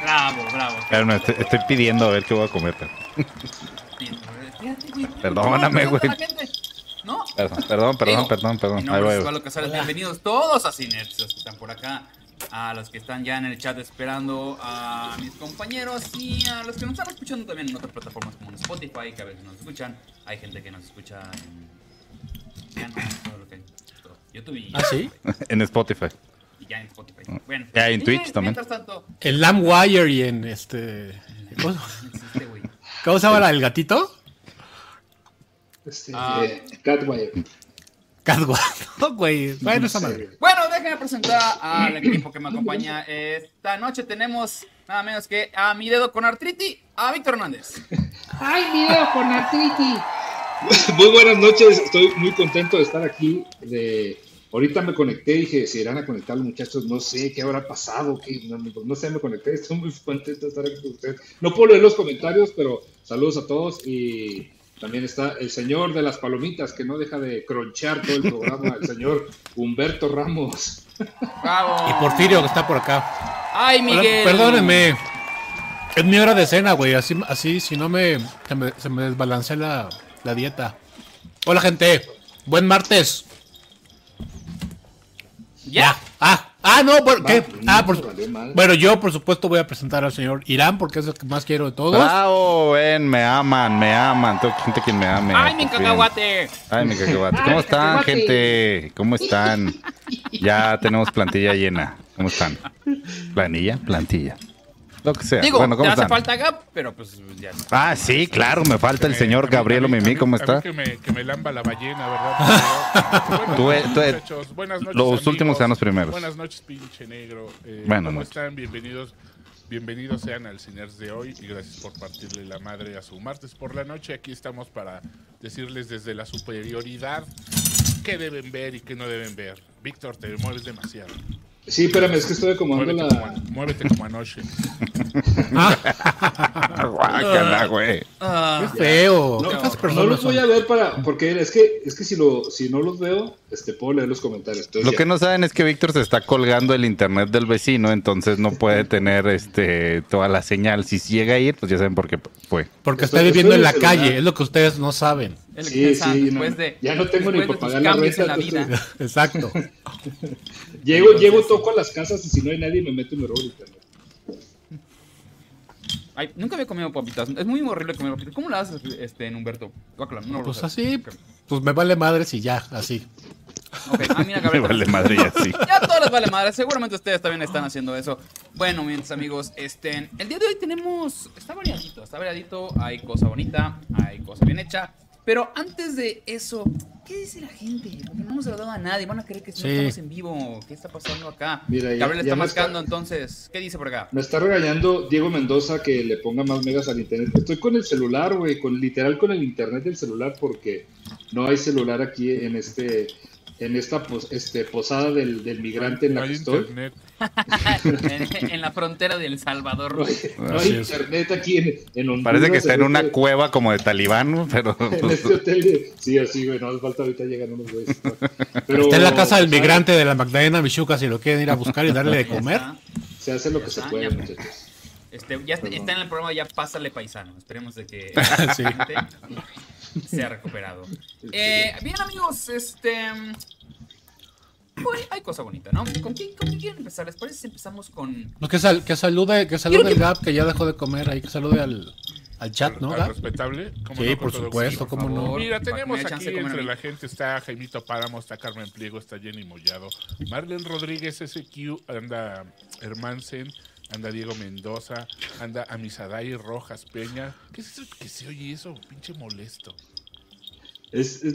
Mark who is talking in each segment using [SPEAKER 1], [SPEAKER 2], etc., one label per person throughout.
[SPEAKER 1] Bravo, bravo.
[SPEAKER 2] Claro, no, estoy, estoy pidiendo a ver qué voy a comer. pero-
[SPEAKER 1] Espérate, güey.
[SPEAKER 2] Perdóname,
[SPEAKER 1] No,
[SPEAKER 2] güey.
[SPEAKER 1] la gente. No.
[SPEAKER 2] Perdón, perdón, perdón,
[SPEAKER 1] Digo,
[SPEAKER 2] perdón,
[SPEAKER 1] Mi
[SPEAKER 2] perdón. Ahí
[SPEAKER 1] nombre
[SPEAKER 2] voy,
[SPEAKER 1] es
[SPEAKER 2] güey.
[SPEAKER 1] Osvaldo Casares. Bienvenidos todos a Sinercios que están por acá. A los que están ya en el chat esperando a mis compañeros y a los que nos están escuchando también en otras plataformas como en Spotify, que a veces nos escuchan. Hay gente que nos escucha en. Ya no, todo lo que hay. Todo. YouTube y,
[SPEAKER 3] ¿Ah, sí?
[SPEAKER 2] en Spotify.
[SPEAKER 1] y ya en Spotify. Bueno,
[SPEAKER 2] Mm. Ya en
[SPEAKER 1] y
[SPEAKER 2] Twitch también.
[SPEAKER 1] Mientras tanto,
[SPEAKER 3] En Lamwire y en este. ¿Cómo,
[SPEAKER 1] existe, güey.
[SPEAKER 3] cómo se llama la del gatito?
[SPEAKER 4] Este,
[SPEAKER 1] Ah.
[SPEAKER 4] eh, Catwire.
[SPEAKER 3] Catwalk. No, güey. Bueno, esa madre.
[SPEAKER 1] Bueno, déjenme presentar al equipo que me acompaña esta noche. Tenemos nada menos que a mi dedo con artriti, a Víctor Hernández.
[SPEAKER 5] ¡Ay, video con artritis!
[SPEAKER 4] Muy buenas noches, estoy muy contento de estar aquí. De... Ahorita me conecté y dije, se irán a conectar los muchachos, no sé qué habrá pasado, qué- no, no- no sé, me conecté, estoy muy contento de estar aquí con ustedes. No puedo leer los comentarios, pero saludos a todos y también está el señor de las palomitas que no deja de cronchar todo el programa, el señor Humberto Ramos.
[SPEAKER 1] Bravo.
[SPEAKER 3] Y Porfirio que está por acá.
[SPEAKER 1] Ay,
[SPEAKER 3] Hola,
[SPEAKER 1] Miguel.
[SPEAKER 3] Perdónenme. Es mi hora de cena, güey. Así, así si no me. Se me, se me desbalancea la, la dieta. Hola, gente. Buen martes.
[SPEAKER 1] Ya.
[SPEAKER 3] Ah, ah, no, ¿por qué?
[SPEAKER 4] Va,
[SPEAKER 3] Ah,
[SPEAKER 4] no,
[SPEAKER 3] por,
[SPEAKER 4] valió madre.
[SPEAKER 3] bueno, yo por supuesto voy a presentar al señor Irán porque es el que más quiero de todos.
[SPEAKER 4] Ah.
[SPEAKER 2] Bravo, ven, me aman, me aman. Tengo gente que me ame.
[SPEAKER 1] Ay, mi
[SPEAKER 2] confíen.
[SPEAKER 1] cacahuate.
[SPEAKER 2] Ay, mi cacahuate. ¿Cómo
[SPEAKER 5] Ay,
[SPEAKER 2] están,
[SPEAKER 5] cacahuate.
[SPEAKER 2] gente? ¿Cómo están? Ya tenemos plantilla llena. ¿Cómo están? ¿Planilla? Plantilla. Lo que sea.
[SPEAKER 1] Digo, te
[SPEAKER 2] bueno, ¿cómo
[SPEAKER 1] hace
[SPEAKER 2] están?
[SPEAKER 1] falta Gap, pero pues ya.
[SPEAKER 2] Ah, sí, claro, me falta el
[SPEAKER 6] Eh,
[SPEAKER 2] señor Gabriel Mimí. ¿Cómo está?
[SPEAKER 6] que, me, que me lamba la ballena, ¿verdad?
[SPEAKER 2] Tú, eh, tú, eh,
[SPEAKER 6] muchachos. Buenas noches,
[SPEAKER 2] los
[SPEAKER 6] amigos.
[SPEAKER 2] últimos sean los primeros.
[SPEAKER 6] Buenas noches, pinche negro. Eh,
[SPEAKER 2] Buenas
[SPEAKER 6] ¿Cómo
[SPEAKER 2] noches.
[SPEAKER 6] están? Bienvenidos. Bienvenidos sean al Ciners de hoy y gracias por partirle la madre a su martes por la noche. Aquí estamos para decirles desde la superioridad qué deben ver y qué no deben ver. Víctor, te mueves demasiado.
[SPEAKER 4] Sí, espérame, es que estoy acomodando
[SPEAKER 6] Muévete, como,
[SPEAKER 4] la...
[SPEAKER 6] muévete como anoche.
[SPEAKER 3] Ah,
[SPEAKER 2] Guácala, güey.
[SPEAKER 1] Ah,
[SPEAKER 3] Qué feo.
[SPEAKER 4] No,
[SPEAKER 3] Qué feas
[SPEAKER 1] no
[SPEAKER 4] No
[SPEAKER 3] personas
[SPEAKER 4] los voy
[SPEAKER 3] son.
[SPEAKER 4] a ver para, porque es que, es que si, lo, si no los veo, este, puedo leer los comentarios. Entonces,
[SPEAKER 2] Lo
[SPEAKER 4] ya.
[SPEAKER 2] que no saben es que Víctor se está colgando el internet del vecino, entonces no puede tener este toda la señal. Si llega a ir, pues ya saben por qué fue.
[SPEAKER 3] Porque está
[SPEAKER 4] Estoy-
[SPEAKER 3] viviendo en
[SPEAKER 4] estoy en
[SPEAKER 3] la
[SPEAKER 4] el celular.
[SPEAKER 3] calle, es lo que ustedes no saben.
[SPEAKER 1] es lo que
[SPEAKER 4] Sí,
[SPEAKER 1] piensan
[SPEAKER 4] sí, no,
[SPEAKER 1] después
[SPEAKER 4] no.
[SPEAKER 1] de,
[SPEAKER 4] Ya no tengo ni
[SPEAKER 1] después de
[SPEAKER 4] para
[SPEAKER 1] tus
[SPEAKER 4] pagar la
[SPEAKER 1] cambios en
[SPEAKER 4] renta,
[SPEAKER 1] vida.
[SPEAKER 4] entonces-
[SPEAKER 3] Exacto.
[SPEAKER 4] Llego,
[SPEAKER 1] Entonces,
[SPEAKER 4] llego,
[SPEAKER 1] sí.
[SPEAKER 4] toco a las casas y si no hay nadie me meto y me robo el internet.
[SPEAKER 1] Ay, nunca había comido papitas. Es muy horrible comer papitas. ¿Cómo la haces, este, en Humberto? Guácala, no lo
[SPEAKER 3] Pues
[SPEAKER 1] sé.
[SPEAKER 3] así, pues me vale madres y ya, así.
[SPEAKER 1] Ok, Ah, mira,
[SPEAKER 2] Me
[SPEAKER 1] Gabriel.
[SPEAKER 2] vale madre ya sí.
[SPEAKER 1] Ya todos les vale madre, seguramente ustedes también están haciendo eso. Bueno, mis amigos, estén. El día de hoy tenemos. Está variadito, está variadito. Hay cosa bonita, hay cosa bien hecha. Pero antes de eso, ¿qué dice la gente? Porque no hemos saludado a nadie. Van a creer que no
[SPEAKER 3] Sí.
[SPEAKER 1] estamos en vivo. ¿Qué está pasando acá?
[SPEAKER 4] Mira, ya-
[SPEAKER 1] Gabriel
[SPEAKER 4] ya
[SPEAKER 1] está
[SPEAKER 4] me
[SPEAKER 1] marcando,
[SPEAKER 4] está-
[SPEAKER 1] entonces. ¿Qué dice por acá?
[SPEAKER 4] Me está regañando Diego Mendoza que le ponga más megas al internet. Estoy con el celular, güey, con, literal con el internet del celular porque no hay celular aquí en este en esta pos- este, posada del, del migrante en
[SPEAKER 6] No
[SPEAKER 4] la
[SPEAKER 6] hay
[SPEAKER 4] que estoy.
[SPEAKER 6] internet.
[SPEAKER 1] en, en la frontera del
[SPEAKER 4] No
[SPEAKER 1] Salvador.
[SPEAKER 4] hay, no
[SPEAKER 3] Así
[SPEAKER 4] hay
[SPEAKER 3] es.
[SPEAKER 4] internet aquí en, en Honduras.
[SPEAKER 2] Parece que está en una
[SPEAKER 4] este-
[SPEAKER 2] cueva como de talibán, ¿no? pero
[SPEAKER 4] En
[SPEAKER 2] pues,
[SPEAKER 4] este hotel, de- sí, así, güey, no hace falta ahorita llegan unos güeyes. Pero,
[SPEAKER 3] Está en la casa del
[SPEAKER 4] ¿sabes?
[SPEAKER 3] migrante de la Magdalena Michuca si lo quieren ir a buscar y darle de
[SPEAKER 1] Ya
[SPEAKER 3] comer.
[SPEAKER 1] está.
[SPEAKER 4] Se hace lo que se puede, muchachos.
[SPEAKER 1] Este, ya está,
[SPEAKER 4] Perdón.
[SPEAKER 1] está en el programa, ya pásale paisano. Esperemos de que
[SPEAKER 3] Sí.
[SPEAKER 1] se ha recuperado. Eh, bien, amigos, este. pues, hay cosa bonita, ¿no? ¿Con quién, con quién quieren empezar? ¿Les parece si empezamos con.
[SPEAKER 3] Pues que, sal- que salude, que salude el Gap que ya dejó de comer ahí, que salude al, al chat, ¿no?
[SPEAKER 6] Al
[SPEAKER 3] Gap?
[SPEAKER 6] respetable. ¿cómo
[SPEAKER 3] Sí,
[SPEAKER 6] no, con
[SPEAKER 3] por
[SPEAKER 6] todo
[SPEAKER 3] supuesto,
[SPEAKER 6] gusto.
[SPEAKER 3] cómo no.
[SPEAKER 1] favor.
[SPEAKER 6] Mira,
[SPEAKER 1] Para que me
[SPEAKER 6] tenemos
[SPEAKER 1] dé chance
[SPEAKER 6] aquí
[SPEAKER 1] de comer a
[SPEAKER 6] entre
[SPEAKER 1] mí.
[SPEAKER 6] la gente está Jaimito Páramo, está Carmen Pliego, está Jenny Mollado, Marlene Rodríguez SQ, anda Hermansen, anda Diego Mendoza, anda Amisaday Rojas Peña. ¿Qué es eso que se oye eso? Pinche molesto.
[SPEAKER 4] Es, es,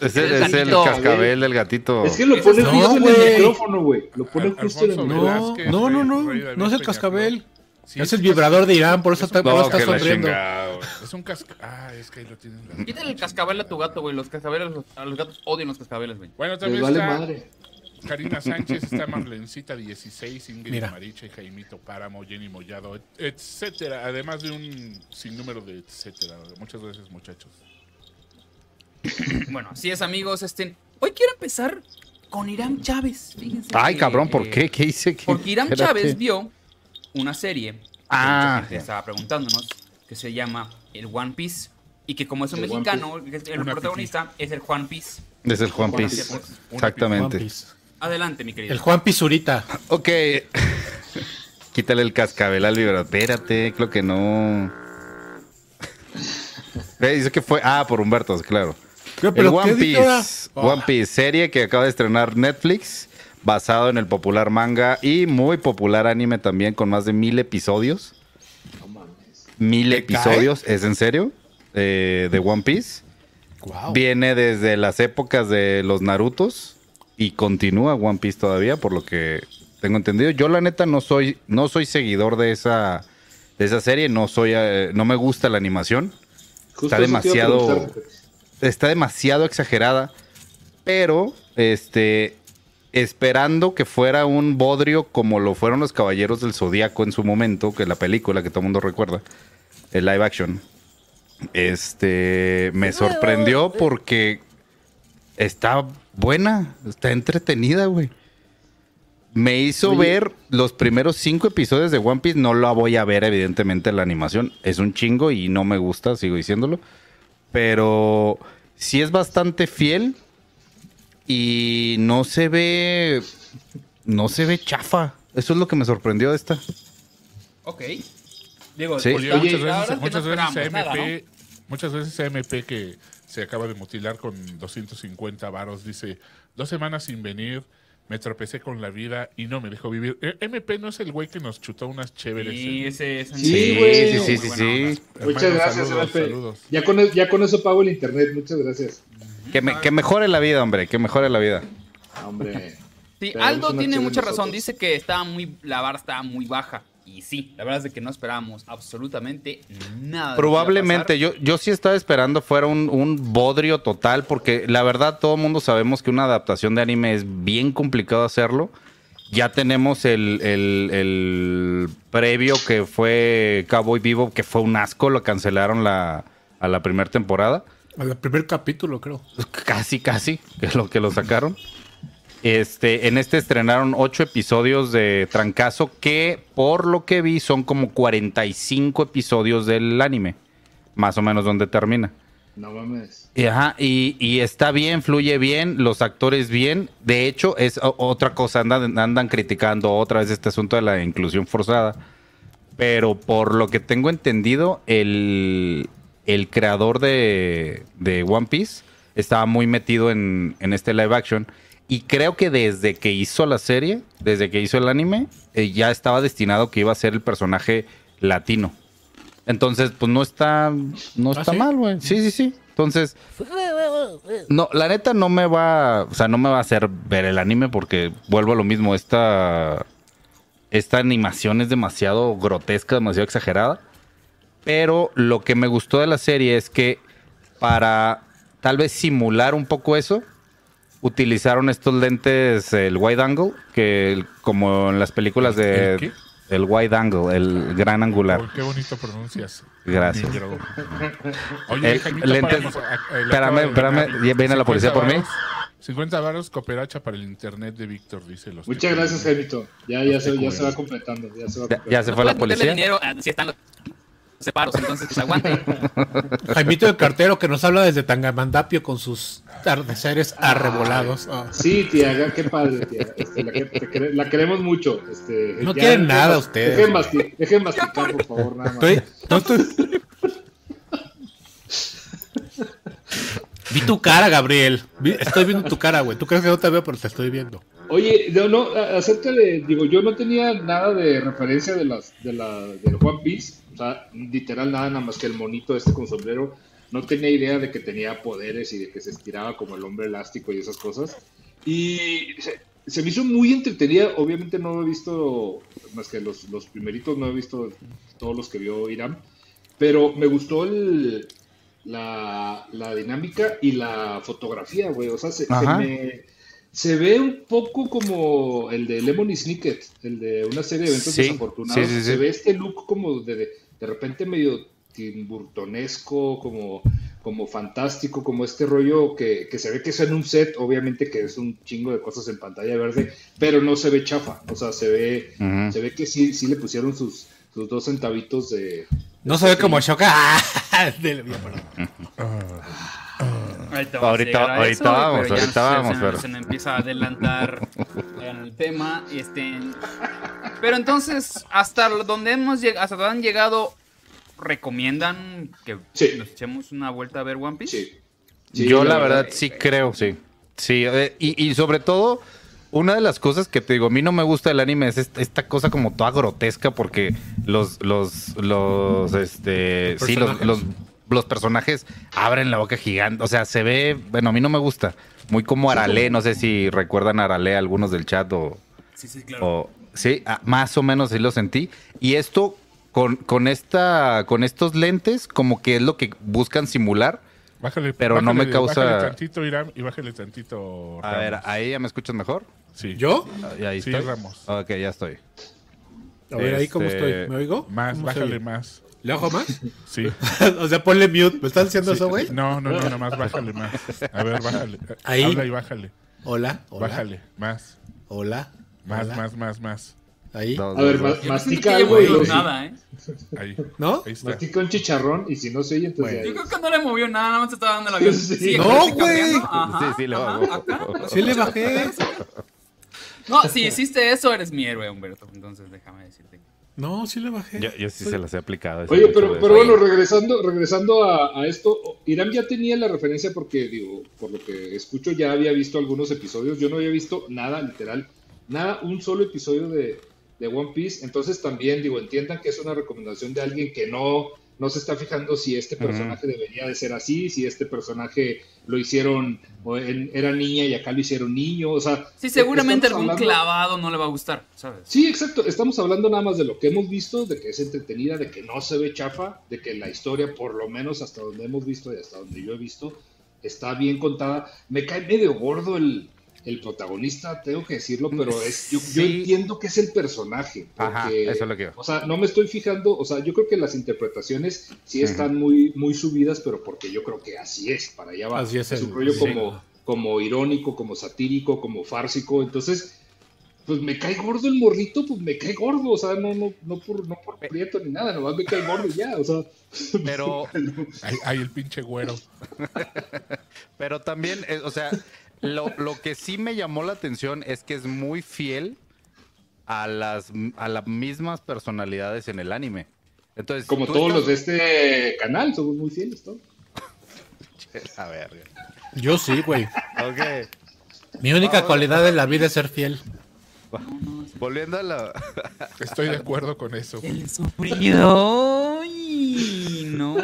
[SPEAKER 2] es, el,
[SPEAKER 1] El
[SPEAKER 2] es el
[SPEAKER 1] gatito.
[SPEAKER 2] cascabel del gatito.
[SPEAKER 4] es que lo ponen
[SPEAKER 3] No,
[SPEAKER 4] justo en
[SPEAKER 3] güey.
[SPEAKER 4] el micrófono, güey. Lo ponen
[SPEAKER 6] Al-
[SPEAKER 4] justo en el
[SPEAKER 6] Alfonso
[SPEAKER 4] micrófono.
[SPEAKER 3] No,
[SPEAKER 6] Velázquez,
[SPEAKER 3] no, no,
[SPEAKER 6] Rey-
[SPEAKER 3] no,
[SPEAKER 6] Rey David
[SPEAKER 3] no es el
[SPEAKER 6] Peña
[SPEAKER 3] cascabel.
[SPEAKER 6] Sí,
[SPEAKER 3] es el
[SPEAKER 6] un
[SPEAKER 3] vibrador de
[SPEAKER 6] cascabel.
[SPEAKER 3] Irán, por eso
[SPEAKER 6] Es
[SPEAKER 3] está,
[SPEAKER 6] un
[SPEAKER 3] por eso
[SPEAKER 2] no,
[SPEAKER 3] está
[SPEAKER 2] que la
[SPEAKER 3] sonriendo.
[SPEAKER 2] chingada, güey.
[SPEAKER 6] Es un cascabel. Ah, es que ahí lo tienen. la-
[SPEAKER 1] Quítale el cascabel a tu gato, güey. Los cascabeles, a los gatos odian los cascabeles, güey.
[SPEAKER 6] Bueno,
[SPEAKER 4] Les
[SPEAKER 6] también
[SPEAKER 4] vale
[SPEAKER 6] está
[SPEAKER 4] madre.
[SPEAKER 6] Karina Sánchez, está Marlencita 16, Ingrid
[SPEAKER 3] Mira.
[SPEAKER 6] Mariche, Jaimito Páramo, Jenny Mollado, et- etcétera. Además de un sinnúmero de etcétera. Muchas gracias, muchachos.
[SPEAKER 1] Bueno, así es, amigos. Este, hoy quiero empezar con Irán Chávez. Fíjense
[SPEAKER 2] Ay,
[SPEAKER 1] que,
[SPEAKER 2] cabrón, ¿por
[SPEAKER 1] eh,
[SPEAKER 2] qué? ¿Qué hice? ¿Qué?
[SPEAKER 1] Porque Irán
[SPEAKER 2] Espérate.
[SPEAKER 1] Chávez vio una serie
[SPEAKER 2] Ah,
[SPEAKER 1] mucha gente
[SPEAKER 2] sí.
[SPEAKER 1] estaba preguntándonos, que se llama el One Piece. Y que como es un
[SPEAKER 4] El One
[SPEAKER 1] mexicano, el protagonista es el Juan Piece.
[SPEAKER 2] Es el Juan
[SPEAKER 1] Juan
[SPEAKER 2] Piz.
[SPEAKER 1] Piz.
[SPEAKER 3] Juan
[SPEAKER 2] Exactamente.
[SPEAKER 3] Piz.
[SPEAKER 1] Adelante, mi querido.
[SPEAKER 3] El Juan Pizurita.
[SPEAKER 2] Ok. Quítale el cascabel al vibrador. Espérate, creo que no. Eh, Dice que fue. Ah, por Humberto, claro.
[SPEAKER 3] ¿Qué,
[SPEAKER 2] el
[SPEAKER 3] pero
[SPEAKER 2] One
[SPEAKER 3] qué dije ahora?
[SPEAKER 2] Piece. One Piece, serie que acaba de estrenar Netflix, basado en el popular manga y muy popular anime también, con más de mil episodios. Mil
[SPEAKER 3] ¿Te cae?
[SPEAKER 2] episodios, ¿es en serio? Eh, de One Piece.
[SPEAKER 3] Guau.
[SPEAKER 2] Viene desde las épocas de los Narutos y continúa One Piece todavía, por lo que tengo entendido. Yo la neta no soy, no soy seguidor de esa, de esa serie, no soy, eh, no me gusta la animación. Está
[SPEAKER 4] Justo eso te iba a
[SPEAKER 2] demasiado-
[SPEAKER 4] preguntar.
[SPEAKER 2] Está demasiado exagerada, pero este, esperando que fuera un bodrio como lo fueron los Caballeros del Zodíaco en su momento, que es la película que todo el mundo recuerda, el live action. Este, me sorprendió porque está buena, está entretenida, güey. Me hizo ver los primeros cinco episodios de One Piece. No la voy a ver, evidentemente, la animación. Es un chingo y no me gusta, sigo diciéndolo. Pero sí es bastante fiel y no se ve. No se ve chafa. Eso es lo que me sorprendió de esta.
[SPEAKER 1] Ok. Diego,
[SPEAKER 2] Sí.
[SPEAKER 1] pues,
[SPEAKER 6] Oye,
[SPEAKER 1] la
[SPEAKER 6] muchas
[SPEAKER 1] verdad es que
[SPEAKER 6] veces,
[SPEAKER 1] no
[SPEAKER 6] muchas veces
[SPEAKER 1] esperábamos
[SPEAKER 6] a MP,
[SPEAKER 1] nada, ¿no?
[SPEAKER 6] muchas veces a MP que se acaba de mutilar con 250 varos dice, dos semanas sin venir, me tropecé con la vida y no me dejó vivir. Eh, MP no es el güey que nos chutó unas chéveres.
[SPEAKER 1] Sí,
[SPEAKER 6] en-
[SPEAKER 1] ese es un-
[SPEAKER 4] Sí, güey.
[SPEAKER 2] sí, sí,
[SPEAKER 1] Muy
[SPEAKER 2] sí,
[SPEAKER 1] buena onda.
[SPEAKER 2] sí.
[SPEAKER 4] Muchas
[SPEAKER 6] Hermano,
[SPEAKER 4] gracias,
[SPEAKER 6] saludos,
[SPEAKER 4] Pepe.
[SPEAKER 6] saludos.
[SPEAKER 4] Ya con, el- ya con eso pago el internet, muchas gracias.
[SPEAKER 2] Que, me- que mejore la vida, hombre. Que mejore la vida.
[SPEAKER 4] Hombre.
[SPEAKER 1] Sí,
[SPEAKER 4] Pero
[SPEAKER 1] Aldo
[SPEAKER 4] eso no
[SPEAKER 1] tiene
[SPEAKER 4] quiere
[SPEAKER 1] mucha razón.
[SPEAKER 4] nosotros.
[SPEAKER 1] Dice que estaba muy, la barra estaba muy baja. Y sí, la verdad es de que no esperábamos absolutamente nada. de lo que iba a
[SPEAKER 2] Probablemente, yo, yo sí estaba esperando fuera un, un bodrio total, porque la verdad todo el mundo sabemos que una adaptación de anime es bien complicado hacerlo. Ya tenemos el, el- el previo que fue Cowboy Vivo, que fue un asco, lo cancelaron la, a la primera temporada.
[SPEAKER 3] Al primer capítulo, creo.
[SPEAKER 2] Casi, casi, que es lo que lo sacaron. Este, en este estrenaron ocho episodios de Trancazo, que por lo que vi son como 45 episodios del anime, más o menos donde termina.
[SPEAKER 4] No
[SPEAKER 3] Este,
[SPEAKER 4] mames.
[SPEAKER 2] Y, ajá, y, y está bien, fluye bien, los actores bien. De hecho, es o- otra cosa, andan, andan criticando otra vez este asunto de la inclusión forzada. Pero por lo que tengo entendido, el, el creador de, de One Piece estaba muy metido en, en este live action. Y creo que desde que hizo la serie, desde que hizo el anime, eh, ya estaba destinado que iba a ser el personaje latino. Entonces, pues no está, no
[SPEAKER 3] ¿Ah,
[SPEAKER 2] está
[SPEAKER 3] sí?
[SPEAKER 2] mal, güey. Sí, sí, sí. Entonces, no, la neta no me va, o sea, no me va a hacer ver el anime porque vuelvo a lo mismo, esta esta animación es demasiado grotesca, demasiado exagerada, pero lo que me gustó de la serie es que para tal vez simular un poco eso utilizaron estos lentes el wide angle que el- como en las películas de
[SPEAKER 6] ¿El qué?
[SPEAKER 2] el wide angle, el gran angular.
[SPEAKER 6] Oh, qué bonito pronuncias.
[SPEAKER 2] Gracias.
[SPEAKER 6] Negro. Oye,
[SPEAKER 2] El-
[SPEAKER 6] Jaimito,
[SPEAKER 2] lente-
[SPEAKER 6] páramos, a- a- le
[SPEAKER 2] espérame,
[SPEAKER 6] acaba de
[SPEAKER 2] espérame,
[SPEAKER 6] llegar
[SPEAKER 2] ya viene la policía por
[SPEAKER 6] 50
[SPEAKER 2] mí.
[SPEAKER 6] varos- 50 varos cooperacha para el internet de Víctor, dice los.
[SPEAKER 4] Muchas
[SPEAKER 6] que-
[SPEAKER 4] gracias, Jaimito. Ya, ya, se, ya se va
[SPEAKER 6] Los
[SPEAKER 4] completando. Ya se va
[SPEAKER 2] Ya,
[SPEAKER 4] completando.
[SPEAKER 2] ya se fue la
[SPEAKER 1] pasar. Pueden meterle
[SPEAKER 2] policía.
[SPEAKER 1] dinero ah, si están los separos, entonces pues aguanten.
[SPEAKER 3] Jaimito el cartero que nos habla desde Tangamandapio con sus atardeceres arrebolados. Ah.
[SPEAKER 4] Sí, Tiaga, qué padre, Tiaga. Este, la, que- te quere- la queremos mucho. Este,
[SPEAKER 3] No quieren
[SPEAKER 4] dejen
[SPEAKER 3] nada
[SPEAKER 4] mas-
[SPEAKER 3] ustedes.
[SPEAKER 4] Dejen, masti- dejen masticar, por favor, nada más.
[SPEAKER 3] Estoy- no estoy- Vi tu cara, Gabriel. Vi- estoy viendo tu cara, güey. Tú crees que no te veo, pero te estoy viendo.
[SPEAKER 4] Oye, no, no, a- acerca de, digo, yo no tenía nada de referencia de las, de la, del One Piece, o sea, literal nada, nada más que el monito este con sombrero, no tenía idea de que tenía poderes y de que se estiraba como el hombre elástico y esas cosas, y se, se me hizo muy entretenida, obviamente no he visto, más que los, los primeritos, no he visto todos los que vio Irán, pero me gustó el, la, la dinámica y la fotografía, güey, o sea, se- se
[SPEAKER 2] Ajá.
[SPEAKER 4] me... Se ve un poco como el de Lemony Snicket, el de una serie de eventos
[SPEAKER 2] Sí,
[SPEAKER 4] desafortunados.
[SPEAKER 2] sí, sí, sí.
[SPEAKER 4] Se ve este look como de, de repente medio timburtonesco, como, como fantástico, como este rollo que, que se ve que es en un set, obviamente que es un chingo de cosas en pantalla verde, pero no se ve chafa, o sea, se ve,
[SPEAKER 2] Ujú.
[SPEAKER 4] se ve que sí, sí le pusieron sus, sus dos centavitos de.
[SPEAKER 3] No se ve como choca. Del- perdón.
[SPEAKER 1] Ahorita
[SPEAKER 2] Ahorita-
[SPEAKER 1] llegar a
[SPEAKER 2] ahorita vamos,
[SPEAKER 1] pero ya
[SPEAKER 2] ahorita
[SPEAKER 1] se-
[SPEAKER 2] vamos,
[SPEAKER 1] se-
[SPEAKER 2] pero-
[SPEAKER 1] Se, me empieza a adelantar en el tema. Este, pero entonces, hasta donde hemos llegado, hasta donde han llegado, ¿recomiendan que
[SPEAKER 4] Sí.
[SPEAKER 1] nos echemos una vuelta a ver One Piece?
[SPEAKER 4] Sí. Sí,
[SPEAKER 2] Yo la verdad sí creo, sí. Sí, eh, y, y sobre todo, una de las cosas que te digo, a mí no me gusta del anime es est- esta cosa como toda grotesca porque los, los, los, este, sí, los, los, los personajes abren la boca gigante, o sea, se ve, bueno, a mí no me gusta, muy como Arale, no sé si recuerdan a Arale algunos del chat o,
[SPEAKER 1] Sí, sí, claro.
[SPEAKER 2] o- sí, ah, más o menos sí lo sentí. Y esto, con, con, esta, con estos lentes, como que es lo que buscan simular.
[SPEAKER 6] Bájale,
[SPEAKER 2] Pero no
[SPEAKER 6] bájale-
[SPEAKER 2] me causa-
[SPEAKER 6] Bájale tantito, Irán, y bájale tantito.
[SPEAKER 2] A ver,
[SPEAKER 6] Ramos.
[SPEAKER 2] ahí ya me escuchas mejor.
[SPEAKER 6] Sí.
[SPEAKER 3] ¿Yo?
[SPEAKER 2] Ah, ¿Y ahí
[SPEAKER 6] Sí,
[SPEAKER 2] estoy?
[SPEAKER 6] Ramos.
[SPEAKER 2] Ok, ya estoy.
[SPEAKER 3] A ver, ahí cómo
[SPEAKER 2] Este,
[SPEAKER 3] estoy. ¿Me oigo?
[SPEAKER 6] Más,
[SPEAKER 3] ¿Cómo se
[SPEAKER 6] bájale
[SPEAKER 3] oye?
[SPEAKER 6] más.
[SPEAKER 3] ¿Le ojo más?
[SPEAKER 6] Sí.
[SPEAKER 3] o sea, ponle mute. ¿Me estás diciendo
[SPEAKER 6] Sí.
[SPEAKER 3] eso, güey?
[SPEAKER 6] No, no, no, nada más bájale más. A ver, bájale.
[SPEAKER 3] Ahí.
[SPEAKER 6] Habla y bájale.
[SPEAKER 3] Hola, hola.
[SPEAKER 6] Bájale, más.
[SPEAKER 3] Hola.
[SPEAKER 6] Más,
[SPEAKER 3] hola.
[SPEAKER 6] más, más, más.
[SPEAKER 3] Ahí.
[SPEAKER 2] Dos,
[SPEAKER 4] A ver,
[SPEAKER 2] dos, dos.
[SPEAKER 4] ma-
[SPEAKER 1] Yo no sentí que
[SPEAKER 4] mastica
[SPEAKER 1] haya
[SPEAKER 4] algo y
[SPEAKER 1] movido
[SPEAKER 4] lo-
[SPEAKER 1] nada, ¿eh?
[SPEAKER 6] Ahí.
[SPEAKER 3] ¿No?
[SPEAKER 6] Ahí está.
[SPEAKER 4] mastica un chicharrón y si no se oye, entonces.
[SPEAKER 3] Bueno.
[SPEAKER 4] ya-
[SPEAKER 1] Yo creo que no le movió nada, nada más te estaba dando la avión.
[SPEAKER 4] Sí.
[SPEAKER 1] Sí,
[SPEAKER 4] No,
[SPEAKER 1] acá estoy
[SPEAKER 3] güey.
[SPEAKER 1] cambiando. Ajá,
[SPEAKER 2] Sí, sí, lo
[SPEAKER 1] ajá,
[SPEAKER 2] hago.
[SPEAKER 1] acá.
[SPEAKER 3] Sí le bajé.
[SPEAKER 1] No, si hiciste eso, eres mi héroe, Humberto. Entonces déjame decirte.
[SPEAKER 3] No, sí le bajé.
[SPEAKER 2] Yo, yo sí se las he aplicado. ese
[SPEAKER 4] Oye,
[SPEAKER 2] hecho
[SPEAKER 4] pero,
[SPEAKER 2] de-
[SPEAKER 4] pero bueno, regresando, regresando a, a esto, Irán ya tenía la referencia porque, digo, por lo que escucho, ya había visto algunos episodios. Yo no había visto nada, literal, nada, un solo episodio de, de One Piece. Entonces también, digo, entiendan que es una recomendación de alguien que no, no se está fijando si este personaje debería de ser así, si este personaje lo hicieron, o en- era niña y acá lo hicieron niño, o sea...
[SPEAKER 1] Sí, seguramente
[SPEAKER 4] estamos
[SPEAKER 1] algún
[SPEAKER 4] hablando-
[SPEAKER 1] clavado no le va a gustar,
[SPEAKER 2] Pues.
[SPEAKER 1] ¿sabes?
[SPEAKER 4] Sí, exacto. Estamos hablando nada más de lo que hemos visto, de que es entretenida, de que no se ve chafa, de que la historia, por lo menos hasta donde hemos visto y hasta donde yo he visto, está bien contada. Me cae medio gordo el, el protagonista, tengo que decirlo, pero es, yo, yo
[SPEAKER 2] Sí.
[SPEAKER 4] entiendo que es el personaje.
[SPEAKER 2] Ajá,
[SPEAKER 4] porque-
[SPEAKER 2] eso es lo que yo.
[SPEAKER 4] o sea, no me estoy fijando, o sea, yo creo que las interpretaciones sí están muy, muy subidas, pero porque yo creo que así es, para allá va.
[SPEAKER 3] Así es
[SPEAKER 4] un
[SPEAKER 3] el-
[SPEAKER 4] rollo
[SPEAKER 3] sí.
[SPEAKER 4] como, como irónico, como satírico, como fársico, entonces, pues me cae gordo el morrito, pues me cae gordo, o sea, no, no, no por, no
[SPEAKER 3] Eh.
[SPEAKER 4] por prieto ni nada, nomás me cae gordo y ya, o sea.
[SPEAKER 2] Pero,
[SPEAKER 6] Ahí, ahí el pinche güero.
[SPEAKER 2] pero también, eh, o sea, lo, lo que sí me llamó la atención es que es muy fiel a las, a las mismas personalidades en el anime. Entonces,
[SPEAKER 4] Como
[SPEAKER 2] tú
[SPEAKER 4] todos
[SPEAKER 2] estás-
[SPEAKER 4] los de este canal, somos muy fieles, ¿no?
[SPEAKER 2] A ver,
[SPEAKER 3] Yo sí, güey.
[SPEAKER 2] ok.
[SPEAKER 3] Mi única cualidad en la vida es ser fiel.
[SPEAKER 2] Volviendo a la.
[SPEAKER 6] Estoy de acuerdo con eso.
[SPEAKER 1] El sufrido. Ay, no.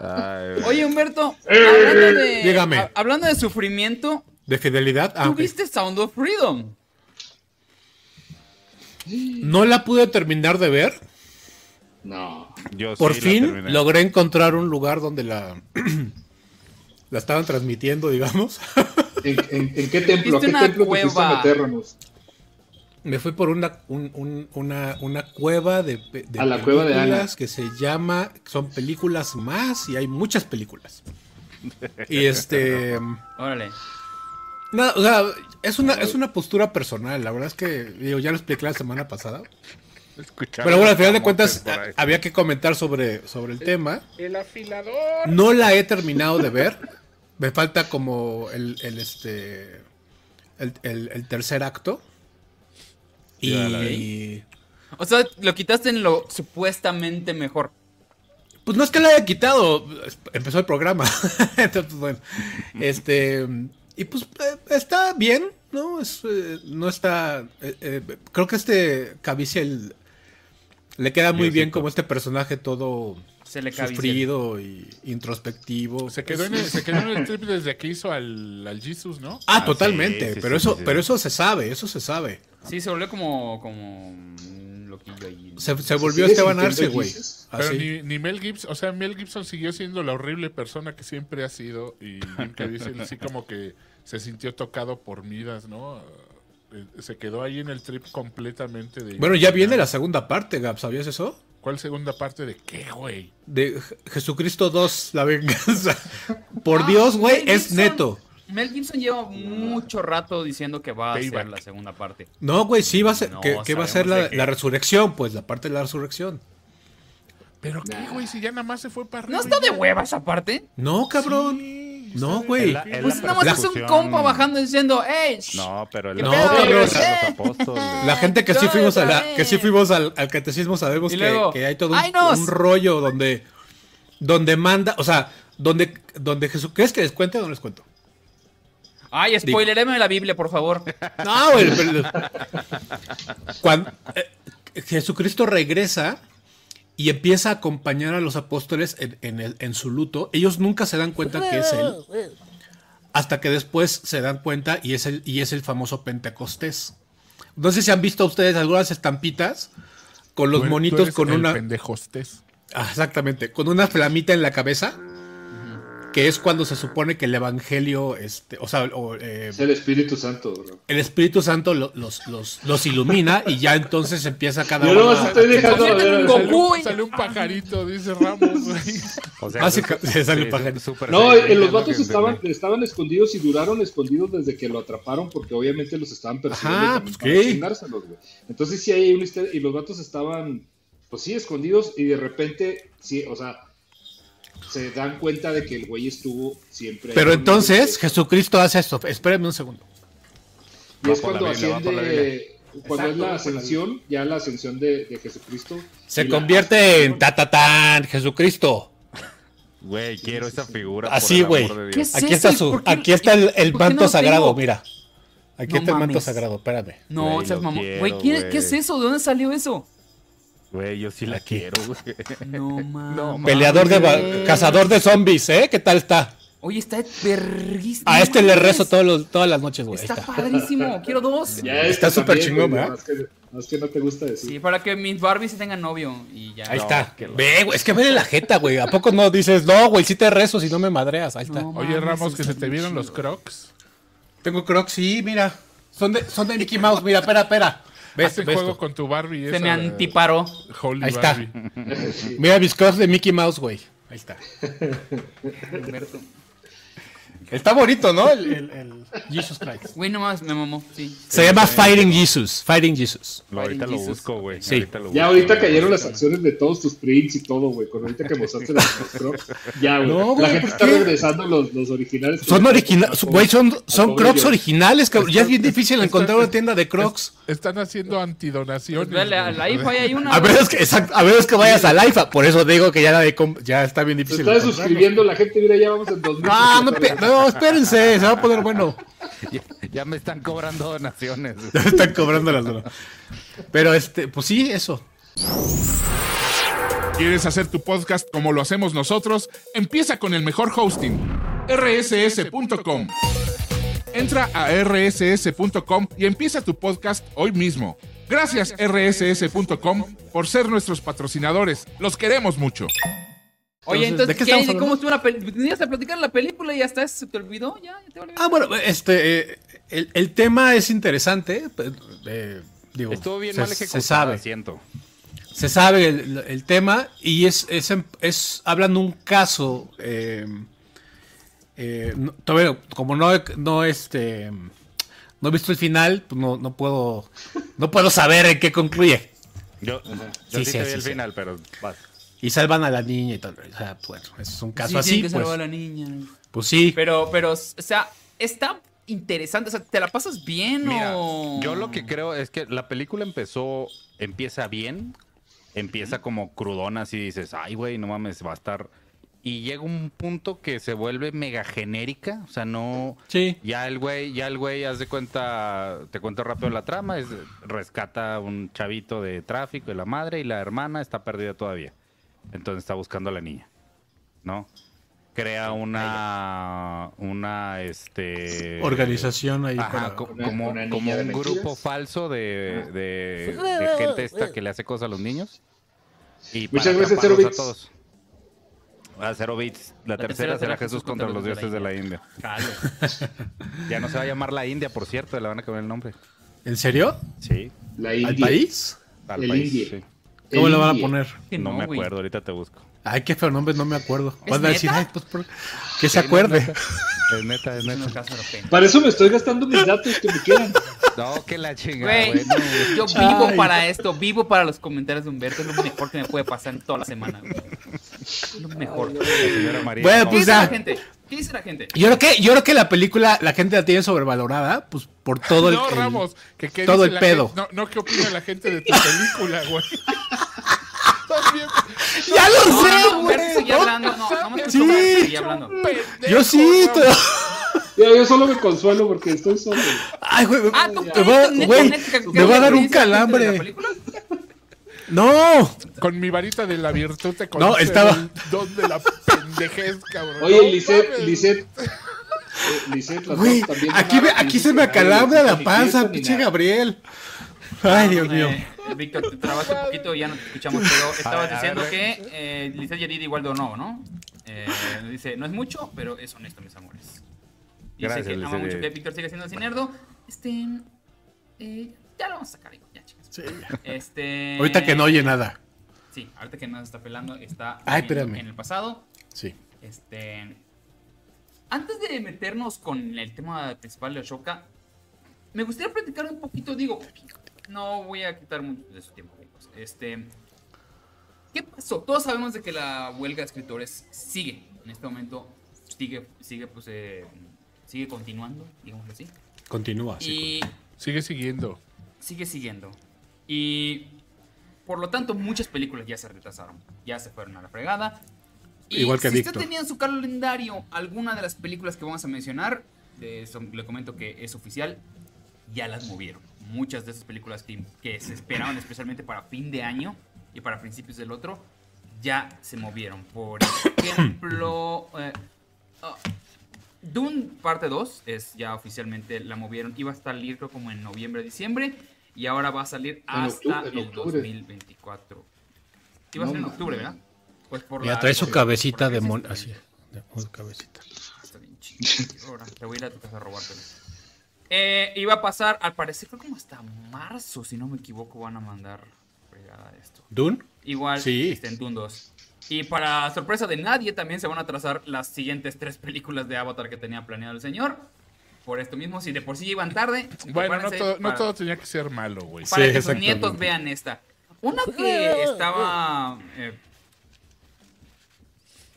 [SPEAKER 2] Ay, güey.
[SPEAKER 1] Oye, Humberto, hablando de,
[SPEAKER 3] Eh, Dígame.
[SPEAKER 1] ha- hablando de sufrimiento,
[SPEAKER 3] ¿De fidelidad? Ah,
[SPEAKER 1] ¿tú
[SPEAKER 3] ok.
[SPEAKER 1] viste Sound of Freedom?
[SPEAKER 3] No la pude terminar de ver.
[SPEAKER 4] No.
[SPEAKER 2] Yo
[SPEAKER 3] Por
[SPEAKER 2] Pues sí la terminé.
[SPEAKER 3] fin logré encontrar un lugar donde la, la estaban transmitiendo, digamos.
[SPEAKER 4] ¿En, en- en qué templo? ¿A qué
[SPEAKER 1] Viste una
[SPEAKER 4] templo te fuiste a
[SPEAKER 1] cueva.
[SPEAKER 4] meternos?
[SPEAKER 3] Me fui por una, un- un- una, una cueva de, pe- de
[SPEAKER 4] A la cueva de
[SPEAKER 3] películas
[SPEAKER 4] Ana.
[SPEAKER 3] que se llama, son películas más y hay muchas películas. Y este,
[SPEAKER 1] Órale.
[SPEAKER 3] nada, o sea, es una, es una postura personal, la verdad es que digo, ya lo expliqué la semana pasada.
[SPEAKER 6] Escuchar
[SPEAKER 3] Pero bueno, al final de
[SPEAKER 6] Ramontes
[SPEAKER 3] cuentas
[SPEAKER 6] por ahí.
[SPEAKER 3] a- había que comentar sobre, sobre el tema.
[SPEAKER 6] El afilador.
[SPEAKER 3] No la he terminado de ver. Me falta como el, el, este. El, el- el tercer acto. Y.
[SPEAKER 1] O sea, lo quitaste en lo supuestamente mejor.
[SPEAKER 3] Pues no es que la haya quitado. es- Empezó el programa. Entonces, pues, bueno. Este. Y pues eh, está bien, ¿no? Es, eh, no está. eh, eh, creo que este Caviciel le queda muy bien como este personaje todo
[SPEAKER 1] Se le cabició.
[SPEAKER 3] sufrido y introspectivo.
[SPEAKER 6] Se quedó, en el, se quedó en el trip desde que hizo al, al Jesus, ¿no?
[SPEAKER 3] Ah,
[SPEAKER 2] Ah,
[SPEAKER 3] totalmente,
[SPEAKER 2] sí, sí,
[SPEAKER 3] pero
[SPEAKER 2] sí,
[SPEAKER 3] eso,
[SPEAKER 2] sí, sí.
[SPEAKER 3] pero eso se sabe, eso se sabe.
[SPEAKER 1] Sí, se volvió como, como un loquillo ahí.
[SPEAKER 3] Se, se
[SPEAKER 4] ¿Se
[SPEAKER 3] volvió
[SPEAKER 4] sigue
[SPEAKER 3] Esteban
[SPEAKER 4] sintiendo
[SPEAKER 3] Arce, güey. ¿Ah,
[SPEAKER 4] Jesus?
[SPEAKER 6] Pero
[SPEAKER 3] Así.
[SPEAKER 6] ni, ni Mel Gibson, o sea, Mel Gibson siguió siendo la horrible persona que siempre ha sido y Jim Caviezel sí como que se sintió tocado por Midas, ¿no? Eh, Se quedó ahí en el trip completamente de...
[SPEAKER 3] Bueno, ya viene la segunda parte, Gab, ¿sabías eso?
[SPEAKER 6] ¿Cuál segunda parte de qué, güey?
[SPEAKER 3] De Je- Jesucristo 2, la venganza. Por Dios, güey,
[SPEAKER 1] Ah, Mel
[SPEAKER 3] es
[SPEAKER 1] Gibson.
[SPEAKER 3] neto.
[SPEAKER 1] Mel Gibson lleva mucho rato diciendo que va a hacer
[SPEAKER 6] Payback.
[SPEAKER 1] la segunda parte.
[SPEAKER 3] No, güey, sí va a ser.
[SPEAKER 1] No
[SPEAKER 3] que, que va a
[SPEAKER 1] sabemos
[SPEAKER 3] ser la,
[SPEAKER 1] de qué.
[SPEAKER 3] la resurrección? Pues la parte de la resurrección.
[SPEAKER 6] ¿Pero qué, güey? Si ya nada más se fue para
[SPEAKER 1] ¿No
[SPEAKER 6] arriba.
[SPEAKER 1] está
[SPEAKER 6] y
[SPEAKER 1] de
[SPEAKER 6] ya-
[SPEAKER 1] hueva esa parte?
[SPEAKER 3] No, cabrón.
[SPEAKER 6] Sí,
[SPEAKER 3] No,
[SPEAKER 6] está de-
[SPEAKER 3] güey.
[SPEAKER 6] la-
[SPEAKER 1] Pues
[SPEAKER 3] la
[SPEAKER 1] nada más es un
[SPEAKER 2] persecución-
[SPEAKER 1] compa bajando diciendo, ¡Ey!
[SPEAKER 2] No, pero
[SPEAKER 1] ¿Qué
[SPEAKER 2] la
[SPEAKER 3] pedo,
[SPEAKER 2] persecución
[SPEAKER 1] güey?
[SPEAKER 2] a los apóstoles.
[SPEAKER 3] La gente que sí
[SPEAKER 1] Ah, Yo
[SPEAKER 3] fuimos a la,
[SPEAKER 1] también.
[SPEAKER 3] que sí fuimos al, al catecismo sabemos
[SPEAKER 1] Y
[SPEAKER 3] que,
[SPEAKER 1] luego,
[SPEAKER 3] que hay todo un,
[SPEAKER 1] ¡ay, nos!
[SPEAKER 3] un rollo donde, donde manda, o sea, donde, donde Jesús, ¿crees que les cuente o no les cuento?
[SPEAKER 1] ¡Ay, spoilereme la Biblia, por favor!
[SPEAKER 3] No, güey. pero- Cuando, eh, Jesucristo regresa y empieza a acompañar a los apóstoles en, en el- en su luto. Ellos nunca se dan cuenta que es él. Hasta que después se dan cuenta y es el, y es el famoso Pentecostés. No sé si han visto ustedes algunas estampitas con los
[SPEAKER 6] Tú eres- tú
[SPEAKER 3] monitos
[SPEAKER 6] eres
[SPEAKER 3] con
[SPEAKER 6] el
[SPEAKER 3] una.
[SPEAKER 6] pendejostés.
[SPEAKER 3] Ah, Exactamente, con una flamita en la cabeza. Que es cuando se supone que el evangelio, este, o sea, o, eh,
[SPEAKER 4] Es el Espíritu Santo, bro.
[SPEAKER 3] el Espíritu Santo lo- los, los, los ilumina y ya entonces empieza cada
[SPEAKER 4] Yo
[SPEAKER 3] uno
[SPEAKER 4] nomás
[SPEAKER 3] a-
[SPEAKER 4] estoy dejando
[SPEAKER 1] convierte en
[SPEAKER 4] ver.
[SPEAKER 1] un
[SPEAKER 4] a-
[SPEAKER 1] Goku.
[SPEAKER 6] Sale, sale un pajarito, dice Ramos, güey.
[SPEAKER 2] O sea,
[SPEAKER 3] Básica-
[SPEAKER 2] es-
[SPEAKER 3] se sale
[SPEAKER 2] sí,
[SPEAKER 3] pajarito.
[SPEAKER 2] súper
[SPEAKER 4] No,
[SPEAKER 2] serio,
[SPEAKER 4] eh, los
[SPEAKER 2] es lo
[SPEAKER 4] vatos
[SPEAKER 2] que
[SPEAKER 4] estaban,
[SPEAKER 2] entendí.
[SPEAKER 4] estaban escondidos y duraron escondidos desde que lo atraparon porque obviamente los estaban persiguiendo
[SPEAKER 3] Ajá,
[SPEAKER 4] también
[SPEAKER 3] pues,
[SPEAKER 4] para
[SPEAKER 3] ¿qué?
[SPEAKER 4] chingárselos, güey. Entonces sí hay un easter- y los vatos estaban pues sí escondidos y de repente sí, o sea, se dan cuenta de que el güey estuvo siempre ahí.
[SPEAKER 3] Pero entonces Jesucristo hace esto. Espérenme un segundo.
[SPEAKER 4] y es
[SPEAKER 2] Va por la
[SPEAKER 4] cuando
[SPEAKER 2] Biblia, va por la
[SPEAKER 4] asciende cuando es
[SPEAKER 1] Exacto,
[SPEAKER 4] la
[SPEAKER 1] va por la
[SPEAKER 4] ascensión, ya la ascensión de, de Jesucristo
[SPEAKER 3] Se
[SPEAKER 4] Y la-
[SPEAKER 3] convierte en tatatán, Jesucristo.
[SPEAKER 2] Güey, quiero esa figura.
[SPEAKER 3] Así,
[SPEAKER 2] por el amor
[SPEAKER 3] güey.
[SPEAKER 2] de Dios.
[SPEAKER 1] ¿Qué es
[SPEAKER 3] Aquí está
[SPEAKER 1] eso?
[SPEAKER 3] su,
[SPEAKER 1] ¿Por qué-
[SPEAKER 3] aquí está el,
[SPEAKER 1] por
[SPEAKER 3] el
[SPEAKER 1] qué no
[SPEAKER 3] manto
[SPEAKER 1] lo
[SPEAKER 3] sagrado,
[SPEAKER 1] tengo?
[SPEAKER 3] mira. Aquí
[SPEAKER 1] No
[SPEAKER 3] está el manto
[SPEAKER 1] mames.
[SPEAKER 3] sagrado, espérame.
[SPEAKER 1] No,
[SPEAKER 2] Güey,
[SPEAKER 1] seas
[SPEAKER 2] lo
[SPEAKER 1] mamón.
[SPEAKER 2] quiero,
[SPEAKER 1] Güey, ¿qué, qué es
[SPEAKER 2] güey.
[SPEAKER 1] eso? ¿De dónde salió eso?
[SPEAKER 2] Güey, yo sí la
[SPEAKER 3] Aquí.
[SPEAKER 2] quiero, güey.
[SPEAKER 1] No, mames.
[SPEAKER 3] Peleador de ba- cazador de zombies, ¿eh? ¿Qué tal está?
[SPEAKER 1] Oye, está verguísimo.
[SPEAKER 3] A este le rezo todos los- todas las noches, güey. Ahí
[SPEAKER 1] Está
[SPEAKER 3] Está.
[SPEAKER 1] padrísimo. Quiero dos.
[SPEAKER 4] Ya es
[SPEAKER 3] Está
[SPEAKER 4] que
[SPEAKER 3] súper
[SPEAKER 4] también,
[SPEAKER 3] chingón,
[SPEAKER 4] güey,
[SPEAKER 3] ¿verdad?
[SPEAKER 4] más que- Más que no te gusta decir.
[SPEAKER 1] Sí, para que mis Barbies tengan novio. Y ya.
[SPEAKER 3] Ahí
[SPEAKER 2] No,
[SPEAKER 3] está.
[SPEAKER 2] qué loco.
[SPEAKER 3] Ve, güey, es que vele la jeta, güey. ¿A poco no dices, no, güey, sí te rezo si no me madreas? Ahí está.
[SPEAKER 1] No
[SPEAKER 6] Oye,
[SPEAKER 1] mames,
[SPEAKER 6] Ramos, que
[SPEAKER 1] está
[SPEAKER 6] se te
[SPEAKER 1] bien
[SPEAKER 6] vieron
[SPEAKER 1] chido.
[SPEAKER 6] los crocs.
[SPEAKER 3] Tengo crocs, sí, mira. Son de, son de Mickey Mouse, mira, espera, espera. este ¿Ves,
[SPEAKER 6] Haz el
[SPEAKER 3] ves
[SPEAKER 6] este juego
[SPEAKER 3] Ah, esto?
[SPEAKER 6] con tu Barbie.
[SPEAKER 1] Se
[SPEAKER 6] esa,
[SPEAKER 1] me antiparó.
[SPEAKER 6] Holy
[SPEAKER 3] Ahí está.
[SPEAKER 6] Barbie.
[SPEAKER 3] Mira mis crocs de Mickey Mouse, güey. Ahí está.
[SPEAKER 1] Humberto.
[SPEAKER 3] Está bonito, ¿no? El, el- el Jesus Christ.
[SPEAKER 1] Güey, nomás me mamó. Sí.
[SPEAKER 3] Se llama Fighting Jesus. Fighting Jesus.
[SPEAKER 2] Lo- ahorita lo
[SPEAKER 1] Jesus.
[SPEAKER 2] busco, güey.
[SPEAKER 3] Sí.
[SPEAKER 2] Ahorita lo
[SPEAKER 4] Ya
[SPEAKER 2] busco.
[SPEAKER 4] ahorita cayeron las acciones de todos tus prints y todo, güey. Con ahorita que mostraste las los crocs. Ya, güey.
[SPEAKER 3] No, güey,
[SPEAKER 4] la gente
[SPEAKER 3] ¿por
[SPEAKER 4] está
[SPEAKER 3] qué?
[SPEAKER 4] regresando los, los originales.
[SPEAKER 3] Son originales, güey, son, son
[SPEAKER 4] pobre
[SPEAKER 3] crocs
[SPEAKER 4] yo.
[SPEAKER 3] originales, cabrón. Ya es bien difícil encontrar una tienda de crocs.
[SPEAKER 6] Están haciendo antidonaciones.
[SPEAKER 1] Ve, la,
[SPEAKER 6] güey.
[SPEAKER 1] la IFA Pues, ahí hay una.
[SPEAKER 3] A veces que, exacto, a veces que vayas al IFA, por eso digo que ya, la de comp- ya está bien
[SPEAKER 4] Se
[SPEAKER 3] difícil.
[SPEAKER 4] está
[SPEAKER 3] encontrar.
[SPEAKER 4] suscribiendo la gente, mira, ya vamos en 2000.
[SPEAKER 3] No, Ah, no, pe- no, espérense, se va a poner bueno.
[SPEAKER 2] Ya, ya me están cobrando donaciones.
[SPEAKER 3] Ya me están cobrando las drogas. Pero este, pues sí, eso.
[SPEAKER 6] ¿Quieres hacer tu podcast como lo hacemos nosotros? Empieza con el mejor hosting, rss.com. Entra a rss.com y empieza tu podcast hoy mismo. Gracias rss.com por ser nuestros patrocinadores. Los queremos mucho.
[SPEAKER 1] Oye,
[SPEAKER 3] Entonces, ¿de
[SPEAKER 1] entonces,
[SPEAKER 3] qué
[SPEAKER 1] ¿qué,
[SPEAKER 3] estamos
[SPEAKER 1] ¿cómo
[SPEAKER 3] hablando?
[SPEAKER 1] estuvo la película? Tenías que platicar la película y ya está. ¿Se te olvidó? ¿Ya? ¿Ya te olvidó?
[SPEAKER 3] Ah, bueno, este, eh, el, el tema es interesante. pues, eh, digo,
[SPEAKER 2] Estuvo bien
[SPEAKER 3] se,
[SPEAKER 2] mal
[SPEAKER 3] se
[SPEAKER 2] ejecutado.
[SPEAKER 3] sabe,
[SPEAKER 2] Siento.
[SPEAKER 3] se sabe el, el tema y es, es, en- es hablando un caso, eh, eh, no- todavía no- como no, he- no, este, no he visto el final, pues no, no puedo, no puedo saber en qué concluye.
[SPEAKER 2] Yo, yo sí,
[SPEAKER 3] Sí, sí,
[SPEAKER 2] te vi
[SPEAKER 3] sí,
[SPEAKER 2] el
[SPEAKER 3] sí.
[SPEAKER 2] final, pero vas.
[SPEAKER 3] Y salvan a la niña y todo. O sea, bueno, es un
[SPEAKER 1] Sí,
[SPEAKER 3] caso
[SPEAKER 1] tienen
[SPEAKER 3] así.
[SPEAKER 1] que
[SPEAKER 3] Pues,
[SPEAKER 1] salvar a la niña.
[SPEAKER 3] pues sí.
[SPEAKER 1] Pero, pero, o sea, está interesante. O sea, ¿te la pasas bien
[SPEAKER 2] Mira,
[SPEAKER 1] o...?
[SPEAKER 2] yo lo que creo es que la película empezó, empieza bien, empieza como crudona, así dices, ay, güey, no mames, va a estar. Y llega un punto que se vuelve mega genérica, o sea, no.
[SPEAKER 3] Sí.
[SPEAKER 2] Ya el güey, ya el güey, haz de cuenta, te cuento rápido la trama, es rescata a un chavito de tráfico y la madre y la hermana está perdida todavía. Entonces está buscando a la niña, ¿no? Crea una, una, este...
[SPEAKER 3] Organización ahí.
[SPEAKER 2] Ajá,
[SPEAKER 3] para-
[SPEAKER 2] co-
[SPEAKER 4] Una-
[SPEAKER 2] como,
[SPEAKER 4] una niña
[SPEAKER 2] como
[SPEAKER 4] de
[SPEAKER 2] un
[SPEAKER 4] mentiras.
[SPEAKER 2] grupo falso de, de- de gente esta que le hace cosas a los niños. Y para
[SPEAKER 4] Muchas gracias,
[SPEAKER 2] atraparlos
[SPEAKER 4] Zero
[SPEAKER 2] a
[SPEAKER 4] Bits.
[SPEAKER 2] todos. A Zero Bits. La, tercera, será Jesús contra, los dioses de la India.
[SPEAKER 1] Jalo.
[SPEAKER 2] Ya no se va a llamar la India, por cierto, le van a cambiar el nombre.
[SPEAKER 3] ¿En serio?
[SPEAKER 2] Sí,
[SPEAKER 4] La
[SPEAKER 3] ¿Al
[SPEAKER 4] India.
[SPEAKER 3] país?
[SPEAKER 2] al
[SPEAKER 4] El
[SPEAKER 2] país.
[SPEAKER 4] India.
[SPEAKER 2] sí.
[SPEAKER 4] El
[SPEAKER 3] ¿Cómo le van a
[SPEAKER 4] India.
[SPEAKER 3] poner?
[SPEAKER 1] Que
[SPEAKER 2] No, me
[SPEAKER 1] güey.
[SPEAKER 2] acuerdo, ahorita te busco.
[SPEAKER 3] Ay, qué feo nombre, no me acuerdo.
[SPEAKER 1] ¿Es
[SPEAKER 3] Van a decir,
[SPEAKER 1] neta?
[SPEAKER 3] ay, pues, por- que se acuerde.
[SPEAKER 2] Es neta, es
[SPEAKER 1] Es un
[SPEAKER 2] neta.
[SPEAKER 1] caso de pena.
[SPEAKER 4] Para eso me estoy gastando mis datos que me quedan.
[SPEAKER 2] No, que la chingada,
[SPEAKER 1] Güey,
[SPEAKER 2] güey. no, güey.
[SPEAKER 1] yo vivo
[SPEAKER 3] Ah, Ay.
[SPEAKER 1] para esto, vivo para los comentarios de Humberto, es lo mejor que me puede pasar en toda la semana. güey. Lo mejor.
[SPEAKER 2] Señora María,
[SPEAKER 3] Bueno,
[SPEAKER 1] ¿Qué
[SPEAKER 2] no.
[SPEAKER 3] pues,
[SPEAKER 1] dice la
[SPEAKER 3] ya.
[SPEAKER 1] gente? ¿Qué dice la gente?
[SPEAKER 3] Yo creo que, yo creo que la película la gente la tiene sobrevalorada, pues por todo el.
[SPEAKER 6] no,
[SPEAKER 3] el-
[SPEAKER 6] Ramos, que qué
[SPEAKER 3] todo
[SPEAKER 6] dice
[SPEAKER 3] el
[SPEAKER 6] la
[SPEAKER 3] pedo.
[SPEAKER 6] gente- no, no, ¿qué opina la gente de tu película, güey? También,
[SPEAKER 3] Ya lo
[SPEAKER 1] No, no,
[SPEAKER 3] sé,
[SPEAKER 1] no, Humberto
[SPEAKER 3] güey.
[SPEAKER 1] seguía
[SPEAKER 3] ¿no?
[SPEAKER 1] hablando, no, no me
[SPEAKER 3] Sí.
[SPEAKER 1] escuchó, Humberto seguía hablando.
[SPEAKER 6] pendejo,
[SPEAKER 3] Yo sí.
[SPEAKER 6] Ramos.
[SPEAKER 3] todo-
[SPEAKER 4] Ya, yo solo me consuelo porque estoy solo.
[SPEAKER 3] Ay, güey.
[SPEAKER 1] Ah, tú
[SPEAKER 3] me va-
[SPEAKER 1] crees,
[SPEAKER 3] güey,
[SPEAKER 1] neta, neta,
[SPEAKER 3] me va a dar un
[SPEAKER 1] dice la gente de la
[SPEAKER 3] calambre.
[SPEAKER 1] película?
[SPEAKER 3] No.
[SPEAKER 6] Con mi varita de la virtud te
[SPEAKER 3] No, estaba-
[SPEAKER 6] el don de la pendejez, cabrón. No
[SPEAKER 4] Oye, Lisette,
[SPEAKER 6] mames.
[SPEAKER 4] Lisette. eh, Lisette, las
[SPEAKER 3] Güey,
[SPEAKER 4] dos también
[SPEAKER 3] aquí, me-
[SPEAKER 4] ganaron,
[SPEAKER 3] aquí
[SPEAKER 4] ni
[SPEAKER 3] se me
[SPEAKER 4] siquiera
[SPEAKER 3] acalabra
[SPEAKER 4] ni
[SPEAKER 3] la
[SPEAKER 4] ni
[SPEAKER 3] panza,
[SPEAKER 4] fiesta ni
[SPEAKER 3] pinche
[SPEAKER 4] nada.
[SPEAKER 3] Gabriel. Ay, Dios mío.
[SPEAKER 1] Eh, Víctor, te trabaste un poquito, ya no te escuchamos, pero estabas
[SPEAKER 2] ver, a
[SPEAKER 1] diciendo
[SPEAKER 2] ver.
[SPEAKER 1] que eh, Lizeth Yerida igual donó, ¿no? Eh, dice, no es mucho, pero es honesto, mis amores. Y
[SPEAKER 2] Gracias,
[SPEAKER 1] dice que ama
[SPEAKER 2] Lizeth
[SPEAKER 1] mucho
[SPEAKER 2] Yerida.
[SPEAKER 1] que Víctor siga siendo cinerdo. Este, eh, ya lo vamos a sacar, ya, chicas. Este,
[SPEAKER 3] Ahorita que no oye nada.
[SPEAKER 1] Sí, ahorita que nos está pelando, está
[SPEAKER 3] Ay,
[SPEAKER 1] viviendo
[SPEAKER 3] espérame.
[SPEAKER 1] en el pasado.
[SPEAKER 3] Sí.
[SPEAKER 1] Este. Antes de meternos con el tema principal de Ashoka, me gustaría platicar un poquito, digo, no voy a quitar mucho de su tiempo, amigos. Este. ¿Qué pasó? Todos sabemos de que la huelga de escritores sigue en este momento, sigue, sigue, pues, eh, sigue continuando, digámoslo así.
[SPEAKER 3] Continúa.
[SPEAKER 1] y
[SPEAKER 3] sí,
[SPEAKER 6] Sigue siguiendo.
[SPEAKER 1] sigue siguiendo. Y por lo tanto, muchas películas ya se retrasaron, ya se fueron a la fregada. Y
[SPEAKER 3] Igual que
[SPEAKER 1] si usted
[SPEAKER 3] Víctor.
[SPEAKER 1] tenía en su calendario alguna de las películas que vamos a mencionar, de eso le comento que es oficial, ya las movieron. Muchas de esas películas que, que se esperaban especialmente para fin de año y para principios del otro, ya se movieron. Por ejemplo, eh, ah, Dune parte 2 es ya oficialmente la movieron. Iba a salir creo como en noviembre, diciembre. Y ahora va a salir hasta
[SPEAKER 4] octu- en
[SPEAKER 1] el
[SPEAKER 4] octubre.
[SPEAKER 1] 2024. Iba a
[SPEAKER 4] No
[SPEAKER 1] ser en
[SPEAKER 4] mames.
[SPEAKER 1] octubre, ¿verdad? Pues por
[SPEAKER 3] Ya
[SPEAKER 1] la-
[SPEAKER 3] trae su
[SPEAKER 1] por-
[SPEAKER 3] cabecita
[SPEAKER 1] por la
[SPEAKER 3] de
[SPEAKER 1] crisis
[SPEAKER 3] mon.
[SPEAKER 1] del-
[SPEAKER 3] Así. de mon- cabecita.
[SPEAKER 1] Está bien chido. Ahora te voy a ir a tu casa a robártelo. Eh, iba a pasar, al parecer, creo como hasta marzo, si no me equivoco, van a mandar fregada esto.
[SPEAKER 3] ¿Dune?
[SPEAKER 1] Igual
[SPEAKER 3] Sí.
[SPEAKER 1] este, en Dune 2. Y para sorpresa de nadie, también se van a trazar las siguientes tres películas de Avatar que tenía planeado el señor. Por esto mismo, si de por sí iban tarde.
[SPEAKER 6] Bueno, no
[SPEAKER 1] prepárense
[SPEAKER 6] todo, no
[SPEAKER 1] para-
[SPEAKER 6] todo tenía que ser malo, güey.
[SPEAKER 1] para
[SPEAKER 3] Sí,
[SPEAKER 1] que sus
[SPEAKER 3] exactamente.
[SPEAKER 1] nietos vean esta. Una que estaba eh,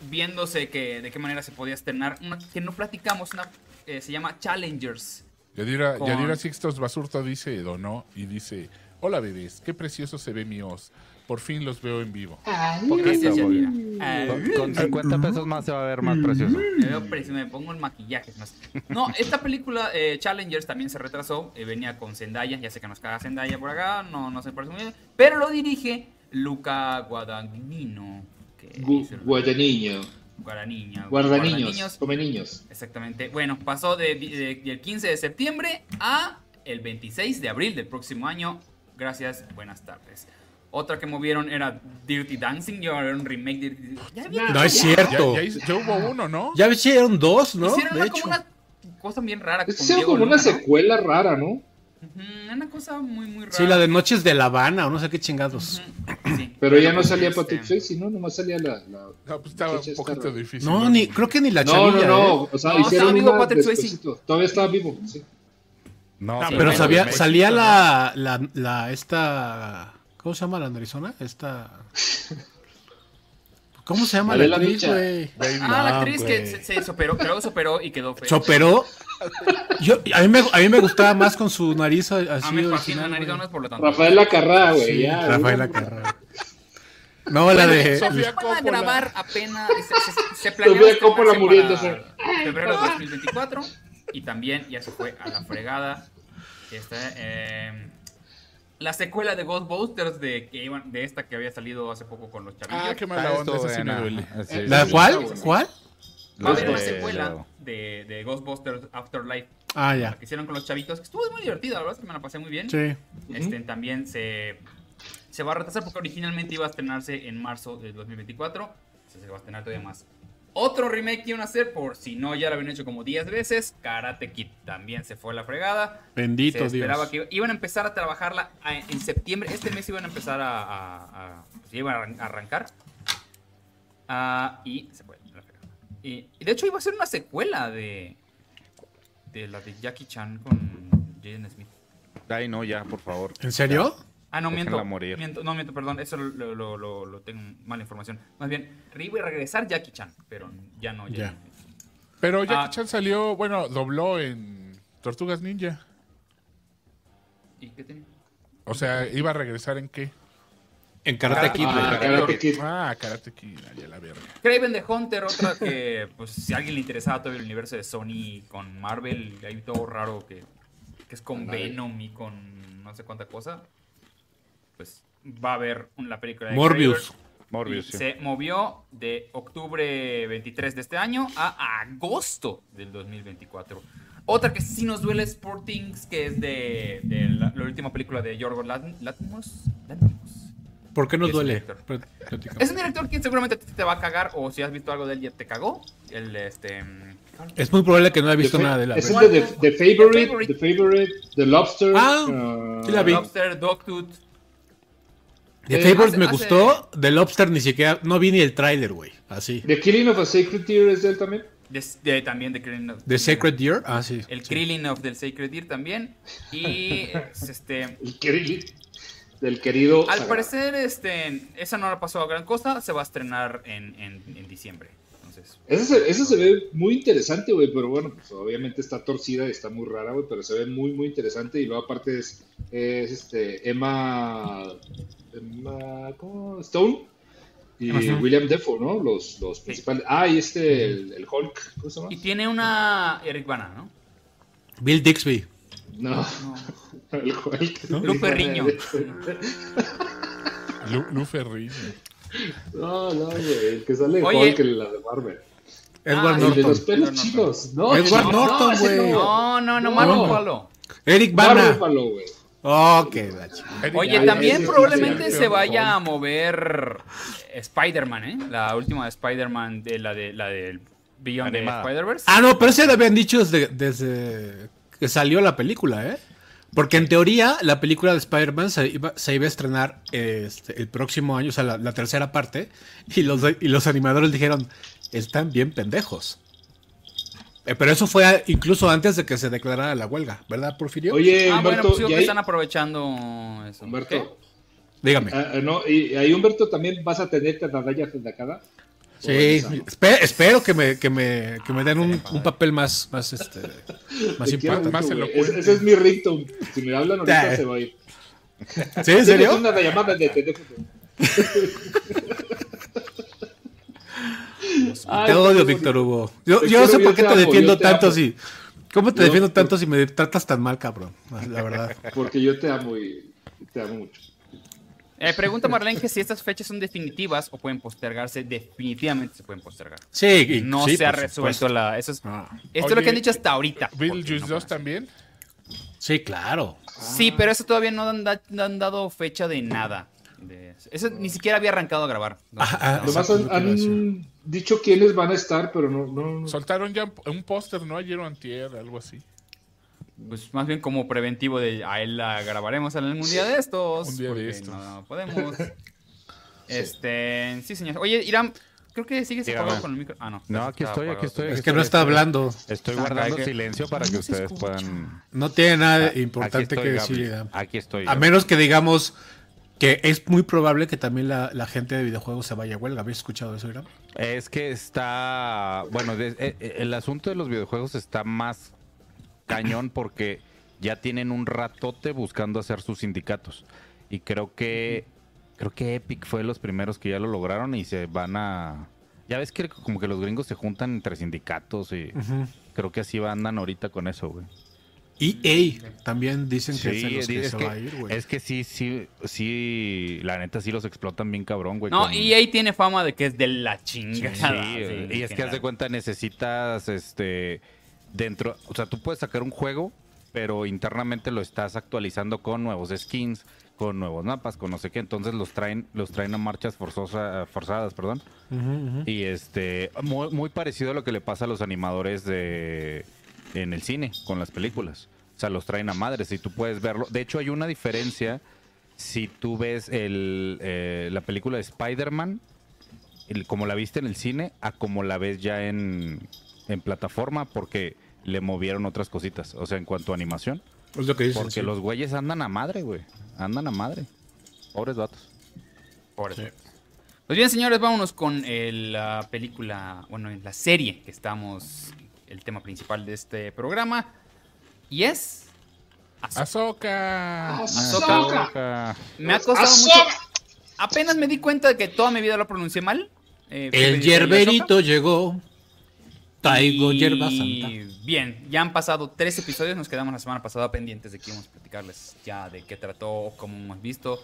[SPEAKER 1] viéndose que de qué manera se podía estrenar, una que no platicamos, una, eh, se llama Challengers.
[SPEAKER 6] Yadira,
[SPEAKER 1] Con-
[SPEAKER 6] Yadira Sixtos Basurto dice, donó y dice, hola bebés, qué precioso se ve mi os. Por fin los veo en vivo.
[SPEAKER 5] Ay,
[SPEAKER 1] Porque esa es
[SPEAKER 2] está muy
[SPEAKER 1] Yadira. Ah,
[SPEAKER 2] Con, con 50 pesos más se va a ver más precioso.
[SPEAKER 1] Me veo precioso, me pongo el maquillaje. es más. No, esta película eh, Challengers también se retrasó. eh, venía con Zendaya, ya sé que nos caga Zendaya por acá, no, no se parece muy bien. Pero lo dirige Luca Guadagnino. Que
[SPEAKER 4] Gu-
[SPEAKER 1] es el-
[SPEAKER 4] Guayaniño.
[SPEAKER 1] Guaraniño,
[SPEAKER 4] Guardaniños.
[SPEAKER 1] Guardaniños.
[SPEAKER 4] Come niños.
[SPEAKER 1] Exactamente. Bueno, pasó de- de- del 15 de septiembre a el 26 de abril del próximo año. Gracias, buenas tardes. Otra que movieron era Dirty Dancing. Yo era un remake de Dirty Dancing. Ya había-
[SPEAKER 3] No es
[SPEAKER 6] Ya,
[SPEAKER 3] cierto.
[SPEAKER 6] ya hizo- ya hubo uno, ¿no?
[SPEAKER 3] Ya hicieron dos, ¿no?
[SPEAKER 1] Hicieron
[SPEAKER 3] De
[SPEAKER 1] una,
[SPEAKER 3] hecho.
[SPEAKER 1] como una cosa bien rara.
[SPEAKER 4] Es
[SPEAKER 1] con
[SPEAKER 4] sea
[SPEAKER 1] Diego
[SPEAKER 4] como una
[SPEAKER 1] Luna, ¿no?
[SPEAKER 4] secuela rara, ¿no?
[SPEAKER 1] Ujú, Una cosa muy, muy rara.
[SPEAKER 3] Sí, la de Noches de La Habana, o no sé qué chingados.
[SPEAKER 1] Ujú, sí.
[SPEAKER 4] Pero
[SPEAKER 1] Bueno,
[SPEAKER 4] ya no
[SPEAKER 1] pues,
[SPEAKER 4] salía
[SPEAKER 1] este,
[SPEAKER 4] Patrick Swayze, ¿no? Nomás salía la... la-
[SPEAKER 6] No, pues estaba
[SPEAKER 4] Sí,
[SPEAKER 6] un
[SPEAKER 4] está
[SPEAKER 6] poquito
[SPEAKER 4] raro.
[SPEAKER 6] difícil.
[SPEAKER 3] No, ni, creo que ni la
[SPEAKER 4] No, no,
[SPEAKER 3] chavilla.
[SPEAKER 4] no.
[SPEAKER 3] ¿eh?
[SPEAKER 4] O sea,
[SPEAKER 1] No, estaba
[SPEAKER 4] hicieron
[SPEAKER 1] vivo
[SPEAKER 4] una
[SPEAKER 1] Patrick Swayze.
[SPEAKER 4] despuesito. Todavía estaba vivo, sí.
[SPEAKER 2] No,
[SPEAKER 6] Ah,
[SPEAKER 2] sí,
[SPEAKER 3] Pero
[SPEAKER 1] Sí,
[SPEAKER 3] sabía,
[SPEAKER 1] güey.
[SPEAKER 3] salía la, la, la, esta, ¿cómo se llama la narizona? Esta, ¿cómo se llama
[SPEAKER 4] Adela
[SPEAKER 3] la actriz,
[SPEAKER 4] Micha.
[SPEAKER 3] güey?
[SPEAKER 1] Ah, la
[SPEAKER 3] No,
[SPEAKER 1] actriz que
[SPEAKER 3] güey.
[SPEAKER 1] se, se superó, pero superó y quedó fea.
[SPEAKER 3] Se operó. Yo, a, mí me, a mí me gustaba más con su nariz a-
[SPEAKER 1] Ah,
[SPEAKER 3] así
[SPEAKER 1] me fascina
[SPEAKER 3] original,
[SPEAKER 1] la nariz,
[SPEAKER 3] güey.
[SPEAKER 1] no es por lo tanto.
[SPEAKER 4] Rafael Lacarra, Ah, güey.
[SPEAKER 3] Sí,
[SPEAKER 4] ya,
[SPEAKER 3] Rafaela Carrá. No, la de...
[SPEAKER 6] Sofía
[SPEAKER 1] Van a
[SPEAKER 6] Coppola.
[SPEAKER 1] grabar apenas. Se, se, se planeó
[SPEAKER 4] Sofía
[SPEAKER 1] este
[SPEAKER 4] Coppola
[SPEAKER 1] avance
[SPEAKER 4] muriéndose.
[SPEAKER 1] para Febrero de 2024. Y también ya se fue a la fregada. Este, eh, la secuela de Ghostbusters de, que iban- de esta que había salido hace poco con los chavillos.
[SPEAKER 6] Ah, qué
[SPEAKER 2] Ah,
[SPEAKER 6] mala onda,
[SPEAKER 2] esto,
[SPEAKER 6] esa sí me
[SPEAKER 2] buena.
[SPEAKER 6] duele.
[SPEAKER 2] Ah, sí,
[SPEAKER 3] ¿La
[SPEAKER 2] sí,
[SPEAKER 3] cuál? ¿Cuál?
[SPEAKER 1] Va a haber
[SPEAKER 2] los
[SPEAKER 1] una
[SPEAKER 2] de-
[SPEAKER 1] secuela de, de Ghostbusters Afterlife
[SPEAKER 3] Ah, ya.
[SPEAKER 1] la que hicieron con los chavitos. Que estuvo muy divertida, la verdad es que me la pasé muy bien.
[SPEAKER 3] Sí.
[SPEAKER 1] Este, también se, se va a retrasar porque originalmente iba a estrenarse en marzo del 2024. Entonces se va a estrenar todavía más. Otro remake que iban a hacer, por si no ya lo habían hecho como 10 veces, Karate Kid también se fue a la fregada.
[SPEAKER 3] Bendito
[SPEAKER 1] se
[SPEAKER 3] Dios.
[SPEAKER 1] esperaba que iban a empezar a trabajarla a- pues, en septiembre. Este mes iban a empezar a... a- a- se iban a arran- a arrancar. Ah, y se fue. la fregada. Y, y de hecho iba a ser una secuela de, de la de Jackie Chan con Jaden Smith.
[SPEAKER 2] Ay, no, ya, por favor.
[SPEAKER 3] ¿En serio?
[SPEAKER 1] Ah, no,
[SPEAKER 2] Déjenla
[SPEAKER 1] miento,
[SPEAKER 2] morir.
[SPEAKER 1] miento, No, miento, perdón. Eso lo, lo- lo- lo tengo mala información. Más bien, re- iba a regresar Jackie Chan, pero ya no.
[SPEAKER 3] Ya.
[SPEAKER 1] Jaden Smith.
[SPEAKER 6] Pero Jackie
[SPEAKER 1] Ah.
[SPEAKER 6] Chan salió, bueno, dobló en Tortugas Ninja.
[SPEAKER 1] ¿Y qué tenía?
[SPEAKER 6] O sea, iba a regresar en qué?
[SPEAKER 3] En Karate Kid.
[SPEAKER 4] Ah,
[SPEAKER 3] güey.
[SPEAKER 4] Karate Kid.
[SPEAKER 6] Ah, Karate Kid, ay, a la verga.
[SPEAKER 1] Craven the Hunter, otra que, pues, si a alguien le interesaba todo el universo de Sony con Marvel, hay todo raro que, que es con
[SPEAKER 4] Ándale.
[SPEAKER 1] Venom y con no sé cuánta cosa. Pues va a haber un- la película de
[SPEAKER 3] Morbius.
[SPEAKER 1] Craven.
[SPEAKER 2] Morbius.
[SPEAKER 1] Y
[SPEAKER 2] sí.
[SPEAKER 1] Se movió de octubre 23 de este año a agosto del 2024. Otra que sí nos duele es Poor Things, que es de, de la, la última película de Yorgos Lat- Lanthimos. Lanthimos.
[SPEAKER 3] ¿Por qué nos
[SPEAKER 1] Es un
[SPEAKER 3] duele?
[SPEAKER 1] director.
[SPEAKER 3] Pl- platícame.
[SPEAKER 1] Es un director que seguramente te te va a cagar o si has visto algo de él ya te cagó. El este mm,
[SPEAKER 3] Es muy probable que no haya visto
[SPEAKER 4] The fa-
[SPEAKER 3] nada de la
[SPEAKER 4] Es
[SPEAKER 3] verdad.
[SPEAKER 4] el de The, The
[SPEAKER 1] Favorite.
[SPEAKER 4] Favorite, The Favorite, The Lobster.
[SPEAKER 3] Ah,
[SPEAKER 4] uh,
[SPEAKER 3] sí la vi.
[SPEAKER 1] Lobster, Dogtooth.
[SPEAKER 3] The
[SPEAKER 4] eh,
[SPEAKER 3] Favors
[SPEAKER 1] hace-
[SPEAKER 3] me
[SPEAKER 1] hace-
[SPEAKER 3] gustó. The Lobster ni siquiera. No vi ni el tráiler, güey. Así.
[SPEAKER 4] The Killing of a Sacred Deer es de él también.
[SPEAKER 1] de- de- también de Krillin of
[SPEAKER 3] The Sacred Deer. Ah, sí.
[SPEAKER 1] El
[SPEAKER 3] sí.
[SPEAKER 1] Krillin of del Sacred Deer también. Y es, este.
[SPEAKER 4] El querido, del querido.
[SPEAKER 1] Al
[SPEAKER 4] Saga.
[SPEAKER 1] parecer, este. Esa no la pasó a gran cosa. Se va a estrenar en, en, en diciembre. Entonces.
[SPEAKER 4] Esa se, esa se ve muy interesante, güey, pero bueno, pues obviamente está torcida y está muy rara, güey, pero se ve muy, muy interesante. Y luego aparte es, es, este, Emma, Emma ¿cómo? Stone y
[SPEAKER 1] Emma Stone.
[SPEAKER 4] William Defoe, ¿no? Los, los principales. Ah, y este, el, el Hulk, ¿cómo se
[SPEAKER 1] Y
[SPEAKER 4] llama?
[SPEAKER 1] tiene una. Eric Bana, ¿no?
[SPEAKER 3] Bill Dixby.
[SPEAKER 4] No,
[SPEAKER 1] No.
[SPEAKER 4] el Hulk.
[SPEAKER 1] Lupe Riño.
[SPEAKER 6] Lu, Lu Ferrigno.
[SPEAKER 4] No, no, güey, el que sale de
[SPEAKER 1] Oye.
[SPEAKER 4] Hulk, el la de Marvel.
[SPEAKER 3] Edward
[SPEAKER 1] Ah,
[SPEAKER 4] El de
[SPEAKER 3] Norton.
[SPEAKER 4] los pelos
[SPEAKER 1] Edward Norton.
[SPEAKER 4] chinos, ¿no?
[SPEAKER 3] Edward
[SPEAKER 4] no,
[SPEAKER 3] Norton,
[SPEAKER 4] ese
[SPEAKER 3] güey.
[SPEAKER 1] No, no, no,
[SPEAKER 4] No.
[SPEAKER 1] Marco Polo.
[SPEAKER 3] Eric
[SPEAKER 4] Marvel,
[SPEAKER 3] Bana.
[SPEAKER 4] palo, güey.
[SPEAKER 3] Ok, la chingada.
[SPEAKER 6] Eric
[SPEAKER 1] Oye,
[SPEAKER 6] Bana,
[SPEAKER 1] también
[SPEAKER 6] ese-
[SPEAKER 1] probablemente
[SPEAKER 6] ese
[SPEAKER 1] se
[SPEAKER 6] campeón,
[SPEAKER 1] vaya a
[SPEAKER 6] Hulk.
[SPEAKER 1] mover Spider-Man, ¿eh? La última de Spider-Man, de la de la del Beyond the
[SPEAKER 2] Animada.
[SPEAKER 1] Spider-Verse.
[SPEAKER 3] Ah, no, pero ese lo habían dicho desde, desde que salió la película, ¿eh? Porque en teoría la película de Spider-Man se iba, se iba a estrenar eh, este, el próximo año, o sea, la, la tercera parte, y los, y los animadores dijeron, están bien pendejos. Eh, pero eso fue a- incluso antes de que se declarara la huelga, ¿verdad, Porfirio?
[SPEAKER 4] Oye,
[SPEAKER 1] Ah, bueno,
[SPEAKER 4] eh, Humberto,
[SPEAKER 1] pues yo
[SPEAKER 4] y
[SPEAKER 1] que
[SPEAKER 4] ahí-
[SPEAKER 1] están aprovechando eso. Eh,
[SPEAKER 4] Humberto,
[SPEAKER 1] ¿Qué?
[SPEAKER 3] Dígame.
[SPEAKER 4] ah, ah, no, y y ahí Humberto también vas a tener Tadadaya Fendacada.
[SPEAKER 3] sí, espe- espero que me, que me, que me den un,
[SPEAKER 4] Ah,
[SPEAKER 3] un papel más, más, este, más
[SPEAKER 4] Te quiero
[SPEAKER 3] impactante.
[SPEAKER 6] más
[SPEAKER 4] mucho, güey.
[SPEAKER 6] elocuente.
[SPEAKER 4] Ese, ese es mi ringtone. Si me hablan ahorita
[SPEAKER 3] Ya.
[SPEAKER 4] se va a ir.
[SPEAKER 3] ¿Sí? ¿En
[SPEAKER 4] Tienes
[SPEAKER 3] serio?
[SPEAKER 4] una llamada de teléfono. Ay, Ah,
[SPEAKER 3] Te odio,
[SPEAKER 4] qué
[SPEAKER 3] Víctor
[SPEAKER 4] bonito.
[SPEAKER 3] Hugo. Yo,
[SPEAKER 4] Te
[SPEAKER 3] yo
[SPEAKER 4] quiero,
[SPEAKER 3] sé
[SPEAKER 4] yo
[SPEAKER 3] por qué te
[SPEAKER 4] te amo, yo
[SPEAKER 3] defiendo
[SPEAKER 4] te
[SPEAKER 3] tanto
[SPEAKER 4] amo.
[SPEAKER 3] si. ¿Cómo te
[SPEAKER 4] Yo-
[SPEAKER 3] defiendo tanto si me tratas tan mal, cabrón? Ah, La verdad.
[SPEAKER 4] Porque yo te amo y y te amo mucho.
[SPEAKER 1] Eh, pregunta Marlene que si estas fechas son definitivas o pueden postergarse. Definitivamente se pueden postergar.
[SPEAKER 3] Sí, y-
[SPEAKER 1] No
[SPEAKER 3] sí,
[SPEAKER 1] se ha
[SPEAKER 3] por
[SPEAKER 1] resuelto
[SPEAKER 3] supuesto.
[SPEAKER 1] la. Eso es,
[SPEAKER 3] Ah,
[SPEAKER 1] Esto es lo que
[SPEAKER 6] Oye,
[SPEAKER 1] han dicho hasta ahorita. porque
[SPEAKER 6] Beetlejuice
[SPEAKER 1] no van
[SPEAKER 6] 2
[SPEAKER 1] a-
[SPEAKER 6] también.
[SPEAKER 3] Sí, claro.
[SPEAKER 1] Sí, pero eso todavía no han, da- no han dado fecha de nada. De eso. Eso ni siquiera había arrancado a grabar.
[SPEAKER 3] Ah, ah,
[SPEAKER 1] No,
[SPEAKER 4] Nomás
[SPEAKER 3] Exacto,
[SPEAKER 4] han,
[SPEAKER 3] lo que iba a decir.
[SPEAKER 4] han dicho quiénes van a estar, pero no. no, no.
[SPEAKER 6] Soltaron ya un- un póster, ¿no? Ayer o antier, algo así.
[SPEAKER 1] Pues más bien como preventivo de a él la grabaremos en algún día de estos.
[SPEAKER 6] Un día de
[SPEAKER 1] porque
[SPEAKER 6] estos.
[SPEAKER 1] No podemos. Este, sí, señor. Oye, Irán, creo que sigues
[SPEAKER 2] Dígame.
[SPEAKER 1] apagado con el micro. Ah, no.
[SPEAKER 2] No,
[SPEAKER 1] eso
[SPEAKER 2] aquí
[SPEAKER 1] está
[SPEAKER 2] estoy,
[SPEAKER 1] apagado
[SPEAKER 2] aquí estoy.
[SPEAKER 1] todavía.
[SPEAKER 3] Es que no está hablando.
[SPEAKER 2] Estoy
[SPEAKER 1] Acá
[SPEAKER 2] guardando
[SPEAKER 1] que-
[SPEAKER 2] silencio para que ustedes puedan.
[SPEAKER 3] No tiene nada
[SPEAKER 2] Ah, Aquí
[SPEAKER 3] Eh, importante
[SPEAKER 2] estoy,
[SPEAKER 3] que
[SPEAKER 2] Gaby. Ah,
[SPEAKER 3] decir. Adam.
[SPEAKER 2] Aquí estoy.
[SPEAKER 3] A
[SPEAKER 2] Gaby.
[SPEAKER 3] menos que digamos que es muy probable que también la, la gente de videojuegos se vaya a huelga. ¿Habéis escuchado eso, Irán?
[SPEAKER 2] Es que está. Bueno, de- eh, eh, el asunto de los videojuegos está más cañón porque ya tienen un ratote buscando hacer sus sindicatos. Y creo que. Creo que Epic fue de los primeros que ya lo lograron y se van a. Ya ves que como que los gringos se juntan entre sindicatos y creo que así van, andan ahorita con eso, güey.
[SPEAKER 3] EA también dicen que es
[SPEAKER 2] Sí,
[SPEAKER 3] en los que
[SPEAKER 2] es
[SPEAKER 3] se va a ir,
[SPEAKER 2] que,
[SPEAKER 3] güey.
[SPEAKER 2] es que sí, sí, sí, la neta sí los explotan bien cabrón, güey.
[SPEAKER 1] No,
[SPEAKER 2] con-
[SPEAKER 1] EA tiene fama de que es de la
[SPEAKER 2] Sí,
[SPEAKER 1] chingada.
[SPEAKER 2] sí,
[SPEAKER 1] sí,
[SPEAKER 2] y es que haz de cuenta necesitas este dentro, o sea, tú puedes sacar un juego, pero internamente lo estás actualizando con nuevos skins, con nuevos mapas, con no sé qué, entonces los traen los traen a marchas forzosa- forzadas, perdón.
[SPEAKER 3] Ujú, ujú.
[SPEAKER 2] Y este muy, muy parecido a lo que le pasa a los animadores de en el cine con las películas. O sea, los traen a madres y tú puedes verlo. De hecho, hay una diferencia si tú ves el, eh, la película de Spider-Man el- como la viste en el cine a como la ves ya en, en plataforma porque le movieron otras cositas. O sea, en cuanto a animación.
[SPEAKER 3] Es lo que dicen.
[SPEAKER 2] Porque
[SPEAKER 3] sí.
[SPEAKER 2] los güeyes andan a madre, güey. Andan a madre. Pobres vatos.
[SPEAKER 1] Pobres
[SPEAKER 3] Sí.
[SPEAKER 1] vatos. Pues bien, señores, vámonos con el, la película, bueno, en la serie que estamos, el tema principal de este programa. Y es... Ahsoka.
[SPEAKER 5] Ah,
[SPEAKER 6] Azoka.
[SPEAKER 4] Ah,
[SPEAKER 3] Ah,
[SPEAKER 5] Ahsoka.
[SPEAKER 2] Ahsoka.
[SPEAKER 1] Me ha costado
[SPEAKER 5] Ahsoka.
[SPEAKER 1] mucho. Apenas me di cuenta de que toda mi vida lo pronuncié mal. Eh,
[SPEAKER 3] El
[SPEAKER 1] Felipe Ahsoka.
[SPEAKER 3] yerberito llegó. Traigo
[SPEAKER 1] Y
[SPEAKER 3] hierba santa.
[SPEAKER 1] Bien, ya han pasado tres episodios, nos quedamos la semana pasada pendientes de que íbamos a platicarles ya de qué trató, cómo hemos visto.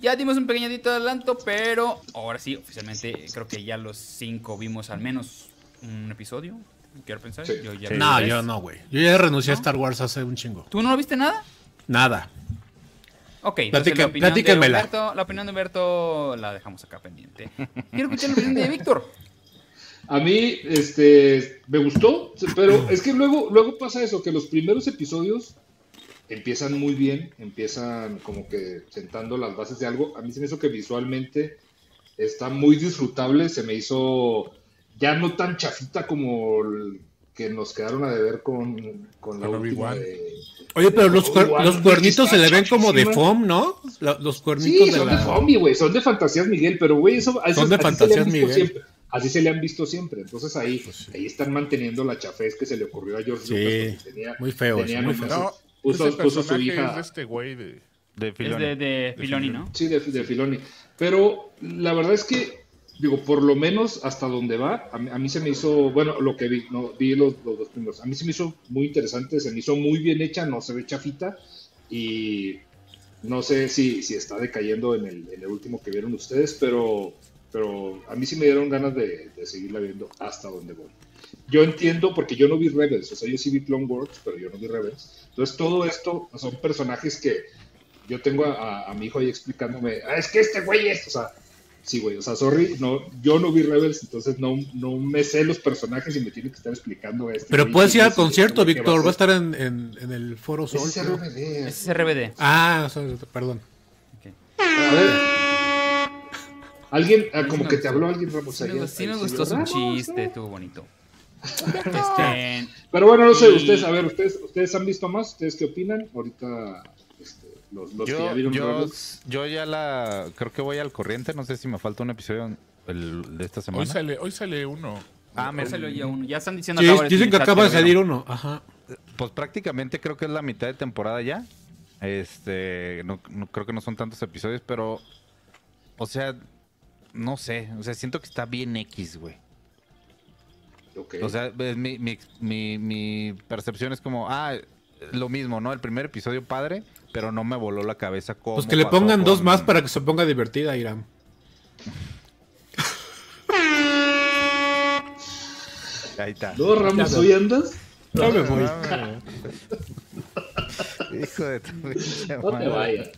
[SPEAKER 1] Ya dimos un pequeñito adelanto, pero ahora sí, oficialmente creo que ya los cinco vimos al menos un episodio. Quiero pensar.
[SPEAKER 4] Sí.
[SPEAKER 1] ya
[SPEAKER 2] Sí.
[SPEAKER 1] vi
[SPEAKER 3] No,
[SPEAKER 1] tres.
[SPEAKER 3] yo no, güey. Yo ya renuncié
[SPEAKER 1] ¿No?
[SPEAKER 3] a Star Wars hace un chingo.
[SPEAKER 1] ¿Tú no lo viste nada?
[SPEAKER 3] Nada.
[SPEAKER 1] Ok, entonces
[SPEAKER 3] Platica-
[SPEAKER 1] la, opinión de
[SPEAKER 3] platícamela.
[SPEAKER 1] Humberto, la opinión de Humberto la dejamos acá pendiente. Quiero escuchar la opinión de Víctor.
[SPEAKER 4] A mí, este, me gustó, pero es que luego, luego pasa eso, que los primeros episodios empiezan muy bien, empiezan como que sentando las bases de algo. A mí se me hizo que visualmente está muy disfrutable, se me hizo ya no tan chafita como el que nos quedaron a deber con, con la
[SPEAKER 6] Con
[SPEAKER 4] última
[SPEAKER 6] Obi-Wan.
[SPEAKER 4] de-
[SPEAKER 3] Oye, pero los,
[SPEAKER 4] Oh,
[SPEAKER 3] cuer-
[SPEAKER 4] igual,
[SPEAKER 3] los cuernitos se le ven como de
[SPEAKER 4] está
[SPEAKER 3] foam, ¿no? La- los cuernitos
[SPEAKER 4] Sí,
[SPEAKER 3] de
[SPEAKER 4] son de
[SPEAKER 3] la...
[SPEAKER 4] zombie, güey, son de fantasías Miguel, pero güey, eso a
[SPEAKER 3] Son de
[SPEAKER 4] esas- así se le han
[SPEAKER 3] fantasías
[SPEAKER 4] visto
[SPEAKER 3] Miguel.
[SPEAKER 4] siempre. Así se le han visto siempre. Entonces ahí,
[SPEAKER 3] Pues sí.
[SPEAKER 4] ahí están manteniendo la chafez que se le ocurrió a George
[SPEAKER 3] Sí,
[SPEAKER 4] Lucas. porque tenía-
[SPEAKER 3] muy feo,
[SPEAKER 4] tenía
[SPEAKER 3] sí, muy
[SPEAKER 4] nomás-
[SPEAKER 6] No,
[SPEAKER 4] puso,
[SPEAKER 6] ese
[SPEAKER 4] puso su
[SPEAKER 6] personaje
[SPEAKER 4] hija.
[SPEAKER 6] es de este güey de...
[SPEAKER 2] De
[SPEAKER 1] Es
[SPEAKER 2] Filoni.
[SPEAKER 1] de, de Filoni, ¿no?
[SPEAKER 4] Sí, de, de Filoni. Pero la verdad es que, digo, por lo menos hasta donde va, a, mí- a mí se me hizo, bueno, lo que vi, no, vi los, los dos primeros, a mí se me hizo muy interesante, se me hizo muy bien hecha, no se ve chafita y no sé si, si está decayendo en el, en el último que vieron ustedes, pero, pero a mí sí me dieron ganas de, de seguirla viendo hasta donde voy. Yo entiendo, porque yo no vi Rebels, o sea, yo sí vi Clone Wars, pero yo no vi Rebels. Entonces, todo esto son personajes que, yo tengo a, a- a mi hijo ahí explicándome, "Ah, es que este güey es, o sea, sí, güey, o sea, sorry, no, yo no vi Rebels, entonces no, no me sé los personajes y me tiene que estar explicando este.
[SPEAKER 3] Pero
[SPEAKER 4] güey
[SPEAKER 3] puedes
[SPEAKER 4] quién
[SPEAKER 3] ir al
[SPEAKER 4] es y
[SPEAKER 3] concierto,
[SPEAKER 4] este güey qué
[SPEAKER 3] Víctor. Va a estar
[SPEAKER 4] hacer.
[SPEAKER 3] en, en- en el Foro Sol.
[SPEAKER 4] Ese
[SPEAKER 3] creo.
[SPEAKER 4] RBD.
[SPEAKER 1] Ese es RBD.
[SPEAKER 3] Ah, o sea, perdón.
[SPEAKER 4] A ver. Alguien, ah,
[SPEAKER 1] Sí
[SPEAKER 4] como
[SPEAKER 1] me
[SPEAKER 4] que te
[SPEAKER 1] gustó.
[SPEAKER 4] habló alguien, Ramos.
[SPEAKER 1] Sí me,
[SPEAKER 4] ayer.
[SPEAKER 1] gu- sí me
[SPEAKER 4] Pues Ahí
[SPEAKER 1] gustó su
[SPEAKER 4] Ramos,
[SPEAKER 1] chiste,
[SPEAKER 4] ¿no?
[SPEAKER 1] estuvo bonito. Este,
[SPEAKER 4] Pero bueno, no sé,
[SPEAKER 1] Y-
[SPEAKER 4] ustedes, a ver, ustedes, ustedes han visto más, ustedes qué opinan. Ahorita, este, los, los que ya
[SPEAKER 2] Yo,
[SPEAKER 4] vieron
[SPEAKER 2] yo,
[SPEAKER 4] Rebels.
[SPEAKER 2] yo ya la. Creo que voy al corriente. No sé si me falta un episodio el- de esta semana.
[SPEAKER 6] Hoy sale, hoy sale uno.
[SPEAKER 2] Ah, me
[SPEAKER 1] ya salió ya uno. Ya están diciendo
[SPEAKER 3] Sí,
[SPEAKER 1] acá varios
[SPEAKER 3] dicen que
[SPEAKER 1] en el chat
[SPEAKER 3] acaba de
[SPEAKER 1] lo
[SPEAKER 3] salir
[SPEAKER 1] vieron.
[SPEAKER 3] uno. Ajá.
[SPEAKER 2] Pues prácticamente creo que es la mitad de temporada ya. Este, no, no- creo que no son tantos episodios, pero, o sea, no sé, o sea, siento que está bien X, güey.
[SPEAKER 4] Ok.
[SPEAKER 2] O sea, es mi, mi- mi- mi percepción es como, ah, lo mismo, ¿no? El primer episodio padre, pero no me voló la cabeza como...
[SPEAKER 3] Pues que le pongan dos más para que se ponga divertida, Irán.
[SPEAKER 2] Ahí está.
[SPEAKER 4] ¿No, Ramos, hoy andas?
[SPEAKER 3] No me voy.
[SPEAKER 2] Hijo de tu pinche
[SPEAKER 4] No te
[SPEAKER 2] madre.
[SPEAKER 4] vayas.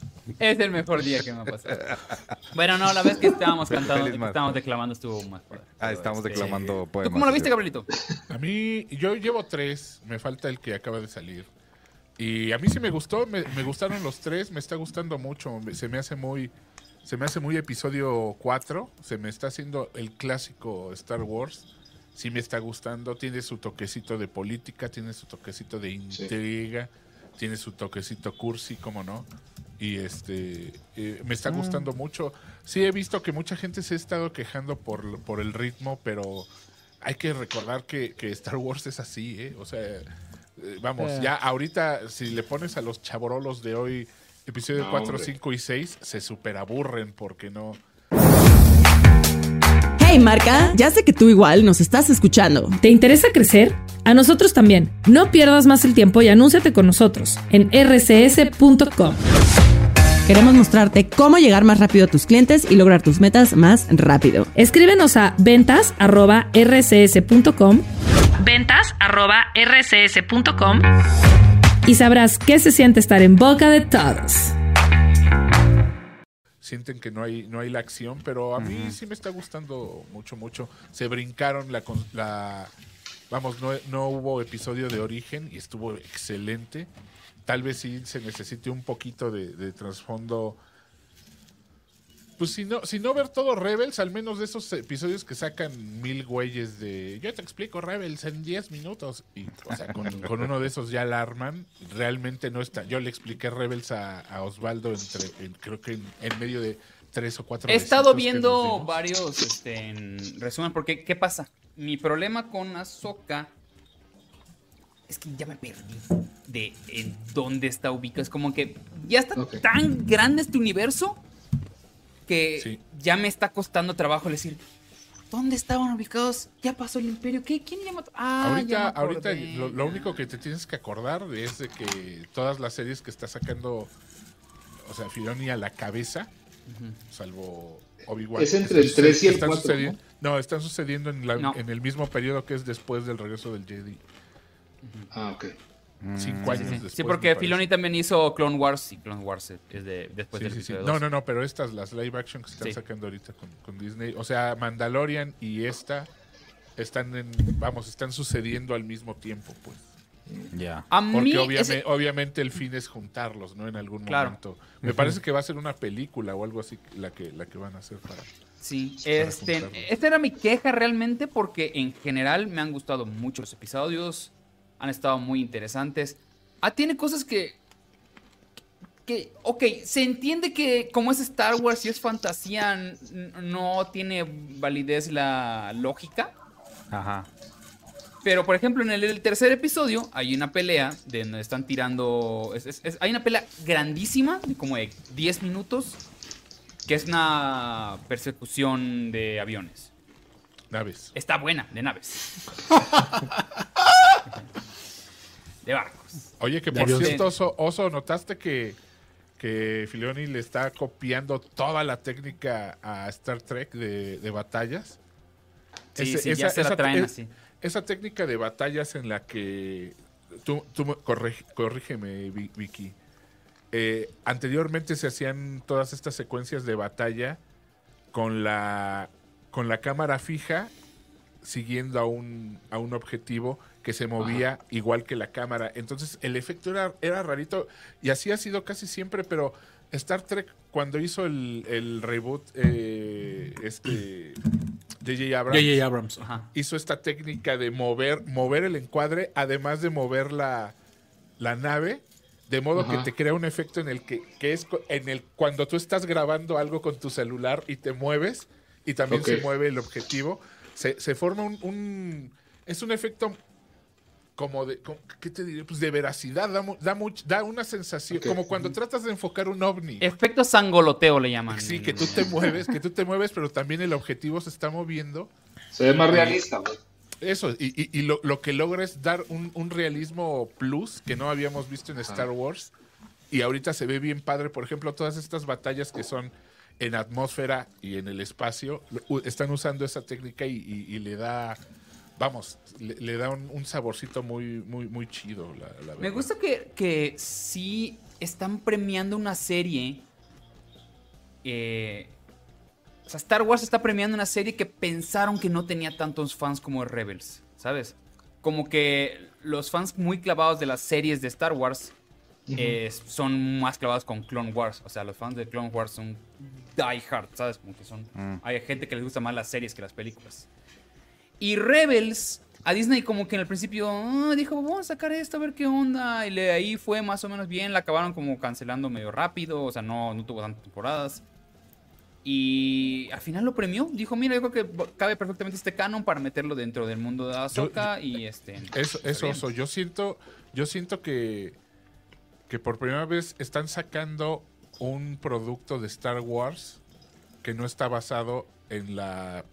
[SPEAKER 1] Es el mejor día que me ha pasado. Bueno, no, la vez que estábamos cantando,
[SPEAKER 2] Feliz
[SPEAKER 1] que
[SPEAKER 2] Mar.
[SPEAKER 1] estábamos declamando estuvo más padre.
[SPEAKER 2] Ah, estamos
[SPEAKER 1] Este,
[SPEAKER 2] declamando poemas.
[SPEAKER 1] ¿Tú cómo la viste, Gabrielito?
[SPEAKER 6] A mí, yo llevo tres, me falta el que acaba de salir. Y a mí sí me gustó, me, me gustaron los tres, me está gustando mucho, me- se me hace muy, se me hace muy episodio 4, se me está haciendo el clásico Star Wars, sí me está gustando, tiene su toquecito de política, tiene su toquecito de
[SPEAKER 4] Sí.
[SPEAKER 6] intriga, tiene su toquecito cursi, como no. Y este, eh, me está gustando mucho. Sí he visto que mucha gente se ha estado quejando por, por el ritmo, pero hay que recordar que, que Star Wars es así, ¿eh? O sea, eh, vamos, ya ahorita si le pones a los chaborolos de hoy episodio
[SPEAKER 4] No,
[SPEAKER 6] 4,
[SPEAKER 4] hombre.
[SPEAKER 6] 5 y 6, se superaburren porque no...
[SPEAKER 7] Hey marca, ya sé que tú igual nos estás escuchando.
[SPEAKER 8] ¿Te interesa crecer? A nosotros también. No pierdas más el tiempo y anúnciate con nosotros en rcs.com.
[SPEAKER 7] Queremos mostrarte cómo llegar más rápido a tus clientes y lograr tus metas más rápido.
[SPEAKER 8] Escríbenos a ventas@rcs.com. ventas@rcs.com y sabrás qué se siente estar en boca de todos.
[SPEAKER 6] sienten que no hay, no hay la acción, pero a mí sí me está gustando mucho, mucho. Se brincaron la... con- la vamos, no, no hubo episodio de origen y estuvo excelente. Tal vez sí se necesite un poquito de, de trasfondo Pues si no, si no ver todo Rebels, al menos de esos episodios que sacan mil güeyes de yo te explico Rebels en 10 minutos. Y, o sea, con, con uno de esos ya la arman. Realmente no está. Yo le expliqué Rebels a, a Osvaldo entre, en- creo que en, en medio de tres o cuatro
[SPEAKER 1] He estado
[SPEAKER 6] besitos que nos
[SPEAKER 1] viendo
[SPEAKER 6] dimos.
[SPEAKER 1] varios este, en resumen, porque ¿qué pasa? Mi problema con Ahsoka es que ya me perdí de en dónde está ubicado. Es como que ya está
[SPEAKER 4] Ok.
[SPEAKER 1] tan grande este universo que
[SPEAKER 6] Sí.
[SPEAKER 1] ya me está costando trabajo decir, ¿dónde estaban ubicados? Ya pasó el imperio. ¿Qué? ¿Quién le mató? Ah, ya
[SPEAKER 6] ahorita
[SPEAKER 1] me
[SPEAKER 6] ahorita
[SPEAKER 1] acordé.
[SPEAKER 6] lo, lo único que te tienes que acordar de es de que todas las series que está sacando, o sea, Filoni a la cabeza, salvo Obi-Wan.
[SPEAKER 4] Es entre el
[SPEAKER 6] están
[SPEAKER 4] tres y el
[SPEAKER 6] están
[SPEAKER 4] cuatro,
[SPEAKER 6] sucediendo- ¿no? están sucediendo en, la-
[SPEAKER 1] No.
[SPEAKER 6] en el mismo periodo que es después del regreso del Jedi.
[SPEAKER 4] Ah, ok.
[SPEAKER 6] Cinco años
[SPEAKER 1] Sí,
[SPEAKER 6] después.
[SPEAKER 1] Sí,
[SPEAKER 6] me
[SPEAKER 1] porque
[SPEAKER 6] parece.
[SPEAKER 1] Filoni también hizo Clone Wars y Clone Wars es de, después
[SPEAKER 6] Sí,
[SPEAKER 1] del
[SPEAKER 6] sí, sí.
[SPEAKER 1] episodio
[SPEAKER 6] No,
[SPEAKER 1] dos.
[SPEAKER 6] no, no, pero estas, las live action que están
[SPEAKER 1] Sí.
[SPEAKER 6] sacando ahorita con, con Disney, o sea, Mandalorian y esta están en, vamos, están sucediendo al mismo tiempo, pues.
[SPEAKER 2] Ya.
[SPEAKER 1] A mí
[SPEAKER 6] Porque
[SPEAKER 1] ese-
[SPEAKER 6] obviamente, obviamente el fin es juntarlos, ¿no? En algún
[SPEAKER 1] Claro.
[SPEAKER 6] momento. Me parece que va a ser una película o algo así la que, la que van a hacer para.
[SPEAKER 1] Sí,
[SPEAKER 6] para
[SPEAKER 1] este,
[SPEAKER 6] juntarlos.
[SPEAKER 1] esta era mi queja realmente porque en general me han gustado mucho los episodios, han estado muy interesantes. Ah, tiene cosas que, que, ok, se entiende que como es Star Wars y es fantasía, n- no tiene validez la lógica.
[SPEAKER 2] Ajá.
[SPEAKER 1] Pero, por ejemplo, en el, el tercer episodio hay una pelea de donde están tirando. es- es- es- hay una pelea grandísima, de como de 10 minutos, que es una persecución de aviones.
[SPEAKER 6] Naves.
[SPEAKER 1] Está buena, de naves. de barcos.
[SPEAKER 6] Oye, que
[SPEAKER 3] De
[SPEAKER 6] por
[SPEAKER 3] aviones.
[SPEAKER 6] cierto, Oso, Oso, ¿notaste que, que Filoni le está copiando toda la técnica a Star Trek de, de batallas?
[SPEAKER 1] Sí,
[SPEAKER 6] Ese-
[SPEAKER 1] sí, ya se la traen
[SPEAKER 6] es-
[SPEAKER 1] así.
[SPEAKER 6] Esa técnica de batallas en la que. Tú, tú me- corre- corrígeme, Vi- Vicky. Eh, anteriormente se hacían todas estas secuencias de batalla con la, con la cámara fija siguiendo a un, a un objetivo que se movía igual que la cámara. Entonces el efecto era, era rarito y así ha sido casi siempre, pero Star Trek cuando hizo el, el reboot, eh, este JJ Abrams,
[SPEAKER 3] J.J. Abrams. ajá.
[SPEAKER 1] Ajá.
[SPEAKER 6] hizo esta técnica de mover, mover el encuadre, además de mover la, la nave, de modo
[SPEAKER 4] Ajá.
[SPEAKER 6] que te crea un efecto en el que, que es cu- en el cuando tú estás grabando algo con tu celular y te mueves, y también
[SPEAKER 4] Ok.
[SPEAKER 6] se mueve el objetivo, se, se forma un, un- es un efecto como de como- ¿qué te diré? Pues de veracidad, da, mu- da, much- da una sensación,
[SPEAKER 4] Ok.
[SPEAKER 6] como cuando tratas de enfocar un ovni.
[SPEAKER 1] Efecto sangoloteo le llaman.
[SPEAKER 6] Sí, que tú te mueves, que tú te mueves, pero también el objetivo se está moviendo.
[SPEAKER 4] Se ve
[SPEAKER 6] eh,
[SPEAKER 4] más realista, güey.
[SPEAKER 6] Eso, y, y- y lo, lo que logra es dar un, un realismo plus que no habíamos visto en Star Wars. Y ahorita se ve bien padre, por ejemplo, todas estas batallas que son en atmósfera y en el espacio, lo- u- están usando esa técnica y, y- y le da, vamos, le, le da un, un saborcito muy, muy, muy chido. La, la
[SPEAKER 1] Me
[SPEAKER 6] verdad.
[SPEAKER 1] gusta que, que sí están premiando una serie. eh, o sea, Star Wars está premiando una serie que pensaron que no tenía tantos fans como Rebels, ¿sabes? Como que los fans muy clavados de las series de Star Wars eh, son más clavados con Clone Wars. O sea, los fans de Clone Wars son die hard, ¿sabes? Como que son. Hay gente que les gusta más las series que las películas. Y Rebels, a Disney como que en el principio "Ah", dijo, vamos a sacar esto, a ver qué onda. Y le- ahí fue más o menos bien, la acabaron como cancelando medio rápido, o sea, no, no tuvo tantas temporadas. Y al final lo premió, dijo, mira, yo creo que bo- cabe perfectamente este canon para meterlo dentro del mundo de Ahsoka y este...
[SPEAKER 6] Eso,
[SPEAKER 1] está
[SPEAKER 6] eso,
[SPEAKER 1] bien.
[SPEAKER 6] Oso. Yo siento, yo siento que, que por primera vez están sacando un producto de Star Wars que no está basado en la.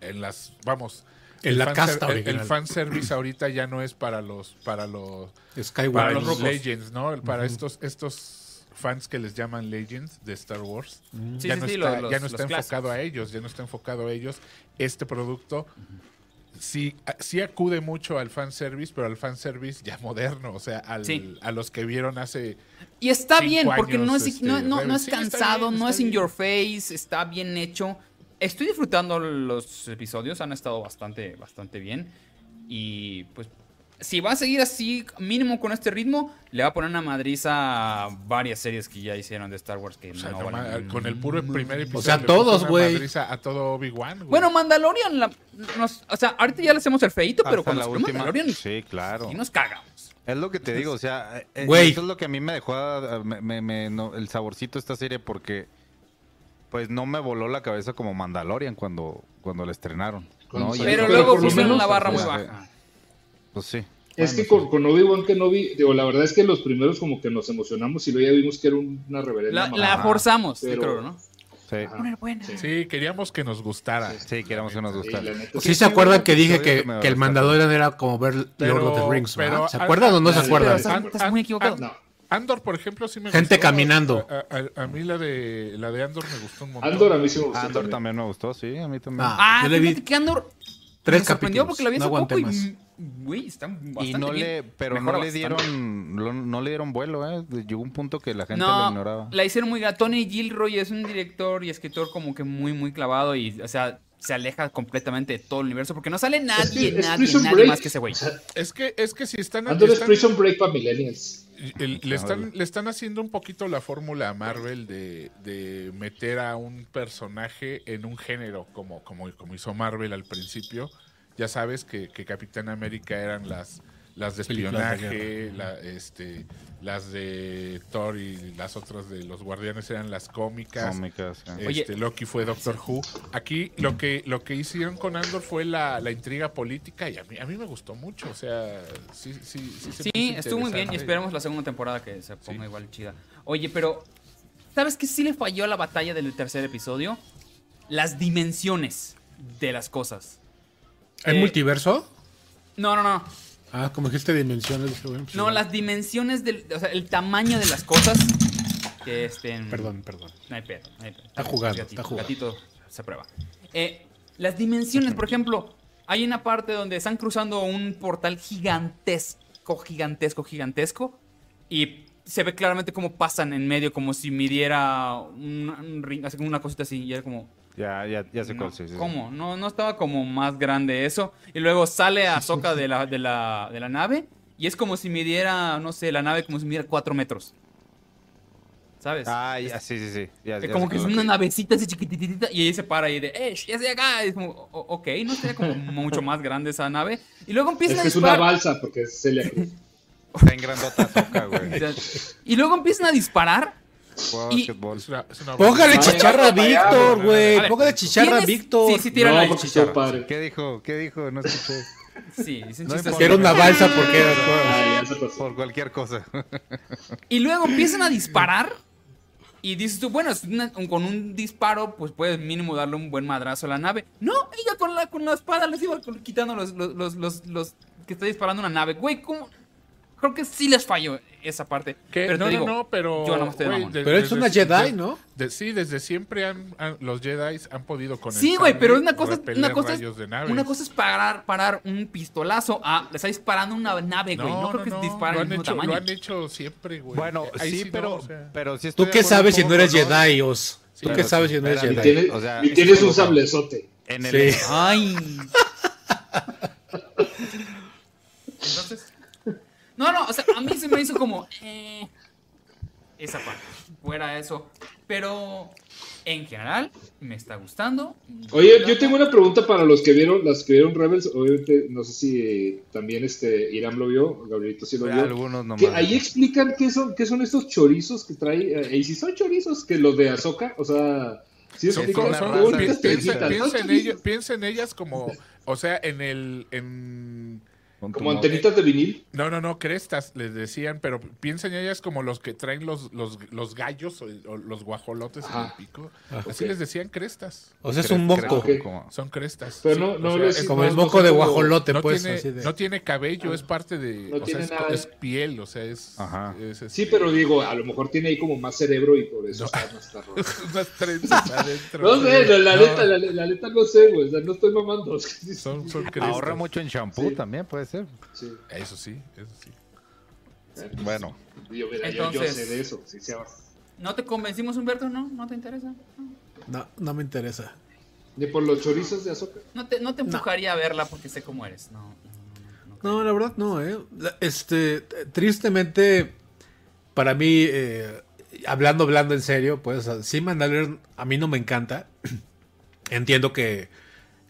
[SPEAKER 6] En las. Vamos.
[SPEAKER 3] En
[SPEAKER 6] el
[SPEAKER 3] la
[SPEAKER 6] fanser-
[SPEAKER 3] casta
[SPEAKER 6] el- El,
[SPEAKER 3] original.
[SPEAKER 6] fanservice ahorita ya no es para los. Para los. Para
[SPEAKER 3] Skywalker.
[SPEAKER 6] los
[SPEAKER 3] Ujú.
[SPEAKER 6] Legends, ¿no? El- Para estos, estos fans que les llaman Legends de Star Wars.
[SPEAKER 1] Sí,
[SPEAKER 6] ya,
[SPEAKER 1] sí,
[SPEAKER 6] no
[SPEAKER 1] sí,
[SPEAKER 6] está,
[SPEAKER 1] los-
[SPEAKER 6] ya no
[SPEAKER 1] los
[SPEAKER 6] está
[SPEAKER 1] clásicos.
[SPEAKER 6] enfocado a ellos, ya no está enfocado a ellos. Este producto sí, a- sí acude mucho al fanservice, pero al fanservice ya moderno, o sea, al-
[SPEAKER 1] Sí.
[SPEAKER 6] a los que vieron hace...
[SPEAKER 1] Y está
[SPEAKER 6] cinco
[SPEAKER 1] bien, porque no
[SPEAKER 6] años,
[SPEAKER 1] es, no,
[SPEAKER 6] este,
[SPEAKER 1] no- no es
[SPEAKER 6] Rebels. Sí, está
[SPEAKER 1] cansado,
[SPEAKER 6] bien,
[SPEAKER 1] no
[SPEAKER 6] está
[SPEAKER 1] es in
[SPEAKER 6] bien.
[SPEAKER 1] your face, está bien hecho. Estoy disfrutando los episodios, han estado bastante, bastante bien. Y pues si va a seguir así, mínimo con este ritmo, le va a poner una madriza a varias series que ya hicieron de Star Wars que
[SPEAKER 6] O sea,
[SPEAKER 1] no mm,
[SPEAKER 6] no
[SPEAKER 1] valen
[SPEAKER 6] ma- eh,
[SPEAKER 1] un-
[SPEAKER 6] con el puro primer episodio.
[SPEAKER 3] sea,
[SPEAKER 6] le puso
[SPEAKER 3] todos,
[SPEAKER 6] una
[SPEAKER 3] güey.
[SPEAKER 6] madriza A todo Obi-Wan. güey.
[SPEAKER 1] Bueno, Mandalorian, la- nos- o sea, ahorita ya le hacemos el feito, pero
[SPEAKER 2] Hasta
[SPEAKER 1] cuando
[SPEAKER 2] la
[SPEAKER 1] salió
[SPEAKER 2] última.
[SPEAKER 1] Mandalorian,
[SPEAKER 2] Sí, claro.
[SPEAKER 1] sí nos cagamos.
[SPEAKER 2] Es lo que te digo, o sea, eh, eh,
[SPEAKER 3] Güey.
[SPEAKER 2] eso es lo que a mí me dejó ah, me- me- me- no, el saborcito de esta serie porque pues no me voló la cabeza como Mandalorian cuando, cuando la estrenaron.
[SPEAKER 4] Cuando
[SPEAKER 2] ¿no? Y
[SPEAKER 4] salió.
[SPEAKER 1] Pero
[SPEAKER 2] ahorita,
[SPEAKER 4] Pero
[SPEAKER 1] luego
[SPEAKER 4] por lo
[SPEAKER 1] pusieron
[SPEAKER 4] menos,
[SPEAKER 1] la barra muy
[SPEAKER 2] pues,
[SPEAKER 1] baja.
[SPEAKER 2] Pues sí.
[SPEAKER 4] Es que
[SPEAKER 2] Bueno,
[SPEAKER 4] con, con Obi-Wan Kenobi, digo, la verdad es que los primeros como que nos emocionamos y luego ya vimos que era una reverenda
[SPEAKER 1] La,
[SPEAKER 4] mamada.
[SPEAKER 1] la forzamos, yo
[SPEAKER 4] Pero-
[SPEAKER 1] creo, ¿no?
[SPEAKER 2] sí.
[SPEAKER 4] Ajá.
[SPEAKER 5] Poner buena.
[SPEAKER 6] Sí, queríamos que nos gustara.
[SPEAKER 2] Sí, queramos que nos
[SPEAKER 4] Sí, la
[SPEAKER 2] gustara.
[SPEAKER 4] neta,
[SPEAKER 3] ¿Sí se acuerdan que dije que,
[SPEAKER 2] Episodio me va a
[SPEAKER 3] que el
[SPEAKER 2] gustar.
[SPEAKER 3] Mandalorian era como ver Lord
[SPEAKER 6] Pero-
[SPEAKER 3] of the Rings? ¿verdad?
[SPEAKER 6] pero-
[SPEAKER 3] ¿Se acuerdan o no se
[SPEAKER 4] Sí,
[SPEAKER 3] acuerdan?
[SPEAKER 4] pero-
[SPEAKER 6] An-
[SPEAKER 5] Estás muy equivocado.
[SPEAKER 6] An-
[SPEAKER 4] No.
[SPEAKER 6] Andor, por ejemplo, sí me
[SPEAKER 3] Gente
[SPEAKER 6] gustó.
[SPEAKER 3] caminando.
[SPEAKER 6] A, a- a mí la de, la de Andor me gustó un montón.
[SPEAKER 4] Andor a mí sí me gustó.
[SPEAKER 2] Andor
[SPEAKER 4] también.
[SPEAKER 2] Ah, también me gustó, sí, a mí también.
[SPEAKER 3] Ah.
[SPEAKER 1] Ah,
[SPEAKER 3] yo le vi
[SPEAKER 1] fíjate que Andor
[SPEAKER 3] tres
[SPEAKER 1] me sorprendió
[SPEAKER 3] capítulos,
[SPEAKER 1] porque la vi hace
[SPEAKER 3] no aguanté
[SPEAKER 1] poco y,
[SPEAKER 3] más.
[SPEAKER 1] mm, güey, está bastante
[SPEAKER 2] Y no le,
[SPEAKER 1] bien.
[SPEAKER 2] pero
[SPEAKER 1] Mejora
[SPEAKER 2] no le
[SPEAKER 1] bastante.
[SPEAKER 2] dieron, lo- no le dieron vuelo, ¿eh? Llegó un punto que la gente lo ignoraba.
[SPEAKER 1] No, la hicieron muy grande. Tony Gilroy es un director y escritor como que muy, muy clavado y, o sea, se aleja completamente de todo el universo porque no sale nadie,
[SPEAKER 4] es
[SPEAKER 1] nadie,
[SPEAKER 4] Prison
[SPEAKER 1] nadie
[SPEAKER 4] Break.
[SPEAKER 1] más que ese güey.
[SPEAKER 6] Es que, es que si están,
[SPEAKER 4] Andor es
[SPEAKER 6] están-
[SPEAKER 4] Prison Break para millennials.
[SPEAKER 6] el- le, están, le están haciendo un poquito la fórmula a Marvel de, de meter a un personaje en un género, como, como, como hizo Marvel al principio. Ya sabes que, que Capitán América eran las, las de
[SPEAKER 3] Películas de
[SPEAKER 6] espionaje, la- este, las de Thor y las otras de los Guardianes eran las cómicas.
[SPEAKER 3] ah.
[SPEAKER 2] Cómicas, ¿eh?
[SPEAKER 1] Oye.
[SPEAKER 6] Este, Loki fue Doctor Who. Aquí lo que lo que hicieron con Andor fue la, la intriga política y a mí, a mí me gustó mucho. O sea, sí, sí, sí. se me
[SPEAKER 1] Sí,
[SPEAKER 6] hizo
[SPEAKER 1] estuvo muy bien y
[SPEAKER 6] interesante.
[SPEAKER 1] esperamos la segunda temporada que se ponga igual chida. Oye, pero ¿sabes qué sí le falló a la batalla del tercer episodio? Las dimensiones de las cosas.
[SPEAKER 3] ¿Hay
[SPEAKER 1] Eh,
[SPEAKER 3] multiverso?
[SPEAKER 1] No, no, no.
[SPEAKER 3] Ah, como dijiste dimensiones. dije, bueno, pues,
[SPEAKER 1] No, las dimensiones del, o sea, el tamaño de las cosas que este
[SPEAKER 3] Perdón, perdón.
[SPEAKER 1] No hay pedo, no hay pedo.
[SPEAKER 3] Está jugando,
[SPEAKER 1] Gatito,
[SPEAKER 3] está jugando.
[SPEAKER 1] gatito se prueba. Eh, las dimensiones, por ejemplo, hay una parte donde están cruzando un portal gigantesco, gigantesco, gigantesco. Y se ve claramente cómo pasan en medio, como si midiera un, un ring, así como una cosita así. Y era como.
[SPEAKER 2] Ya, ya, ya sé cuál,
[SPEAKER 1] no,
[SPEAKER 2] sí, sí, sí.
[SPEAKER 1] ¿Cómo? No, no estaba como más grande eso. Y luego sale a Soca de la, de, la, de la nave. Y es como si midiera, no sé, la nave como si midiera 4 metros. ¿Sabes?
[SPEAKER 2] Ah, ya, sí, sí, sí. ya-
[SPEAKER 1] Eh,
[SPEAKER 2] ya
[SPEAKER 1] como
[SPEAKER 2] sé
[SPEAKER 1] que es
[SPEAKER 2] cuál.
[SPEAKER 1] una navecita así chiquititita y ahí se para y de, ¡eh, ya sé acá! Y es como, o- o- ok, no sería como mucho más grande esa nave. Y luego empiezan
[SPEAKER 4] Es
[SPEAKER 1] a
[SPEAKER 4] que es una
[SPEAKER 1] disparar.
[SPEAKER 4] balsa porque es Celia Cruz.
[SPEAKER 2] Está en grandota Ahsoka, güey.
[SPEAKER 1] O sea, y luego empiezan a disparar.
[SPEAKER 2] Jugaba
[SPEAKER 1] Y-
[SPEAKER 2] básquetbol.
[SPEAKER 6] Es una- es una-
[SPEAKER 3] Póngale
[SPEAKER 4] Vaya,
[SPEAKER 3] chicharra a
[SPEAKER 4] vaya,
[SPEAKER 3] Víctor,
[SPEAKER 6] vaya,
[SPEAKER 3] güey.
[SPEAKER 1] vale.
[SPEAKER 3] Póngale chicharra a
[SPEAKER 1] ¿Tienes-
[SPEAKER 3] Víctor.
[SPEAKER 1] Sí, sí, tiran la
[SPEAKER 4] no, porque estuvo
[SPEAKER 1] chicharra.
[SPEAKER 4] padre.
[SPEAKER 2] ¿Qué dijo? ¿Qué dijo? No escuché.
[SPEAKER 1] Sí, dicen
[SPEAKER 2] No
[SPEAKER 1] chistes.
[SPEAKER 2] importa.
[SPEAKER 3] Que era una balsa porque era-
[SPEAKER 4] Ah, ya se pasó.
[SPEAKER 2] Por cualquier cosa.
[SPEAKER 1] Y luego empiezan a disparar. Y dices tú, bueno, es una- un- con un disparo, pues puedes mínimo darle un buen madrazo a la nave. No, ella con la, con la espada les iba con- quitando los, los, los, los- los que está disparando una nave. Güey, ¿cómo? Creo que sí les falló esa parte.
[SPEAKER 6] Que-
[SPEAKER 1] Pero
[SPEAKER 6] no,
[SPEAKER 1] te
[SPEAKER 6] no,
[SPEAKER 1] digo,
[SPEAKER 6] no, pero.
[SPEAKER 1] yo nomás te
[SPEAKER 6] güey,
[SPEAKER 1] mamón.
[SPEAKER 6] de-
[SPEAKER 3] Pero es
[SPEAKER 6] desde
[SPEAKER 3] una
[SPEAKER 6] si-
[SPEAKER 3] Jedi,
[SPEAKER 6] de-
[SPEAKER 3] ¿no?
[SPEAKER 6] de- sí, desde siempre han, han- los Jedi han podido conectar.
[SPEAKER 1] Sí, güey, pero una cosa, una
[SPEAKER 6] repeler
[SPEAKER 1] cosa, es,
[SPEAKER 6] rayos de naves.
[SPEAKER 1] una cosa es parar, parar un pistolazo a. Le está disparando una nave, güey. No, creo que
[SPEAKER 6] no,
[SPEAKER 1] disparen
[SPEAKER 6] lo
[SPEAKER 1] del
[SPEAKER 6] han
[SPEAKER 1] mismo
[SPEAKER 6] hecho,
[SPEAKER 1] tamaño.
[SPEAKER 6] Lo han hecho siempre, güey.
[SPEAKER 2] Bueno,
[SPEAKER 6] Ahí
[SPEAKER 2] sí,
[SPEAKER 6] no,
[SPEAKER 2] pero,
[SPEAKER 6] o sea,
[SPEAKER 2] pero sí estoy
[SPEAKER 3] ¿Tú
[SPEAKER 2] de
[SPEAKER 3] qué
[SPEAKER 2] acuerdo
[SPEAKER 3] sabes si
[SPEAKER 2] un
[SPEAKER 3] no eres
[SPEAKER 2] poco,
[SPEAKER 3] Jedi, Os? ¿Tú
[SPEAKER 2] Pero
[SPEAKER 3] qué
[SPEAKER 2] sí,
[SPEAKER 3] sabes si no eres
[SPEAKER 2] espérame,
[SPEAKER 4] Y
[SPEAKER 3] Jedi?
[SPEAKER 4] tienes,
[SPEAKER 2] O sea,
[SPEAKER 4] y
[SPEAKER 2] es
[SPEAKER 4] tienes un
[SPEAKER 2] como-
[SPEAKER 4] sablezote.
[SPEAKER 2] En el,
[SPEAKER 3] Sí.
[SPEAKER 1] Ay. Entonces. No, no, o sea, a mí se me hizo como. eh, esa parte. Fuera eso. Pero. En general, me está gustando.
[SPEAKER 4] Oye, yo tengo una pregunta para los que vieron, las que vieron Rebels, obviamente, no sé si eh, también este Irán lo vio, Gabrielito sí lo vio.
[SPEAKER 2] Algunos nomás.
[SPEAKER 4] Que ahí explican qué son, qué son estos chorizos que trae, eh, y si son chorizos, que los de Azoka, o sea, sí
[SPEAKER 6] Son-
[SPEAKER 4] explican,
[SPEAKER 6] son-
[SPEAKER 2] una
[SPEAKER 4] qué
[SPEAKER 6] son-
[SPEAKER 2] raza
[SPEAKER 6] pi-
[SPEAKER 4] bonitas
[SPEAKER 2] de
[SPEAKER 6] piensa,
[SPEAKER 4] trencitas,
[SPEAKER 6] piensa
[SPEAKER 4] son
[SPEAKER 6] en
[SPEAKER 4] chorizos,
[SPEAKER 6] ellas, piensa en ellas como, o sea, en el, en,
[SPEAKER 2] Con tu
[SPEAKER 4] como
[SPEAKER 2] moto.
[SPEAKER 4] antenitas de vinil.
[SPEAKER 6] no, no, no, crestas, les decían, pero piensa en ellas como los que traen los, los, los gallos o, o los guajolotes en el
[SPEAKER 4] Ajá.
[SPEAKER 6] pico.
[SPEAKER 3] Ah,
[SPEAKER 6] Así
[SPEAKER 4] ok.
[SPEAKER 6] les decían crestas,
[SPEAKER 3] O sea, es un moco.
[SPEAKER 4] creo.
[SPEAKER 2] Como-
[SPEAKER 6] son crestas.
[SPEAKER 4] Pero
[SPEAKER 6] sí,
[SPEAKER 4] no-
[SPEAKER 6] o
[SPEAKER 4] no
[SPEAKER 6] sea,
[SPEAKER 4] les-
[SPEAKER 6] es-
[SPEAKER 3] Como el
[SPEAKER 4] No,
[SPEAKER 3] moco de
[SPEAKER 4] no,
[SPEAKER 3] guajolote,
[SPEAKER 6] no,
[SPEAKER 3] pues.
[SPEAKER 6] tiene,
[SPEAKER 3] así de-
[SPEAKER 6] no tiene cabello, es parte de,
[SPEAKER 4] No
[SPEAKER 6] o sea,
[SPEAKER 4] tiene
[SPEAKER 6] es,
[SPEAKER 4] nada.
[SPEAKER 6] es piel, o sea, es,
[SPEAKER 2] Ajá.
[SPEAKER 6] es, este,
[SPEAKER 4] Sí, pero digo, a lo mejor tiene ahí como más cerebro y por eso está más tarro.
[SPEAKER 6] unas trenzas adentro.
[SPEAKER 4] No sé, la, la
[SPEAKER 6] No,
[SPEAKER 4] neta, la, la neta no sé, güey, o sea, no estoy mamando. Sí,
[SPEAKER 6] son, son crestas.
[SPEAKER 2] Ahorra mucho en shampoo
[SPEAKER 4] Sí.
[SPEAKER 2] también, puede ser.
[SPEAKER 4] sí.
[SPEAKER 6] Eso sí, eso sí.
[SPEAKER 2] Bueno,
[SPEAKER 4] Yo, mira, yo- yo,
[SPEAKER 1] Entonces-
[SPEAKER 4] sé de eso, sí se ahorra.
[SPEAKER 1] ¿No te convencimos, Humberto? ¿No? ¿No te interesa?
[SPEAKER 3] No, no me interesa.
[SPEAKER 4] Ni por los chorizos de azúcar.
[SPEAKER 1] No te, no te empujaría a verla porque sé cómo eres. No. no, no, no.
[SPEAKER 3] No, la verdad no, ¿eh? La- Este, t- tristemente, para mí, eh, hablando, hablando en serio, pues sí, Mandalorian a mí no me encanta. Entiendo que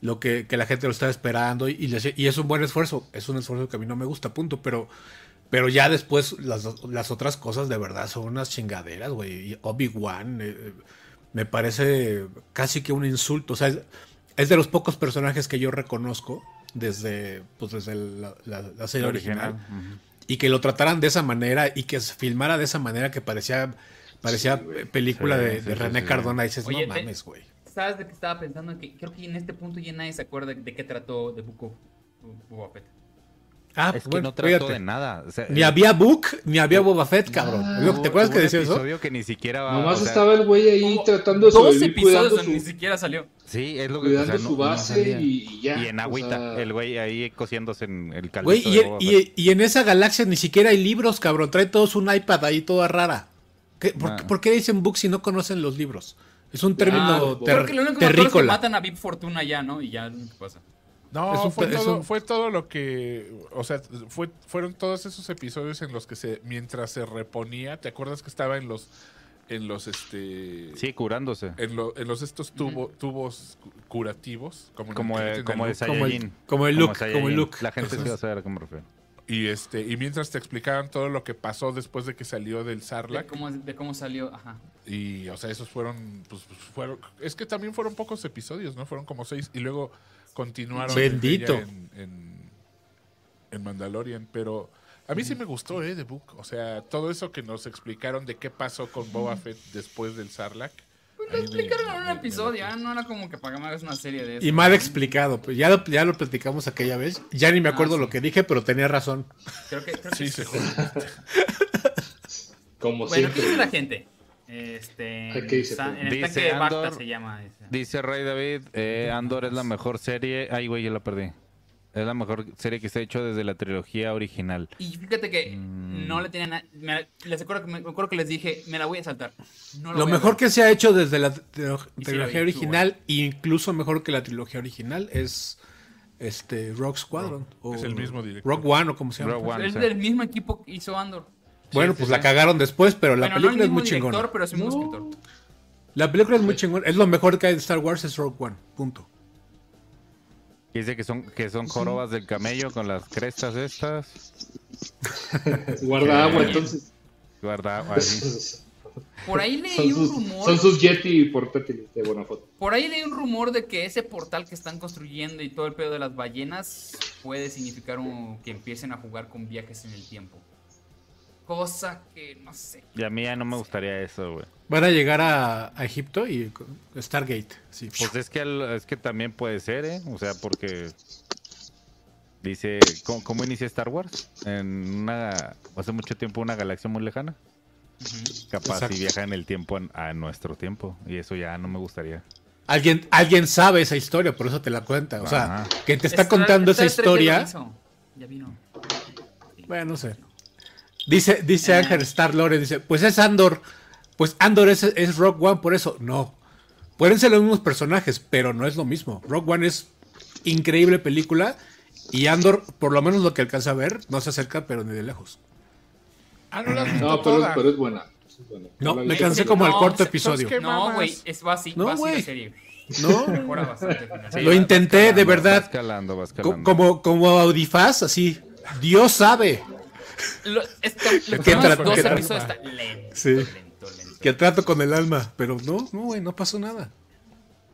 [SPEAKER 3] lo que, que la gente lo está esperando y, y les- y es un buen esfuerzo. Es un esfuerzo que a mí no me gusta, punto. Pero, pero ya después las, las otras cosas de verdad son unas chingaderas, güey. Y Obi-Wan eh, eh, me parece casi que un insulto. O sea, es, es de los pocos personajes que yo reconozco desde, pues, desde la, la- la serie original y que lo trataran de esa manera y que se filmara de esa manera que parecía parecía película
[SPEAKER 2] Sí,
[SPEAKER 3] de,
[SPEAKER 2] sí,
[SPEAKER 3] de
[SPEAKER 2] sí,
[SPEAKER 3] René
[SPEAKER 2] sí.
[SPEAKER 3] Cardona. Y dices,
[SPEAKER 1] Oye,
[SPEAKER 3] no
[SPEAKER 1] te-
[SPEAKER 3] mames, güey.
[SPEAKER 1] ¿Sabes de qué estaba pensando? Que creo que en este punto ya nadie se acuerda de qué trató de Buko Boba Fett.
[SPEAKER 3] Ah,
[SPEAKER 2] Es que
[SPEAKER 3] bueno,
[SPEAKER 2] no trató
[SPEAKER 3] fíjate.
[SPEAKER 2] de nada. o sea,
[SPEAKER 3] Ni había Book, ni había Boba Fett, cabrón.
[SPEAKER 2] hubo-
[SPEAKER 3] ¿Te acuerdas
[SPEAKER 2] hubo
[SPEAKER 3] que
[SPEAKER 2] un
[SPEAKER 3] decía eso?
[SPEAKER 2] episodio que ni siquiera va-
[SPEAKER 4] Nomás
[SPEAKER 2] Ah, o sea,
[SPEAKER 4] estaba el güey ahí
[SPEAKER 1] Hubo
[SPEAKER 4] tratando de
[SPEAKER 1] Dos
[SPEAKER 4] sobrevivir,
[SPEAKER 1] episodios
[SPEAKER 4] cuidando
[SPEAKER 1] donde ni
[SPEAKER 4] su,
[SPEAKER 1] siquiera salió.
[SPEAKER 2] Sí, es lo que o
[SPEAKER 4] cuidando
[SPEAKER 2] sea, no-
[SPEAKER 4] su
[SPEAKER 2] no
[SPEAKER 4] base
[SPEAKER 2] salía.
[SPEAKER 4] y, y ya.
[SPEAKER 2] Y en
[SPEAKER 4] o
[SPEAKER 2] agüita,
[SPEAKER 4] sea,
[SPEAKER 2] el güey ahí cociéndose en el caldito
[SPEAKER 3] Güey, y,
[SPEAKER 2] de
[SPEAKER 3] en-
[SPEAKER 2] Boba Fett.
[SPEAKER 3] y- y en esa galaxia ni siquiera hay libros, cabrón. Trae todos un iPad ahí toda rara. ¿Qué- por,
[SPEAKER 2] Ah.
[SPEAKER 3] qué- por qué dicen book si no conocen los libros? Es un
[SPEAKER 1] Ah,
[SPEAKER 3] término ter-
[SPEAKER 1] creo que lo único que me acuerdo es que
[SPEAKER 3] terrícola.
[SPEAKER 1] matan a Vip Fortuna ya, ¿no? Y ya es lo único que pasa.
[SPEAKER 6] No,
[SPEAKER 3] Es un
[SPEAKER 6] fue,
[SPEAKER 3] pe- es
[SPEAKER 6] todo,
[SPEAKER 3] un-
[SPEAKER 6] fue todo lo que. O sea, fue, fueron todos esos episodios en los que se. Mientras se reponía, ¿te acuerdas que estaba en los. En los este.
[SPEAKER 2] Sí, curándose.
[SPEAKER 6] En, lo- en los estos tubo- tubos cu- curativos. Como, en el
[SPEAKER 2] Como,
[SPEAKER 6] que
[SPEAKER 2] el-
[SPEAKER 6] meten
[SPEAKER 2] como
[SPEAKER 6] el
[SPEAKER 2] el
[SPEAKER 6] Luke.
[SPEAKER 3] Como el-
[SPEAKER 2] Saiyajin.
[SPEAKER 3] como el Luke, como el
[SPEAKER 2] Saiyajin.
[SPEAKER 3] Luke.
[SPEAKER 2] La gente sí va a saber a qué me refiero.
[SPEAKER 6] Y este. Y mientras te explicaban todo lo que pasó después de que salió del
[SPEAKER 1] De
[SPEAKER 6] Sarlacc.
[SPEAKER 1] cómo, de cómo salió, ajá.
[SPEAKER 6] Y, o sea, esos fueron, pues, pues, fueron... Es que también fueron pocos episodios, ¿no? Fueron como seis y luego continuaron desde
[SPEAKER 3] Bendito.
[SPEAKER 6] ya en, en, en Mandalorian. Pero a mí sí me gustó, ¿eh? The Book. O sea, todo eso que nos explicaron de qué pasó con Boba Fett después del Sarlacc.
[SPEAKER 1] Pues
[SPEAKER 6] a
[SPEAKER 1] lo
[SPEAKER 6] mí me-
[SPEAKER 1] explicaron en
[SPEAKER 6] me-
[SPEAKER 1] un
[SPEAKER 6] me-
[SPEAKER 1] episodio,
[SPEAKER 6] me-
[SPEAKER 1] ah, no era como que pagamos una serie de eso.
[SPEAKER 3] Y mal explicado, pues ya lo, ya lo platicamos aquella vez. Ya ni me
[SPEAKER 1] Ah,
[SPEAKER 3] acuerdo
[SPEAKER 1] sí.
[SPEAKER 3] lo que dije, pero tenía razón.
[SPEAKER 1] Creo que, creo que
[SPEAKER 6] Sí,
[SPEAKER 1] sí.
[SPEAKER 6] se
[SPEAKER 4] Como
[SPEAKER 1] Bueno, ¿qué
[SPEAKER 4] siempre.
[SPEAKER 1] dice la gente? Este,
[SPEAKER 4] Ay, ¿qué dice?
[SPEAKER 1] Sa- en el
[SPEAKER 2] Dice
[SPEAKER 1] tanque de Bacta
[SPEAKER 2] Andor-
[SPEAKER 1] se llama. dice.
[SPEAKER 2] Dice Rey David, eh, Andor es la mejor serie. Ay, güey, yo la perdí. Es la mejor serie que se ha hecho desde la trilogía original.
[SPEAKER 1] Y fíjate que no le tenían. a- me la- les acuerdo, que- me acuerdo que les dije, me la voy a saltar. No la
[SPEAKER 3] Lo
[SPEAKER 1] voy a
[SPEAKER 3] mejor
[SPEAKER 1] ver.
[SPEAKER 3] que se ha hecho desde la trilog-
[SPEAKER 1] Y sí,
[SPEAKER 3] trilogía
[SPEAKER 1] la vi, estuvo
[SPEAKER 3] original, incluso mejor que la trilogía original, es este Rock Squadron. o
[SPEAKER 6] es el mismo director.
[SPEAKER 3] Rock One o como se llama.
[SPEAKER 2] Rogue One,
[SPEAKER 1] Es
[SPEAKER 2] sí.
[SPEAKER 1] del mismo equipo que hizo Andor.
[SPEAKER 3] Bueno,
[SPEAKER 1] Sí,
[SPEAKER 3] pues
[SPEAKER 1] sí,
[SPEAKER 3] la
[SPEAKER 1] sí.
[SPEAKER 3] cagaron después, pero la
[SPEAKER 1] Bueno,
[SPEAKER 3] película
[SPEAKER 1] no
[SPEAKER 3] es
[SPEAKER 1] el mismo
[SPEAKER 3] muy
[SPEAKER 1] director,
[SPEAKER 3] chingona.
[SPEAKER 1] pero es un escritor.
[SPEAKER 3] La película es muy chingona. Es lo mejor que hay de Star Wars, es Rock One. Punto.
[SPEAKER 2] Dice que son, que son jorobas del camello con las crestas estas.
[SPEAKER 4] Guarda
[SPEAKER 2] Eh,
[SPEAKER 4] agua, pues, entonces.
[SPEAKER 2] Guarda, así.
[SPEAKER 4] Son
[SPEAKER 1] Por ahí leí un
[SPEAKER 4] sus,
[SPEAKER 1] rumor.
[SPEAKER 4] son sus Yeti portátiles de Bonafoto.
[SPEAKER 1] Por ahí leí un rumor de que ese portal que están construyendo y todo el pedo de las ballenas puede significar un- que empiecen a jugar con viajes en el tiempo. Cosa que no sé.
[SPEAKER 2] Y a mí ya no me gustaría eso, güey.
[SPEAKER 3] Van a llegar a, a Egipto y con- Stargate. Sí.
[SPEAKER 2] Pues es que, al- es que también puede ser, ¿eh? O sea, porque. Dice, ¿cómo, cómo inicia Star Wars? En una. Hace mucho tiempo, una galaxia muy lejana. Capaz
[SPEAKER 3] Exacto.
[SPEAKER 2] si viaja en el tiempo en- a nuestro tiempo. Y eso ya no me gustaría.
[SPEAKER 3] Alguien, alguien sabe esa historia, por eso te la cuenta. O sea,
[SPEAKER 2] Ajá.
[SPEAKER 3] que te está contando esa
[SPEAKER 1] Star- Star Trek
[SPEAKER 3] historia.
[SPEAKER 1] ya lo hizo. Ya vino.
[SPEAKER 3] Bueno, no sé. Dice, dice
[SPEAKER 1] Eh.
[SPEAKER 3] Ángel Star Lore, dice, pues es Andor. Pues Andor es, es Rock One, por eso. No. Pueden ser los mismos personajes, pero no es lo mismo. Rock One es increíble película. Y Andor, por lo menos lo que alcanza a ver, no se acerca, pero ni de lejos.
[SPEAKER 6] Ah, no, la has visto
[SPEAKER 4] No, pero,
[SPEAKER 6] toda.
[SPEAKER 4] pero es buena. Es buena.
[SPEAKER 3] No,
[SPEAKER 4] la
[SPEAKER 3] me
[SPEAKER 4] vi.
[SPEAKER 3] cansé como al
[SPEAKER 1] No,
[SPEAKER 3] cuarto
[SPEAKER 1] ¿sabes
[SPEAKER 3] episodio.
[SPEAKER 6] qué?
[SPEAKER 1] No,
[SPEAKER 6] mamas?
[SPEAKER 1] güey, es va así,
[SPEAKER 3] No,
[SPEAKER 1] va así la
[SPEAKER 3] güey.
[SPEAKER 1] serie.
[SPEAKER 3] No.
[SPEAKER 1] Mejora bastante. al final.
[SPEAKER 3] Lo intenté, de
[SPEAKER 2] Vas
[SPEAKER 3] verdad.
[SPEAKER 2] calando, vas
[SPEAKER 3] Co-
[SPEAKER 2] calando.
[SPEAKER 3] Como, como Audifaz, así. Dios sabe
[SPEAKER 1] Lo- esto- los
[SPEAKER 3] ¿Qué
[SPEAKER 1] primeros
[SPEAKER 3] tra-
[SPEAKER 1] dos
[SPEAKER 3] qué tra-
[SPEAKER 1] episodios están lento,
[SPEAKER 3] Sí.
[SPEAKER 1] lento, lento.
[SPEAKER 3] que trato con el alma, pero no, no, güey, no pasó nada.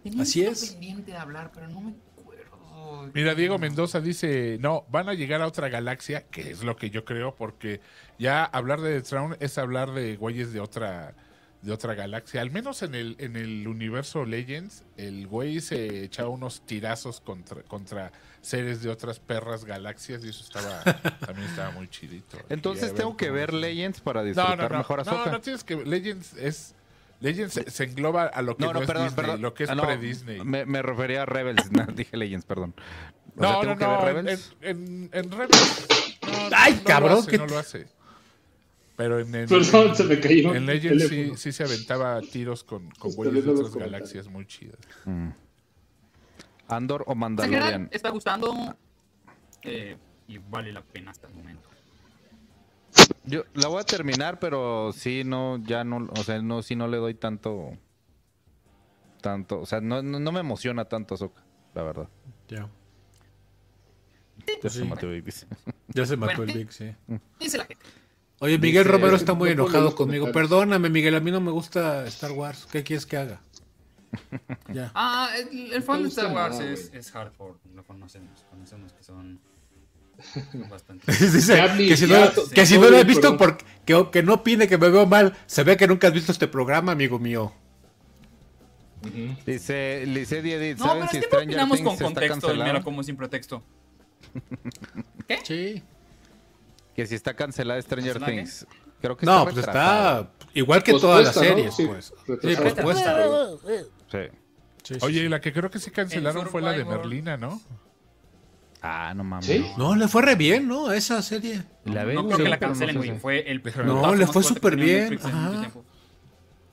[SPEAKER 1] Tenía
[SPEAKER 3] así
[SPEAKER 1] esto
[SPEAKER 3] es.
[SPEAKER 1] pendiente de hablar, pero no me acuerdo.
[SPEAKER 6] Mira, Diego Mendoza dice, no, van a llegar a otra galaxia, que es lo que yo creo, porque ya hablar de The Crown es hablar de güeyes de otra, de otra galaxia. Al menos en el, en el universo Legends, el güey se echaba unos tirazos contra, contra seres de otras perras galaxias y eso estaba, también estaba muy chidito. Y a
[SPEAKER 2] Entonces tengo que
[SPEAKER 6] cómo-
[SPEAKER 2] ver Legends para
[SPEAKER 6] No,
[SPEAKER 2] disfrutar
[SPEAKER 6] no, no,
[SPEAKER 2] mejor a
[SPEAKER 6] no, no tienes que, Legends es... Legends se, se engloba a lo que no, es Disney, lo que es
[SPEAKER 2] Ah, no,
[SPEAKER 6] pre-Disney.
[SPEAKER 2] Me, me refería a Rebels. No, dije Legends, perdón. O sea,
[SPEAKER 6] No,
[SPEAKER 2] tengo
[SPEAKER 6] no,
[SPEAKER 2] que
[SPEAKER 6] no.
[SPEAKER 2] ver
[SPEAKER 6] En,
[SPEAKER 2] Rebels.
[SPEAKER 6] en, en Rebels. no,
[SPEAKER 3] Ay,
[SPEAKER 6] no lo
[SPEAKER 3] cabrón,
[SPEAKER 6] hace,
[SPEAKER 3] que-
[SPEAKER 6] No lo hace. Pero en, en,
[SPEAKER 4] Perdón, se me cayó.
[SPEAKER 6] en
[SPEAKER 4] el
[SPEAKER 6] Legends sí,
[SPEAKER 4] teléfono.
[SPEAKER 6] sí se aventaba tiros con, con
[SPEAKER 4] Estoy
[SPEAKER 6] güeyes de
[SPEAKER 4] viendo los
[SPEAKER 6] otras
[SPEAKER 4] comentarios.
[SPEAKER 6] galaxias muy chidas.
[SPEAKER 2] Andor o
[SPEAKER 1] ¿Se
[SPEAKER 2] Mandalorian.
[SPEAKER 1] está gustando eh, y vale la pena hasta el momento.
[SPEAKER 2] Yo la voy a terminar, pero sí, no, ya no, o sea, no, sí no le doy tanto, tanto, o sea, no, no, no me emociona tanto Ahsoka, la verdad.
[SPEAKER 3] Ya. Pues
[SPEAKER 2] Ya se mató, babies.
[SPEAKER 3] Ya se mató
[SPEAKER 1] Bueno, sí.
[SPEAKER 3] el Vic, sí.
[SPEAKER 1] Dice la gente.
[SPEAKER 3] Oye, Miguel
[SPEAKER 4] Dice-
[SPEAKER 3] Romero está muy
[SPEAKER 4] no pongo
[SPEAKER 3] enojado
[SPEAKER 4] los
[SPEAKER 3] conmigo.
[SPEAKER 4] comentarios.
[SPEAKER 3] Perdóname, Miguel, a mí no me gusta Star Wars. ¿Qué quieres que haga? Ya.
[SPEAKER 1] Ah, el, el fan
[SPEAKER 4] No
[SPEAKER 1] de
[SPEAKER 4] te
[SPEAKER 1] Star
[SPEAKER 4] gusta
[SPEAKER 1] Wars
[SPEAKER 4] nada,
[SPEAKER 1] es,
[SPEAKER 4] güey.
[SPEAKER 1] es hardcore, lo conocemos, conocemos que son bastante.
[SPEAKER 3] Dice
[SPEAKER 4] Ya ni-
[SPEAKER 3] que si no,
[SPEAKER 4] ya
[SPEAKER 1] se-
[SPEAKER 3] que si no
[SPEAKER 4] oye,
[SPEAKER 3] lo has visto,
[SPEAKER 4] perdón.
[SPEAKER 3] porque, que, que no opine que me veo mal. Se ve que nunca has visto este programa, amigo mío.
[SPEAKER 2] Dice, dice Edith,
[SPEAKER 1] No, pero
[SPEAKER 2] ¿saben si
[SPEAKER 1] siempre
[SPEAKER 2] Stranger
[SPEAKER 1] opinamos con
[SPEAKER 2] Things está
[SPEAKER 1] contexto y me
[SPEAKER 2] cancelada?
[SPEAKER 1] lo como sin pretexto.
[SPEAKER 3] Sí.
[SPEAKER 2] Que si está cancelada Stranger
[SPEAKER 1] ¿Cancelada qué?
[SPEAKER 2] Things. Creo que
[SPEAKER 3] No,
[SPEAKER 2] está
[SPEAKER 3] pues
[SPEAKER 2] retrasada.
[SPEAKER 3] está igual que
[SPEAKER 4] Pospuesta,
[SPEAKER 3] todas las
[SPEAKER 4] Pues ¿no?
[SPEAKER 3] series,
[SPEAKER 4] Sí,
[SPEAKER 3] pues. Sí,
[SPEAKER 4] retrasada.
[SPEAKER 3] propuesta.
[SPEAKER 2] Sí.
[SPEAKER 6] Oye, y la que creo que sí cancelaron fue la de
[SPEAKER 1] Survivor.
[SPEAKER 6] Merlina, ¿no?
[SPEAKER 2] Ah, no mames.
[SPEAKER 4] ¿Sí?
[SPEAKER 2] no.
[SPEAKER 3] No, le fue re bien, ¿no? A esa serie.
[SPEAKER 2] La ven,
[SPEAKER 1] No creo
[SPEAKER 2] sí,
[SPEAKER 1] que la
[SPEAKER 2] pero no
[SPEAKER 1] cancelen,
[SPEAKER 2] sé
[SPEAKER 1] güey.
[SPEAKER 2] si-
[SPEAKER 1] Fue el
[SPEAKER 6] Déjame ver.
[SPEAKER 1] putazo
[SPEAKER 3] No, le
[SPEAKER 1] más
[SPEAKER 3] fue
[SPEAKER 1] fuerte que
[SPEAKER 3] súper
[SPEAKER 1] tenía
[SPEAKER 3] bien,
[SPEAKER 1] Netflix en mucho
[SPEAKER 3] ajá.
[SPEAKER 1] tiempo.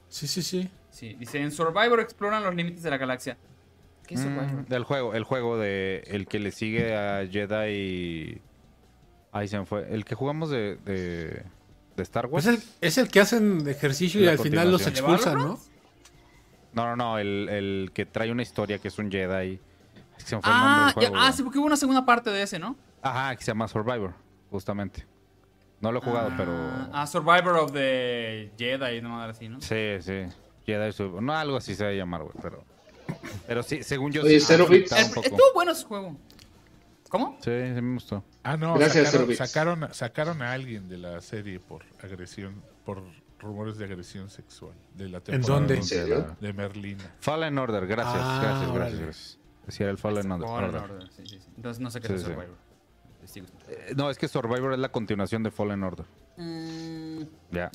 [SPEAKER 3] Sí, sí, sí.
[SPEAKER 1] Sí, dice, en Survivor exploran los límites de la galaxia. ¿Qué es Survivor?
[SPEAKER 2] Mm, del juego, el juego de el que le sigue a Jedi. Ahí se me fue. El que jugamos de, de, de Star Wars.
[SPEAKER 3] Es Pues el, es el que hacen ejercicio y
[SPEAKER 2] La
[SPEAKER 3] al final los
[SPEAKER 2] continuación.
[SPEAKER 3] expulsan, ¿no?
[SPEAKER 2] No, no, no. El, el que trae una historia que es un Jedi. Es que se me fue el nombre
[SPEAKER 1] Ah,
[SPEAKER 2] del juego,
[SPEAKER 1] ya- ah,
[SPEAKER 2] güey.
[SPEAKER 1] sí, porque hubo una segunda parte de ese, ¿no?
[SPEAKER 2] Ajá, que se llama Survivor, justamente. No lo he jugado,
[SPEAKER 1] Ah,
[SPEAKER 2] pero.
[SPEAKER 1] Ah, Survivor of the Jedi, no madre así, ¿no?
[SPEAKER 2] Sí, sí. Jedi Survivor. No, algo así se debe llamar, güey. Pero, pero sí, según yo.
[SPEAKER 4] Oye,
[SPEAKER 2] sí,
[SPEAKER 4] Zero Bits.
[SPEAKER 2] afectaba un
[SPEAKER 1] El-
[SPEAKER 2] poco.
[SPEAKER 1] Estuvo bueno ese juego. ¿Cómo?
[SPEAKER 2] Sí, sí me gustó.
[SPEAKER 6] Ah, no,
[SPEAKER 4] Gracias,
[SPEAKER 6] sacaron,
[SPEAKER 4] Cervix.
[SPEAKER 6] sacaron, sacaron a alguien de la serie por agresión, por rumores de agresión sexual. De la temporada
[SPEAKER 3] dónde?
[SPEAKER 4] ¿En serio?
[SPEAKER 6] De Merlina.
[SPEAKER 2] Fallen Order, gracias,
[SPEAKER 3] Ah,
[SPEAKER 2] gracias,
[SPEAKER 3] órale.
[SPEAKER 2] gracias, gracias. Sí, era el Fallen Order.
[SPEAKER 1] Fallen Order, Este, sí, sí, sí. Entonces no sé qué
[SPEAKER 2] Sí,
[SPEAKER 1] es
[SPEAKER 2] sí.
[SPEAKER 1] Survivor. Sigo-
[SPEAKER 2] Eh, No, es que Survivor es la continuación de Fallen Order.
[SPEAKER 1] Mm,
[SPEAKER 2] Ya.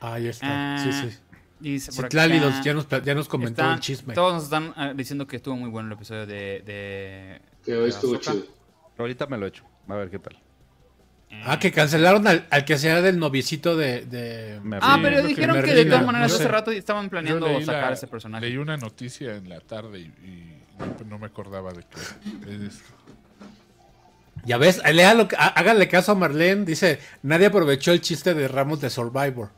[SPEAKER 3] Ahí está.
[SPEAKER 1] ah,
[SPEAKER 3] Sí, sí.
[SPEAKER 1] dice por
[SPEAKER 3] Citlali
[SPEAKER 1] acá-
[SPEAKER 3] nos- ya, nos, pla- ya nos comentó
[SPEAKER 1] Están-
[SPEAKER 3] el chisme.
[SPEAKER 1] Todos nos están ah, diciendo que estuvo muy bueno el episodio de. de
[SPEAKER 4] Que hoy
[SPEAKER 1] de
[SPEAKER 4] estuvo
[SPEAKER 1] Ahsoka.
[SPEAKER 4] chido.
[SPEAKER 2] Ahorita me lo echo. A ver qué tal.
[SPEAKER 3] Ah, que cancelaron al, al que sea del novicito de. de-
[SPEAKER 2] Me
[SPEAKER 1] Ah,
[SPEAKER 2] río.
[SPEAKER 1] pero
[SPEAKER 3] creo que
[SPEAKER 1] dijeron que de
[SPEAKER 3] Merlina,
[SPEAKER 1] todas maneras
[SPEAKER 3] no sé.
[SPEAKER 1] hace rato estaban
[SPEAKER 6] Yo
[SPEAKER 1] planeando
[SPEAKER 6] leí
[SPEAKER 1] sacar
[SPEAKER 6] la-
[SPEAKER 1] a ese personaje.
[SPEAKER 6] Leí una noticia en la tarde y, y no, no me acordaba de qué. Es-
[SPEAKER 3] Ya ves, eh, lea lo que- há- háganle caso a Marlene. Dice: Nadie aprovechó el chiste de Ramos de Survivor.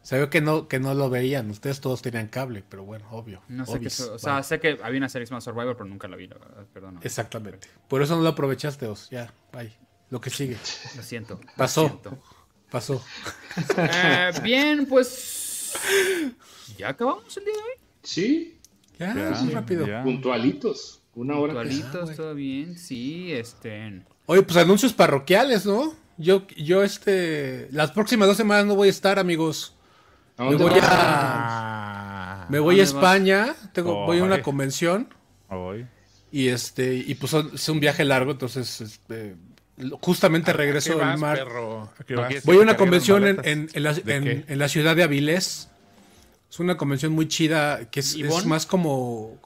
[SPEAKER 3] Se ve que no, que no lo veían. Ustedes todos tenían cable, pero bueno, obvio.
[SPEAKER 1] No sé qué
[SPEAKER 3] obvious.
[SPEAKER 1] eso- O sea,
[SPEAKER 3] Vale.
[SPEAKER 1] sé que había una serie que se llama Survivor, pero nunca la vi, la verdad. Perdón.
[SPEAKER 3] Exactamente. Por eso no lo aprovechaste, Os. Ya, bye. Lo que sigue.
[SPEAKER 1] Lo siento. lo
[SPEAKER 3] Pasó.
[SPEAKER 1] siento.
[SPEAKER 3] Pasó.
[SPEAKER 1] Eh, bien, pues. Ya acabamos el día de hoy.
[SPEAKER 4] Sí,
[SPEAKER 3] Ya,
[SPEAKER 2] Ya,
[SPEAKER 3] sí, rápido.
[SPEAKER 2] ya.
[SPEAKER 4] puntualitos. Una hora. que-
[SPEAKER 3] Ah,
[SPEAKER 1] Actualitos,
[SPEAKER 3] güey.
[SPEAKER 1] todo bien. Sí, este.
[SPEAKER 3] Oye, pues anuncios parroquiales, ¿no? Yo, yo, este. Las próximas dos semanas no voy a estar, amigos.
[SPEAKER 4] ¿A
[SPEAKER 3] Me
[SPEAKER 4] dónde
[SPEAKER 3] voy
[SPEAKER 4] vas?
[SPEAKER 3] a, me voy a
[SPEAKER 1] ¿Dónde vas?
[SPEAKER 3] España. Tengo, voy a una
[SPEAKER 2] Ay.
[SPEAKER 3] convención.
[SPEAKER 2] Hoy.
[SPEAKER 3] Y este, y pues son- es un viaje largo, entonces este, lo- justamente
[SPEAKER 6] ¿A
[SPEAKER 3] regreso
[SPEAKER 6] qué
[SPEAKER 3] del
[SPEAKER 6] vas,
[SPEAKER 3] mar.
[SPEAKER 6] perro? ¿A qué
[SPEAKER 2] No
[SPEAKER 6] vas?
[SPEAKER 2] quieres-
[SPEAKER 3] Voy a
[SPEAKER 2] ¿Te
[SPEAKER 3] una
[SPEAKER 2] cargaron
[SPEAKER 3] convención en,
[SPEAKER 2] maletas?
[SPEAKER 3] en- en la,
[SPEAKER 6] ¿De
[SPEAKER 3] en-
[SPEAKER 6] qué?
[SPEAKER 3] en la ciudad de Avilés. Es una convención muy chida, que es, es
[SPEAKER 1] ¿Ivón?
[SPEAKER 3] más como.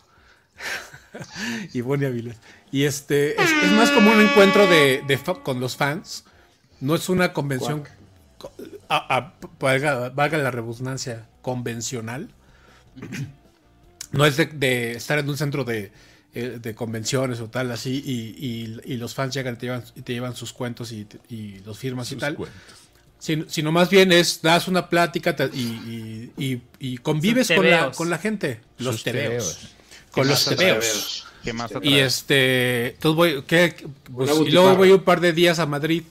[SPEAKER 3] Ivonne y Avilés. Y este, es, es más como un encuentro de, de fa- con los fans. No es una convención. co- a- a- valga, valga la redundancia, convencional. No es de, de estar en un centro de, eh, de convenciones o tal, así, y, y- y los fans llegan y te llevan, y te llevan sus cuentos y, te- y los firmas y
[SPEAKER 6] Sus
[SPEAKER 3] tal.
[SPEAKER 6] cuentos.
[SPEAKER 3] Sin- sino más bien es, das una plática te- y, y- y- y convives
[SPEAKER 1] Sus
[SPEAKER 3] con la,
[SPEAKER 1] tebeos.
[SPEAKER 3] con la gente. Los
[SPEAKER 6] Sus
[SPEAKER 3] tebeos.
[SPEAKER 6] tebeos.
[SPEAKER 3] Con los
[SPEAKER 4] Hasta
[SPEAKER 3] tebeos.
[SPEAKER 4] Tebeos.
[SPEAKER 2] ¿Qué más
[SPEAKER 3] Y
[SPEAKER 2] atrae?
[SPEAKER 3] este, entonces voy, ¿qué? Pues,
[SPEAKER 4] Una
[SPEAKER 3] y luego
[SPEAKER 4] butifarra.
[SPEAKER 3] voy un par de días a Madrid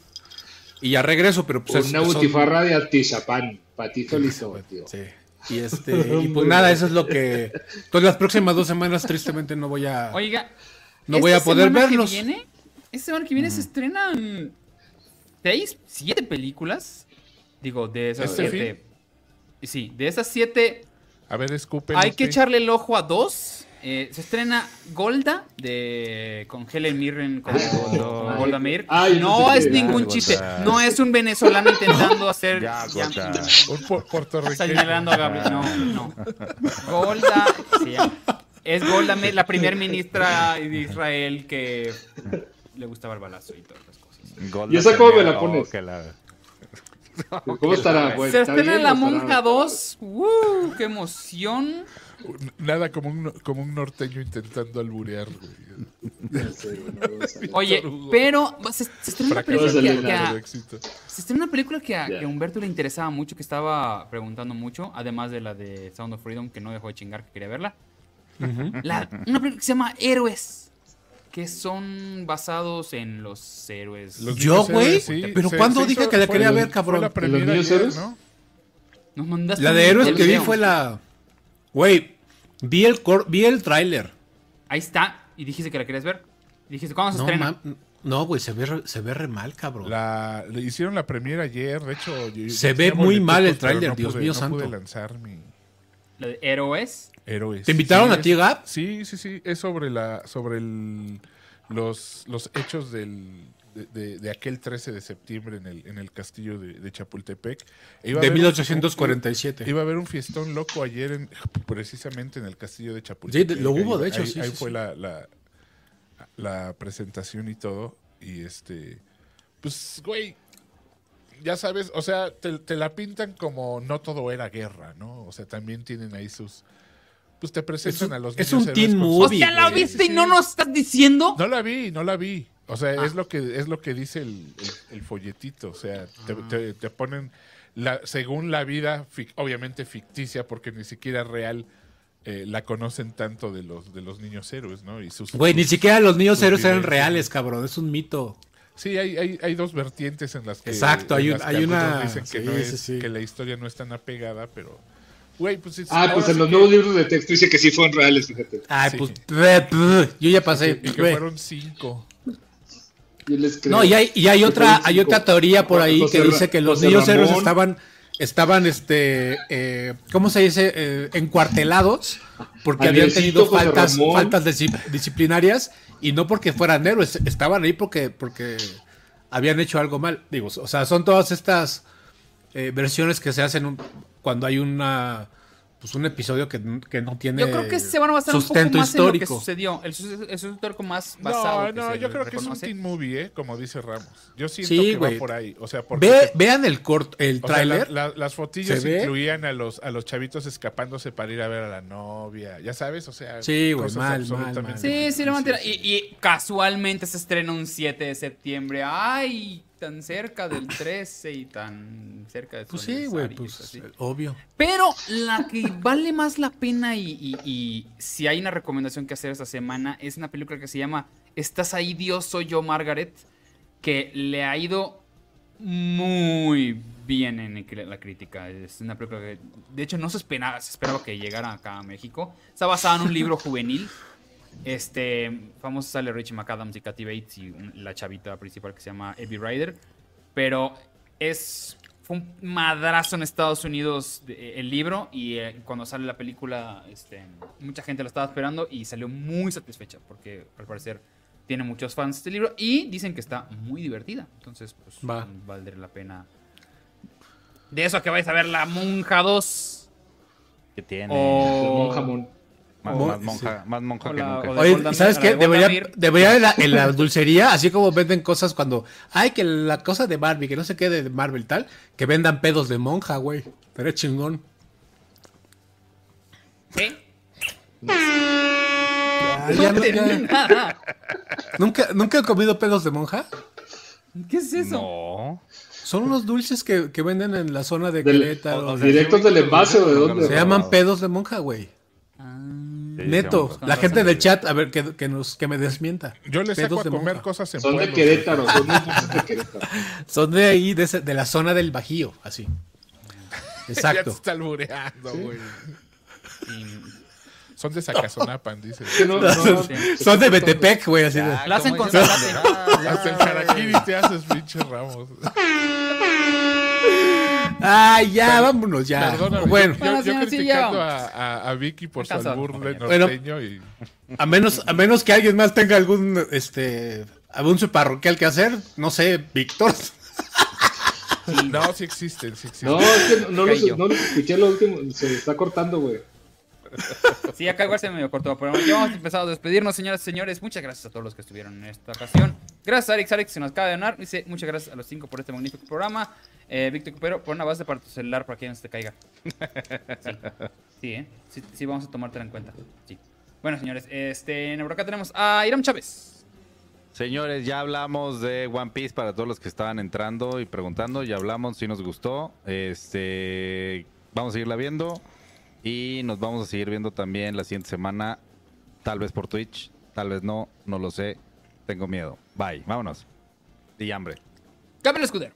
[SPEAKER 3] y ya regreso, pero pues es-
[SPEAKER 4] Una
[SPEAKER 3] son-
[SPEAKER 4] butifarra de Atizapán. Patito listo, tío.
[SPEAKER 3] Sí. Y este, y pues nada, eso es lo que. Entonces las próximas dos semanas, tristemente, no voy a.
[SPEAKER 1] Oiga.
[SPEAKER 3] No
[SPEAKER 1] esta
[SPEAKER 3] voy a poder
[SPEAKER 1] semana que
[SPEAKER 3] verlos.
[SPEAKER 1] viene- esta semana que viene se estrenan. Seis, siete películas. Digo, de esas
[SPEAKER 6] ¿Este
[SPEAKER 1] siete. Sí, de esas siete.
[SPEAKER 6] A ver, escupe.
[SPEAKER 1] Hay que echarle el ojo a dos. Eh, se estrena Golda de con Helen Mirren como como Golda Meir.
[SPEAKER 4] Ay, no
[SPEAKER 1] no
[SPEAKER 4] sé
[SPEAKER 1] es
[SPEAKER 4] qué.
[SPEAKER 1] ningún
[SPEAKER 2] Ay,
[SPEAKER 1] chiste.
[SPEAKER 2] Golda.
[SPEAKER 1] No es un venezolano intentando hacer.
[SPEAKER 2] Ya,
[SPEAKER 1] ya-
[SPEAKER 2] Gota.
[SPEAKER 6] Un pu- puertorriqueño.
[SPEAKER 1] señalando a Gabriel. No, no. Golda. se llama. es Golda Meir, la primer ministra de Israel que le gustaba el balazo y todas las cosas.
[SPEAKER 2] Golda
[SPEAKER 4] ¿Y esa cómo me la
[SPEAKER 2] Meir,
[SPEAKER 4] pones?
[SPEAKER 2] oh, que la-
[SPEAKER 4] ¿Cómo estará? güey?
[SPEAKER 1] se
[SPEAKER 4] Pues, ¿Está
[SPEAKER 1] estrena
[SPEAKER 4] bien
[SPEAKER 1] La
[SPEAKER 4] o estará-
[SPEAKER 1] Monja 2. ¡Uh! ¡Qué emoción!
[SPEAKER 6] Nada como un, como un norteño intentando alburear, güey.
[SPEAKER 4] No sé, güey, no lo sabía.
[SPEAKER 1] Oye, pero se, se estrenó una
[SPEAKER 6] Fracaso
[SPEAKER 1] película que,
[SPEAKER 6] de
[SPEAKER 1] que a-
[SPEAKER 6] éxito.
[SPEAKER 1] se estrenó Pues, este, una película que a,
[SPEAKER 4] Ya.
[SPEAKER 1] que a Humberto le interesaba mucho, que estaba preguntando mucho, además de la de Sound of Freedom, que no dejó de chingar, que quería verla. La- una película que se llama Héroes, que son basados en los héroes.
[SPEAKER 6] Los
[SPEAKER 3] Yo,
[SPEAKER 6] niños
[SPEAKER 3] güey,
[SPEAKER 6] héroes, sí,
[SPEAKER 3] pero
[SPEAKER 6] se-
[SPEAKER 3] ¿cuándo
[SPEAKER 6] se
[SPEAKER 3] dije
[SPEAKER 6] hizo-
[SPEAKER 3] que la
[SPEAKER 6] fue
[SPEAKER 3] quería
[SPEAKER 6] la-
[SPEAKER 3] ver, cabrón?
[SPEAKER 6] fue la
[SPEAKER 3] ¿Los
[SPEAKER 6] premiere
[SPEAKER 4] niños
[SPEAKER 6] ayer,
[SPEAKER 4] héroes?
[SPEAKER 6] ¿no?
[SPEAKER 1] Nos mandaste
[SPEAKER 3] La
[SPEAKER 1] un-
[SPEAKER 3] de héroes
[SPEAKER 1] el
[SPEAKER 3] que vi
[SPEAKER 1] video.
[SPEAKER 3] fue la. Güey, vi el, cor- vi el tráiler.
[SPEAKER 1] Ahí está, y dijiste que la querías ver. Y dijiste, ¿cuándo se
[SPEAKER 3] No,
[SPEAKER 1] estrena?
[SPEAKER 3] mam- no, güey, se ve, re- se ve re mal, cabrón.
[SPEAKER 6] La, le hicieron la premiere ayer, de hecho. yo- yo
[SPEAKER 3] Se
[SPEAKER 6] tenía
[SPEAKER 3] ve muy
[SPEAKER 6] boleticos,
[SPEAKER 3] mal el
[SPEAKER 6] pero
[SPEAKER 3] tráiler,
[SPEAKER 6] no
[SPEAKER 3] Dios
[SPEAKER 6] pude-
[SPEAKER 3] mío
[SPEAKER 6] no
[SPEAKER 3] santo.
[SPEAKER 6] pude lanzar mi
[SPEAKER 1] La de Héroes.
[SPEAKER 6] héroes.
[SPEAKER 3] ¿Te invitaron
[SPEAKER 6] Sí,
[SPEAKER 3] a ti, Gab?
[SPEAKER 6] Sí, sí, sí. Es sobre la sobre el- los, los hechos del, de, de- de aquel 13 de septiembre en el, en el castillo de, de Chapultepec. E iba a
[SPEAKER 3] De
[SPEAKER 6] haber un-
[SPEAKER 3] 1847.
[SPEAKER 6] Iba a haber un fiestón loco ayer, en- precisamente en el castillo de
[SPEAKER 3] Sí,
[SPEAKER 6] Chapultepec.
[SPEAKER 3] de- lo hubo,
[SPEAKER 6] Ahí-
[SPEAKER 3] de hecho,
[SPEAKER 6] Ahí,
[SPEAKER 3] sí,
[SPEAKER 6] ahí
[SPEAKER 3] sí,
[SPEAKER 6] fue
[SPEAKER 3] sí.
[SPEAKER 6] La, la, la presentación y todo. Y este. Pues, güey. Ya sabes, o sea, te, te la pintan como no todo era guerra, ¿no? O sea, también tienen ahí sus. Pues te presentan
[SPEAKER 3] un-
[SPEAKER 6] a los
[SPEAKER 3] es
[SPEAKER 6] niños
[SPEAKER 3] un
[SPEAKER 6] héroes
[SPEAKER 3] teen
[SPEAKER 6] con sus-
[SPEAKER 1] O
[SPEAKER 3] movie,
[SPEAKER 1] sea, la
[SPEAKER 3] güey.
[SPEAKER 1] viste y no nos estás diciendo.
[SPEAKER 6] No la vi, no la vi. O sea,
[SPEAKER 1] Ah.
[SPEAKER 6] es lo que es lo que dice el, el- el folletito. O sea, te,
[SPEAKER 1] Ah.
[SPEAKER 6] te- te ponen la, según la vida, fic- obviamente ficticia, porque ni siquiera real eh, la conocen tanto de los de los niños héroes, ¿no? Y sus
[SPEAKER 3] Güey, ni siquiera los niños
[SPEAKER 6] Sus
[SPEAKER 3] héroes eran
[SPEAKER 6] vivencias.
[SPEAKER 3] reales, cabrón. Es un mito.
[SPEAKER 6] Sí, hay, hay, hay dos vertientes en las que
[SPEAKER 3] Exacto, hay
[SPEAKER 6] en
[SPEAKER 3] un-
[SPEAKER 6] las
[SPEAKER 3] hay
[SPEAKER 6] algunos
[SPEAKER 3] una-
[SPEAKER 6] dicen que
[SPEAKER 3] sí,
[SPEAKER 6] no
[SPEAKER 3] sí,
[SPEAKER 6] es-
[SPEAKER 3] sí.
[SPEAKER 6] que la historia no es tan apegada, pero güey, pues es-
[SPEAKER 4] Ah, pues
[SPEAKER 6] ahora
[SPEAKER 4] en los
[SPEAKER 6] sí
[SPEAKER 4] nuevos libros de texto dice que sí fueron reales, fíjate.
[SPEAKER 3] Ay,
[SPEAKER 6] Sí.
[SPEAKER 3] pues. re- pr- yo ya pasé.
[SPEAKER 6] que- y que
[SPEAKER 3] güey.
[SPEAKER 6] fueron cinco.
[SPEAKER 4] Yo les creo.
[SPEAKER 3] pues, No, y hay, y hay
[SPEAKER 4] Que
[SPEAKER 3] otra,
[SPEAKER 4] fueron
[SPEAKER 3] hay
[SPEAKER 4] cinco.
[SPEAKER 3] otra teoría por ahí
[SPEAKER 4] José
[SPEAKER 3] que
[SPEAKER 4] Ra-
[SPEAKER 3] dice que los
[SPEAKER 4] José
[SPEAKER 3] niños héroes
[SPEAKER 4] Ramón.
[SPEAKER 3] estaban, estaban, este, eh, ¿cómo se dice? Eh, encuartelados porque habían
[SPEAKER 4] Andresito,
[SPEAKER 3] tenido
[SPEAKER 4] José
[SPEAKER 3] faltas,
[SPEAKER 4] Ramón.
[SPEAKER 3] faltas disci- disciplinarias y no porque fueran héroes, estaban ahí porque, porque habían hecho algo mal. Digo, o sea, son todas estas eh, versiones que se hacen un- cuando hay una, pues un episodio que, n- que no tiene
[SPEAKER 1] Yo creo que se van a basar un poco
[SPEAKER 3] sustento
[SPEAKER 1] más en lo que
[SPEAKER 3] histórico.
[SPEAKER 1] sucedió. El suceso el suceso histórico más basado.
[SPEAKER 6] No,
[SPEAKER 1] que
[SPEAKER 6] no,
[SPEAKER 1] se
[SPEAKER 6] yo creo que es un
[SPEAKER 1] reconoce.
[SPEAKER 6] teen movie, ¿eh? Como dice Ramos. Yo siento
[SPEAKER 3] Sí,
[SPEAKER 6] que
[SPEAKER 3] güey.
[SPEAKER 6] va por ahí. O sea, porque
[SPEAKER 3] Ve- vean el corto, el
[SPEAKER 6] o sea, la-
[SPEAKER 3] tráiler.
[SPEAKER 6] la- las fotillas
[SPEAKER 3] ¿Se ve?
[SPEAKER 6] incluían a los, a los chavitos escapándose para ir a ver a la novia. Ya sabes, o sea,
[SPEAKER 3] Sí, güey,
[SPEAKER 6] cosas
[SPEAKER 3] mal, mal,
[SPEAKER 6] absolutamente
[SPEAKER 3] mal.
[SPEAKER 1] Sí, sí, lo
[SPEAKER 6] ficticias.
[SPEAKER 1] mantiene. Y, y casualmente se estrena un 7 de septiembre. Ay, tan cerca del 13 y tan cerca de su
[SPEAKER 3] Pues sí, güey,
[SPEAKER 1] aniversario y
[SPEAKER 3] pues
[SPEAKER 1] así.
[SPEAKER 3] obvio.
[SPEAKER 1] Pero la que vale más la pena y, y- y si hay una recomendación que hacer esta semana es una película que se llama Estás ahí, Dios, soy yo, Margaret, que le ha ido muy bien en cri- la crítica. Es una película que, de hecho, no se esperaba, se esperaba que llegara acá a México. Está basada en un libro juvenil. Este, famoso sale Richie McAdams y Kathy Bates y un- la chavita principal que se llama Abby Ryder. Pero es. Fue un madrazo en Estados Unidos de- el libro y eh, cuando sale la película, este, mucha gente lo estaba esperando y salió muy satisfecha porque al parecer tiene muchos fans este libro y dicen que está muy divertida. Entonces, pues,
[SPEAKER 3] Va.
[SPEAKER 1] valdría la pena. De eso a que vais a ver La Monja 2
[SPEAKER 2] Que tiene.
[SPEAKER 1] o.
[SPEAKER 4] Ramón Jamón.
[SPEAKER 2] más,
[SPEAKER 3] Mon-
[SPEAKER 2] más monja, más monja
[SPEAKER 1] o
[SPEAKER 2] que
[SPEAKER 1] la-
[SPEAKER 2] nunca.
[SPEAKER 1] o de
[SPEAKER 3] Oye,
[SPEAKER 1] Golda-
[SPEAKER 3] ¿y ¿sabes
[SPEAKER 1] a la
[SPEAKER 3] qué?
[SPEAKER 1] de Golda
[SPEAKER 3] Debería,
[SPEAKER 1] Meir.
[SPEAKER 3] debería en, la, en la dulcería, así como venden cosas cuando. Ay, que la cosa de Barbie, que no sé qué de Marvel tal, que vendan pedos de monja, güey. Pero chingón.
[SPEAKER 1] ¿Qué? Ah,
[SPEAKER 3] Ay, ya nunca, nunca, nunca he comido pedos de monja.
[SPEAKER 1] ¿Qué es eso?
[SPEAKER 2] No.
[SPEAKER 3] Son unos dulces que, que venden en la zona de
[SPEAKER 4] Del-
[SPEAKER 3] Querétaro.
[SPEAKER 2] o- o sea,
[SPEAKER 4] ¿Directos
[SPEAKER 2] sí,
[SPEAKER 4] del envase o de
[SPEAKER 2] nunca
[SPEAKER 4] dónde?
[SPEAKER 2] los
[SPEAKER 3] se llaman pedos de monja, güey.
[SPEAKER 1] Ah.
[SPEAKER 2] Sí,
[SPEAKER 3] Neto,
[SPEAKER 2] decíamos,
[SPEAKER 3] la
[SPEAKER 2] no,
[SPEAKER 3] gente
[SPEAKER 2] no,
[SPEAKER 3] del
[SPEAKER 2] no.
[SPEAKER 3] chat, a ver, que, que nos, que me desmienta.
[SPEAKER 6] Yo les saco
[SPEAKER 3] Pedos
[SPEAKER 6] a
[SPEAKER 3] de
[SPEAKER 6] comer
[SPEAKER 3] monja.
[SPEAKER 6] cosas en
[SPEAKER 4] Son de
[SPEAKER 6] pueblos.
[SPEAKER 4] Querétaro, son muy pocos de Querétaro.
[SPEAKER 3] Son de ahí, de, ese- de la zona del Bajío, así.
[SPEAKER 6] Ya te
[SPEAKER 3] Exacto.
[SPEAKER 6] está albureando, güey.
[SPEAKER 1] Y-
[SPEAKER 6] Son de Zacazonapan, dice.
[SPEAKER 4] Que no- no- no-
[SPEAKER 3] Son de Betepec, güey, así
[SPEAKER 2] Ah,
[SPEAKER 3] de.
[SPEAKER 1] La hacen con
[SPEAKER 2] ¿cómo dices?
[SPEAKER 1] salsa.
[SPEAKER 6] Hasta el jaraquiri te haces, pinche Ramos.
[SPEAKER 3] Ay, ya, vámonos, ya.
[SPEAKER 6] Perdóname.
[SPEAKER 3] bueno,
[SPEAKER 6] yo, yo, yo
[SPEAKER 1] Bueno, sí, sí, ya
[SPEAKER 6] criticando a,
[SPEAKER 1] vamos.
[SPEAKER 6] a, a Vicky por su
[SPEAKER 1] Alcanzó.
[SPEAKER 6] albur de
[SPEAKER 3] Bueno.
[SPEAKER 6] norteño y...
[SPEAKER 3] a menos, a menos que alguien más tenga algún este anuncio parroquial que hacer, no sé, Víctor.
[SPEAKER 6] No, sí existen, sí existen.
[SPEAKER 4] No, es que no, los, no los escuché lo último, se está cortando, güey.
[SPEAKER 1] Sí, acá igual se me cortó, pero ya vamos a empezar a despedirnos, señoras y señores. Muchas gracias a todos los que estuvieron en esta ocasión. Gracias a Alex, Alex, que se nos acaba de donar. Dice, muchas gracias a los cinco por este magnífico programa. Eh, Víctor Cupero, pon una base para tu celular para que ya no se te caiga. Sí, sí, ¿eh? Sí, sí, vamos a tomártela en cuenta. Sí. Bueno, señores, este, por acá tenemos a Iram Chávez.
[SPEAKER 2] Señores, ya hablamos de One Piece para todos los que estaban entrando y preguntando. Ya hablamos, si nos gustó. Este, vamos a seguirla viendo. Y nos vamos a seguir viendo también la siguiente semana. Tal vez por Twitch, tal vez no, no lo sé. Tengo miedo. Bye, vámonos. Y hambre.
[SPEAKER 1] Gabriel Escudero.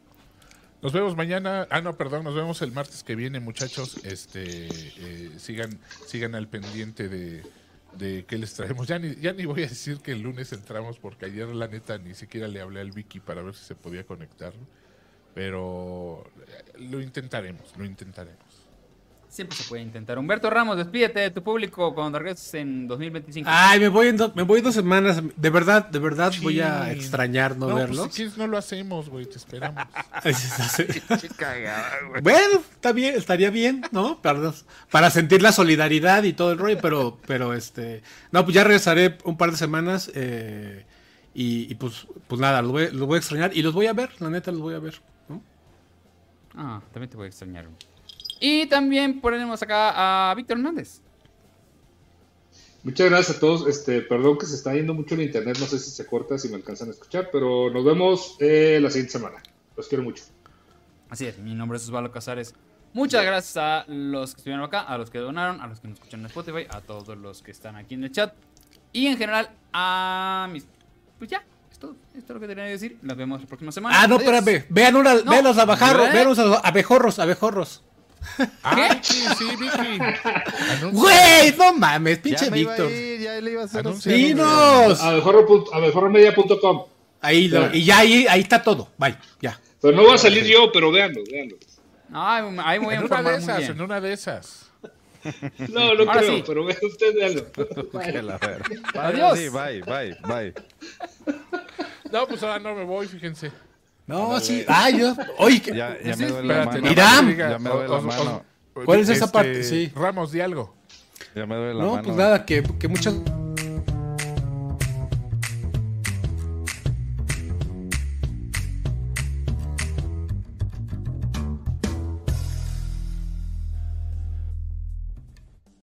[SPEAKER 6] Nos vemos mañana. Ah, no, perdón, nos vemos el martes que viene, muchachos. Este, eh, sigan, sigan al pendiente de, de qué les traemos. Ya ni, ya ni voy a decir que el lunes entramos porque ayer la neta ni siquiera le hablé al Vicky para ver si se podía conectar. Pero eh, lo intentaremos, lo intentaremos.
[SPEAKER 1] Siempre se puede intentar. Humberto Ramos, despídete de tu público cuando regreses en 2025.
[SPEAKER 3] Ay, me voy, en do- me voy dos semanas. De verdad, de verdad voy a
[SPEAKER 6] Chin.
[SPEAKER 3] extrañar no,
[SPEAKER 6] pues,
[SPEAKER 3] verlos.
[SPEAKER 6] si quieres, no lo hacemos, güey, te esperamos.
[SPEAKER 3] Bueno, está bien, estaría bien, ¿no? Para, para sentir la solidaridad y todo el rollo, pero, pero este. No, pues ya regresaré un par de semanas eh, y, y pues, pues nada, los voy, los voy a extrañar y los voy a ver, la neta los voy a ver. ¿no?
[SPEAKER 1] Ah, también te voy a extrañar. Y también ponemos acá a Víctor Hernández.
[SPEAKER 4] Muchas gracias a todos. Este, perdón que se está yendo mucho el internet. No sé si se corta, si me alcanzan a escuchar, pero nos vemos eh, la siguiente semana. Los quiero mucho.
[SPEAKER 1] Así es, mi nombre es Osvaldo Casares. Muchas gracias a los que estuvieron acá, a los que donaron, a los que nos escuchan en Spotify, a todos los que están aquí en el chat. Y en general, a mis. Pues ya, es todo, es todo lo que tenía que decir. Nos vemos la próxima semana.
[SPEAKER 3] Ah, no,
[SPEAKER 1] Adiós.
[SPEAKER 3] espérame. Vean, una,
[SPEAKER 1] No,
[SPEAKER 3] vean los abajarros,
[SPEAKER 1] ¿eh?
[SPEAKER 3] vean los abejorros, abejorros.
[SPEAKER 6] Ah, Vicky, sí, Vicky. Anuncia-
[SPEAKER 3] ¡Güey! No mames,
[SPEAKER 2] Ya
[SPEAKER 3] pinche
[SPEAKER 2] me iba a
[SPEAKER 3] Víctor.
[SPEAKER 2] ir, ya le iba a hacer
[SPEAKER 6] Anuncia-
[SPEAKER 2] así.
[SPEAKER 3] ¡Dinos!
[SPEAKER 4] Abejorro punto- Abejorromedia.com.
[SPEAKER 3] Ahí lo- y ya ahí, ahí está todo. Bye, ya.
[SPEAKER 4] Pero no voy a salir yo, pero véanlo, véanlo.
[SPEAKER 1] Ay, ahí me voy a
[SPEAKER 6] En una de
[SPEAKER 1] informar muy
[SPEAKER 6] esas, en
[SPEAKER 1] bien.
[SPEAKER 6] una de esas.
[SPEAKER 4] No, no
[SPEAKER 1] Ahora
[SPEAKER 4] creo,
[SPEAKER 1] sí.
[SPEAKER 4] pero vean ustedes, véanlo.
[SPEAKER 2] Que la verga.
[SPEAKER 1] Adiós.
[SPEAKER 2] Sí, bye, bye, bye.
[SPEAKER 6] No, pues ahora no me voy, fíjense.
[SPEAKER 3] No, sí. Ay, yo. Oye, que-
[SPEAKER 2] Ya, ya
[SPEAKER 1] Sí,
[SPEAKER 2] me duele la
[SPEAKER 6] Espérate,
[SPEAKER 2] mano.
[SPEAKER 6] nada
[SPEAKER 3] Irán.
[SPEAKER 6] más que diga-
[SPEAKER 2] Ya me duele la
[SPEAKER 6] os- os-
[SPEAKER 2] mano.
[SPEAKER 6] os-
[SPEAKER 3] ¿Cuál es esa parte? Sí.
[SPEAKER 6] Ramos, di algo.
[SPEAKER 2] Ya me duele este, la
[SPEAKER 3] no,
[SPEAKER 2] mano.
[SPEAKER 3] pues nada, que, que muchas.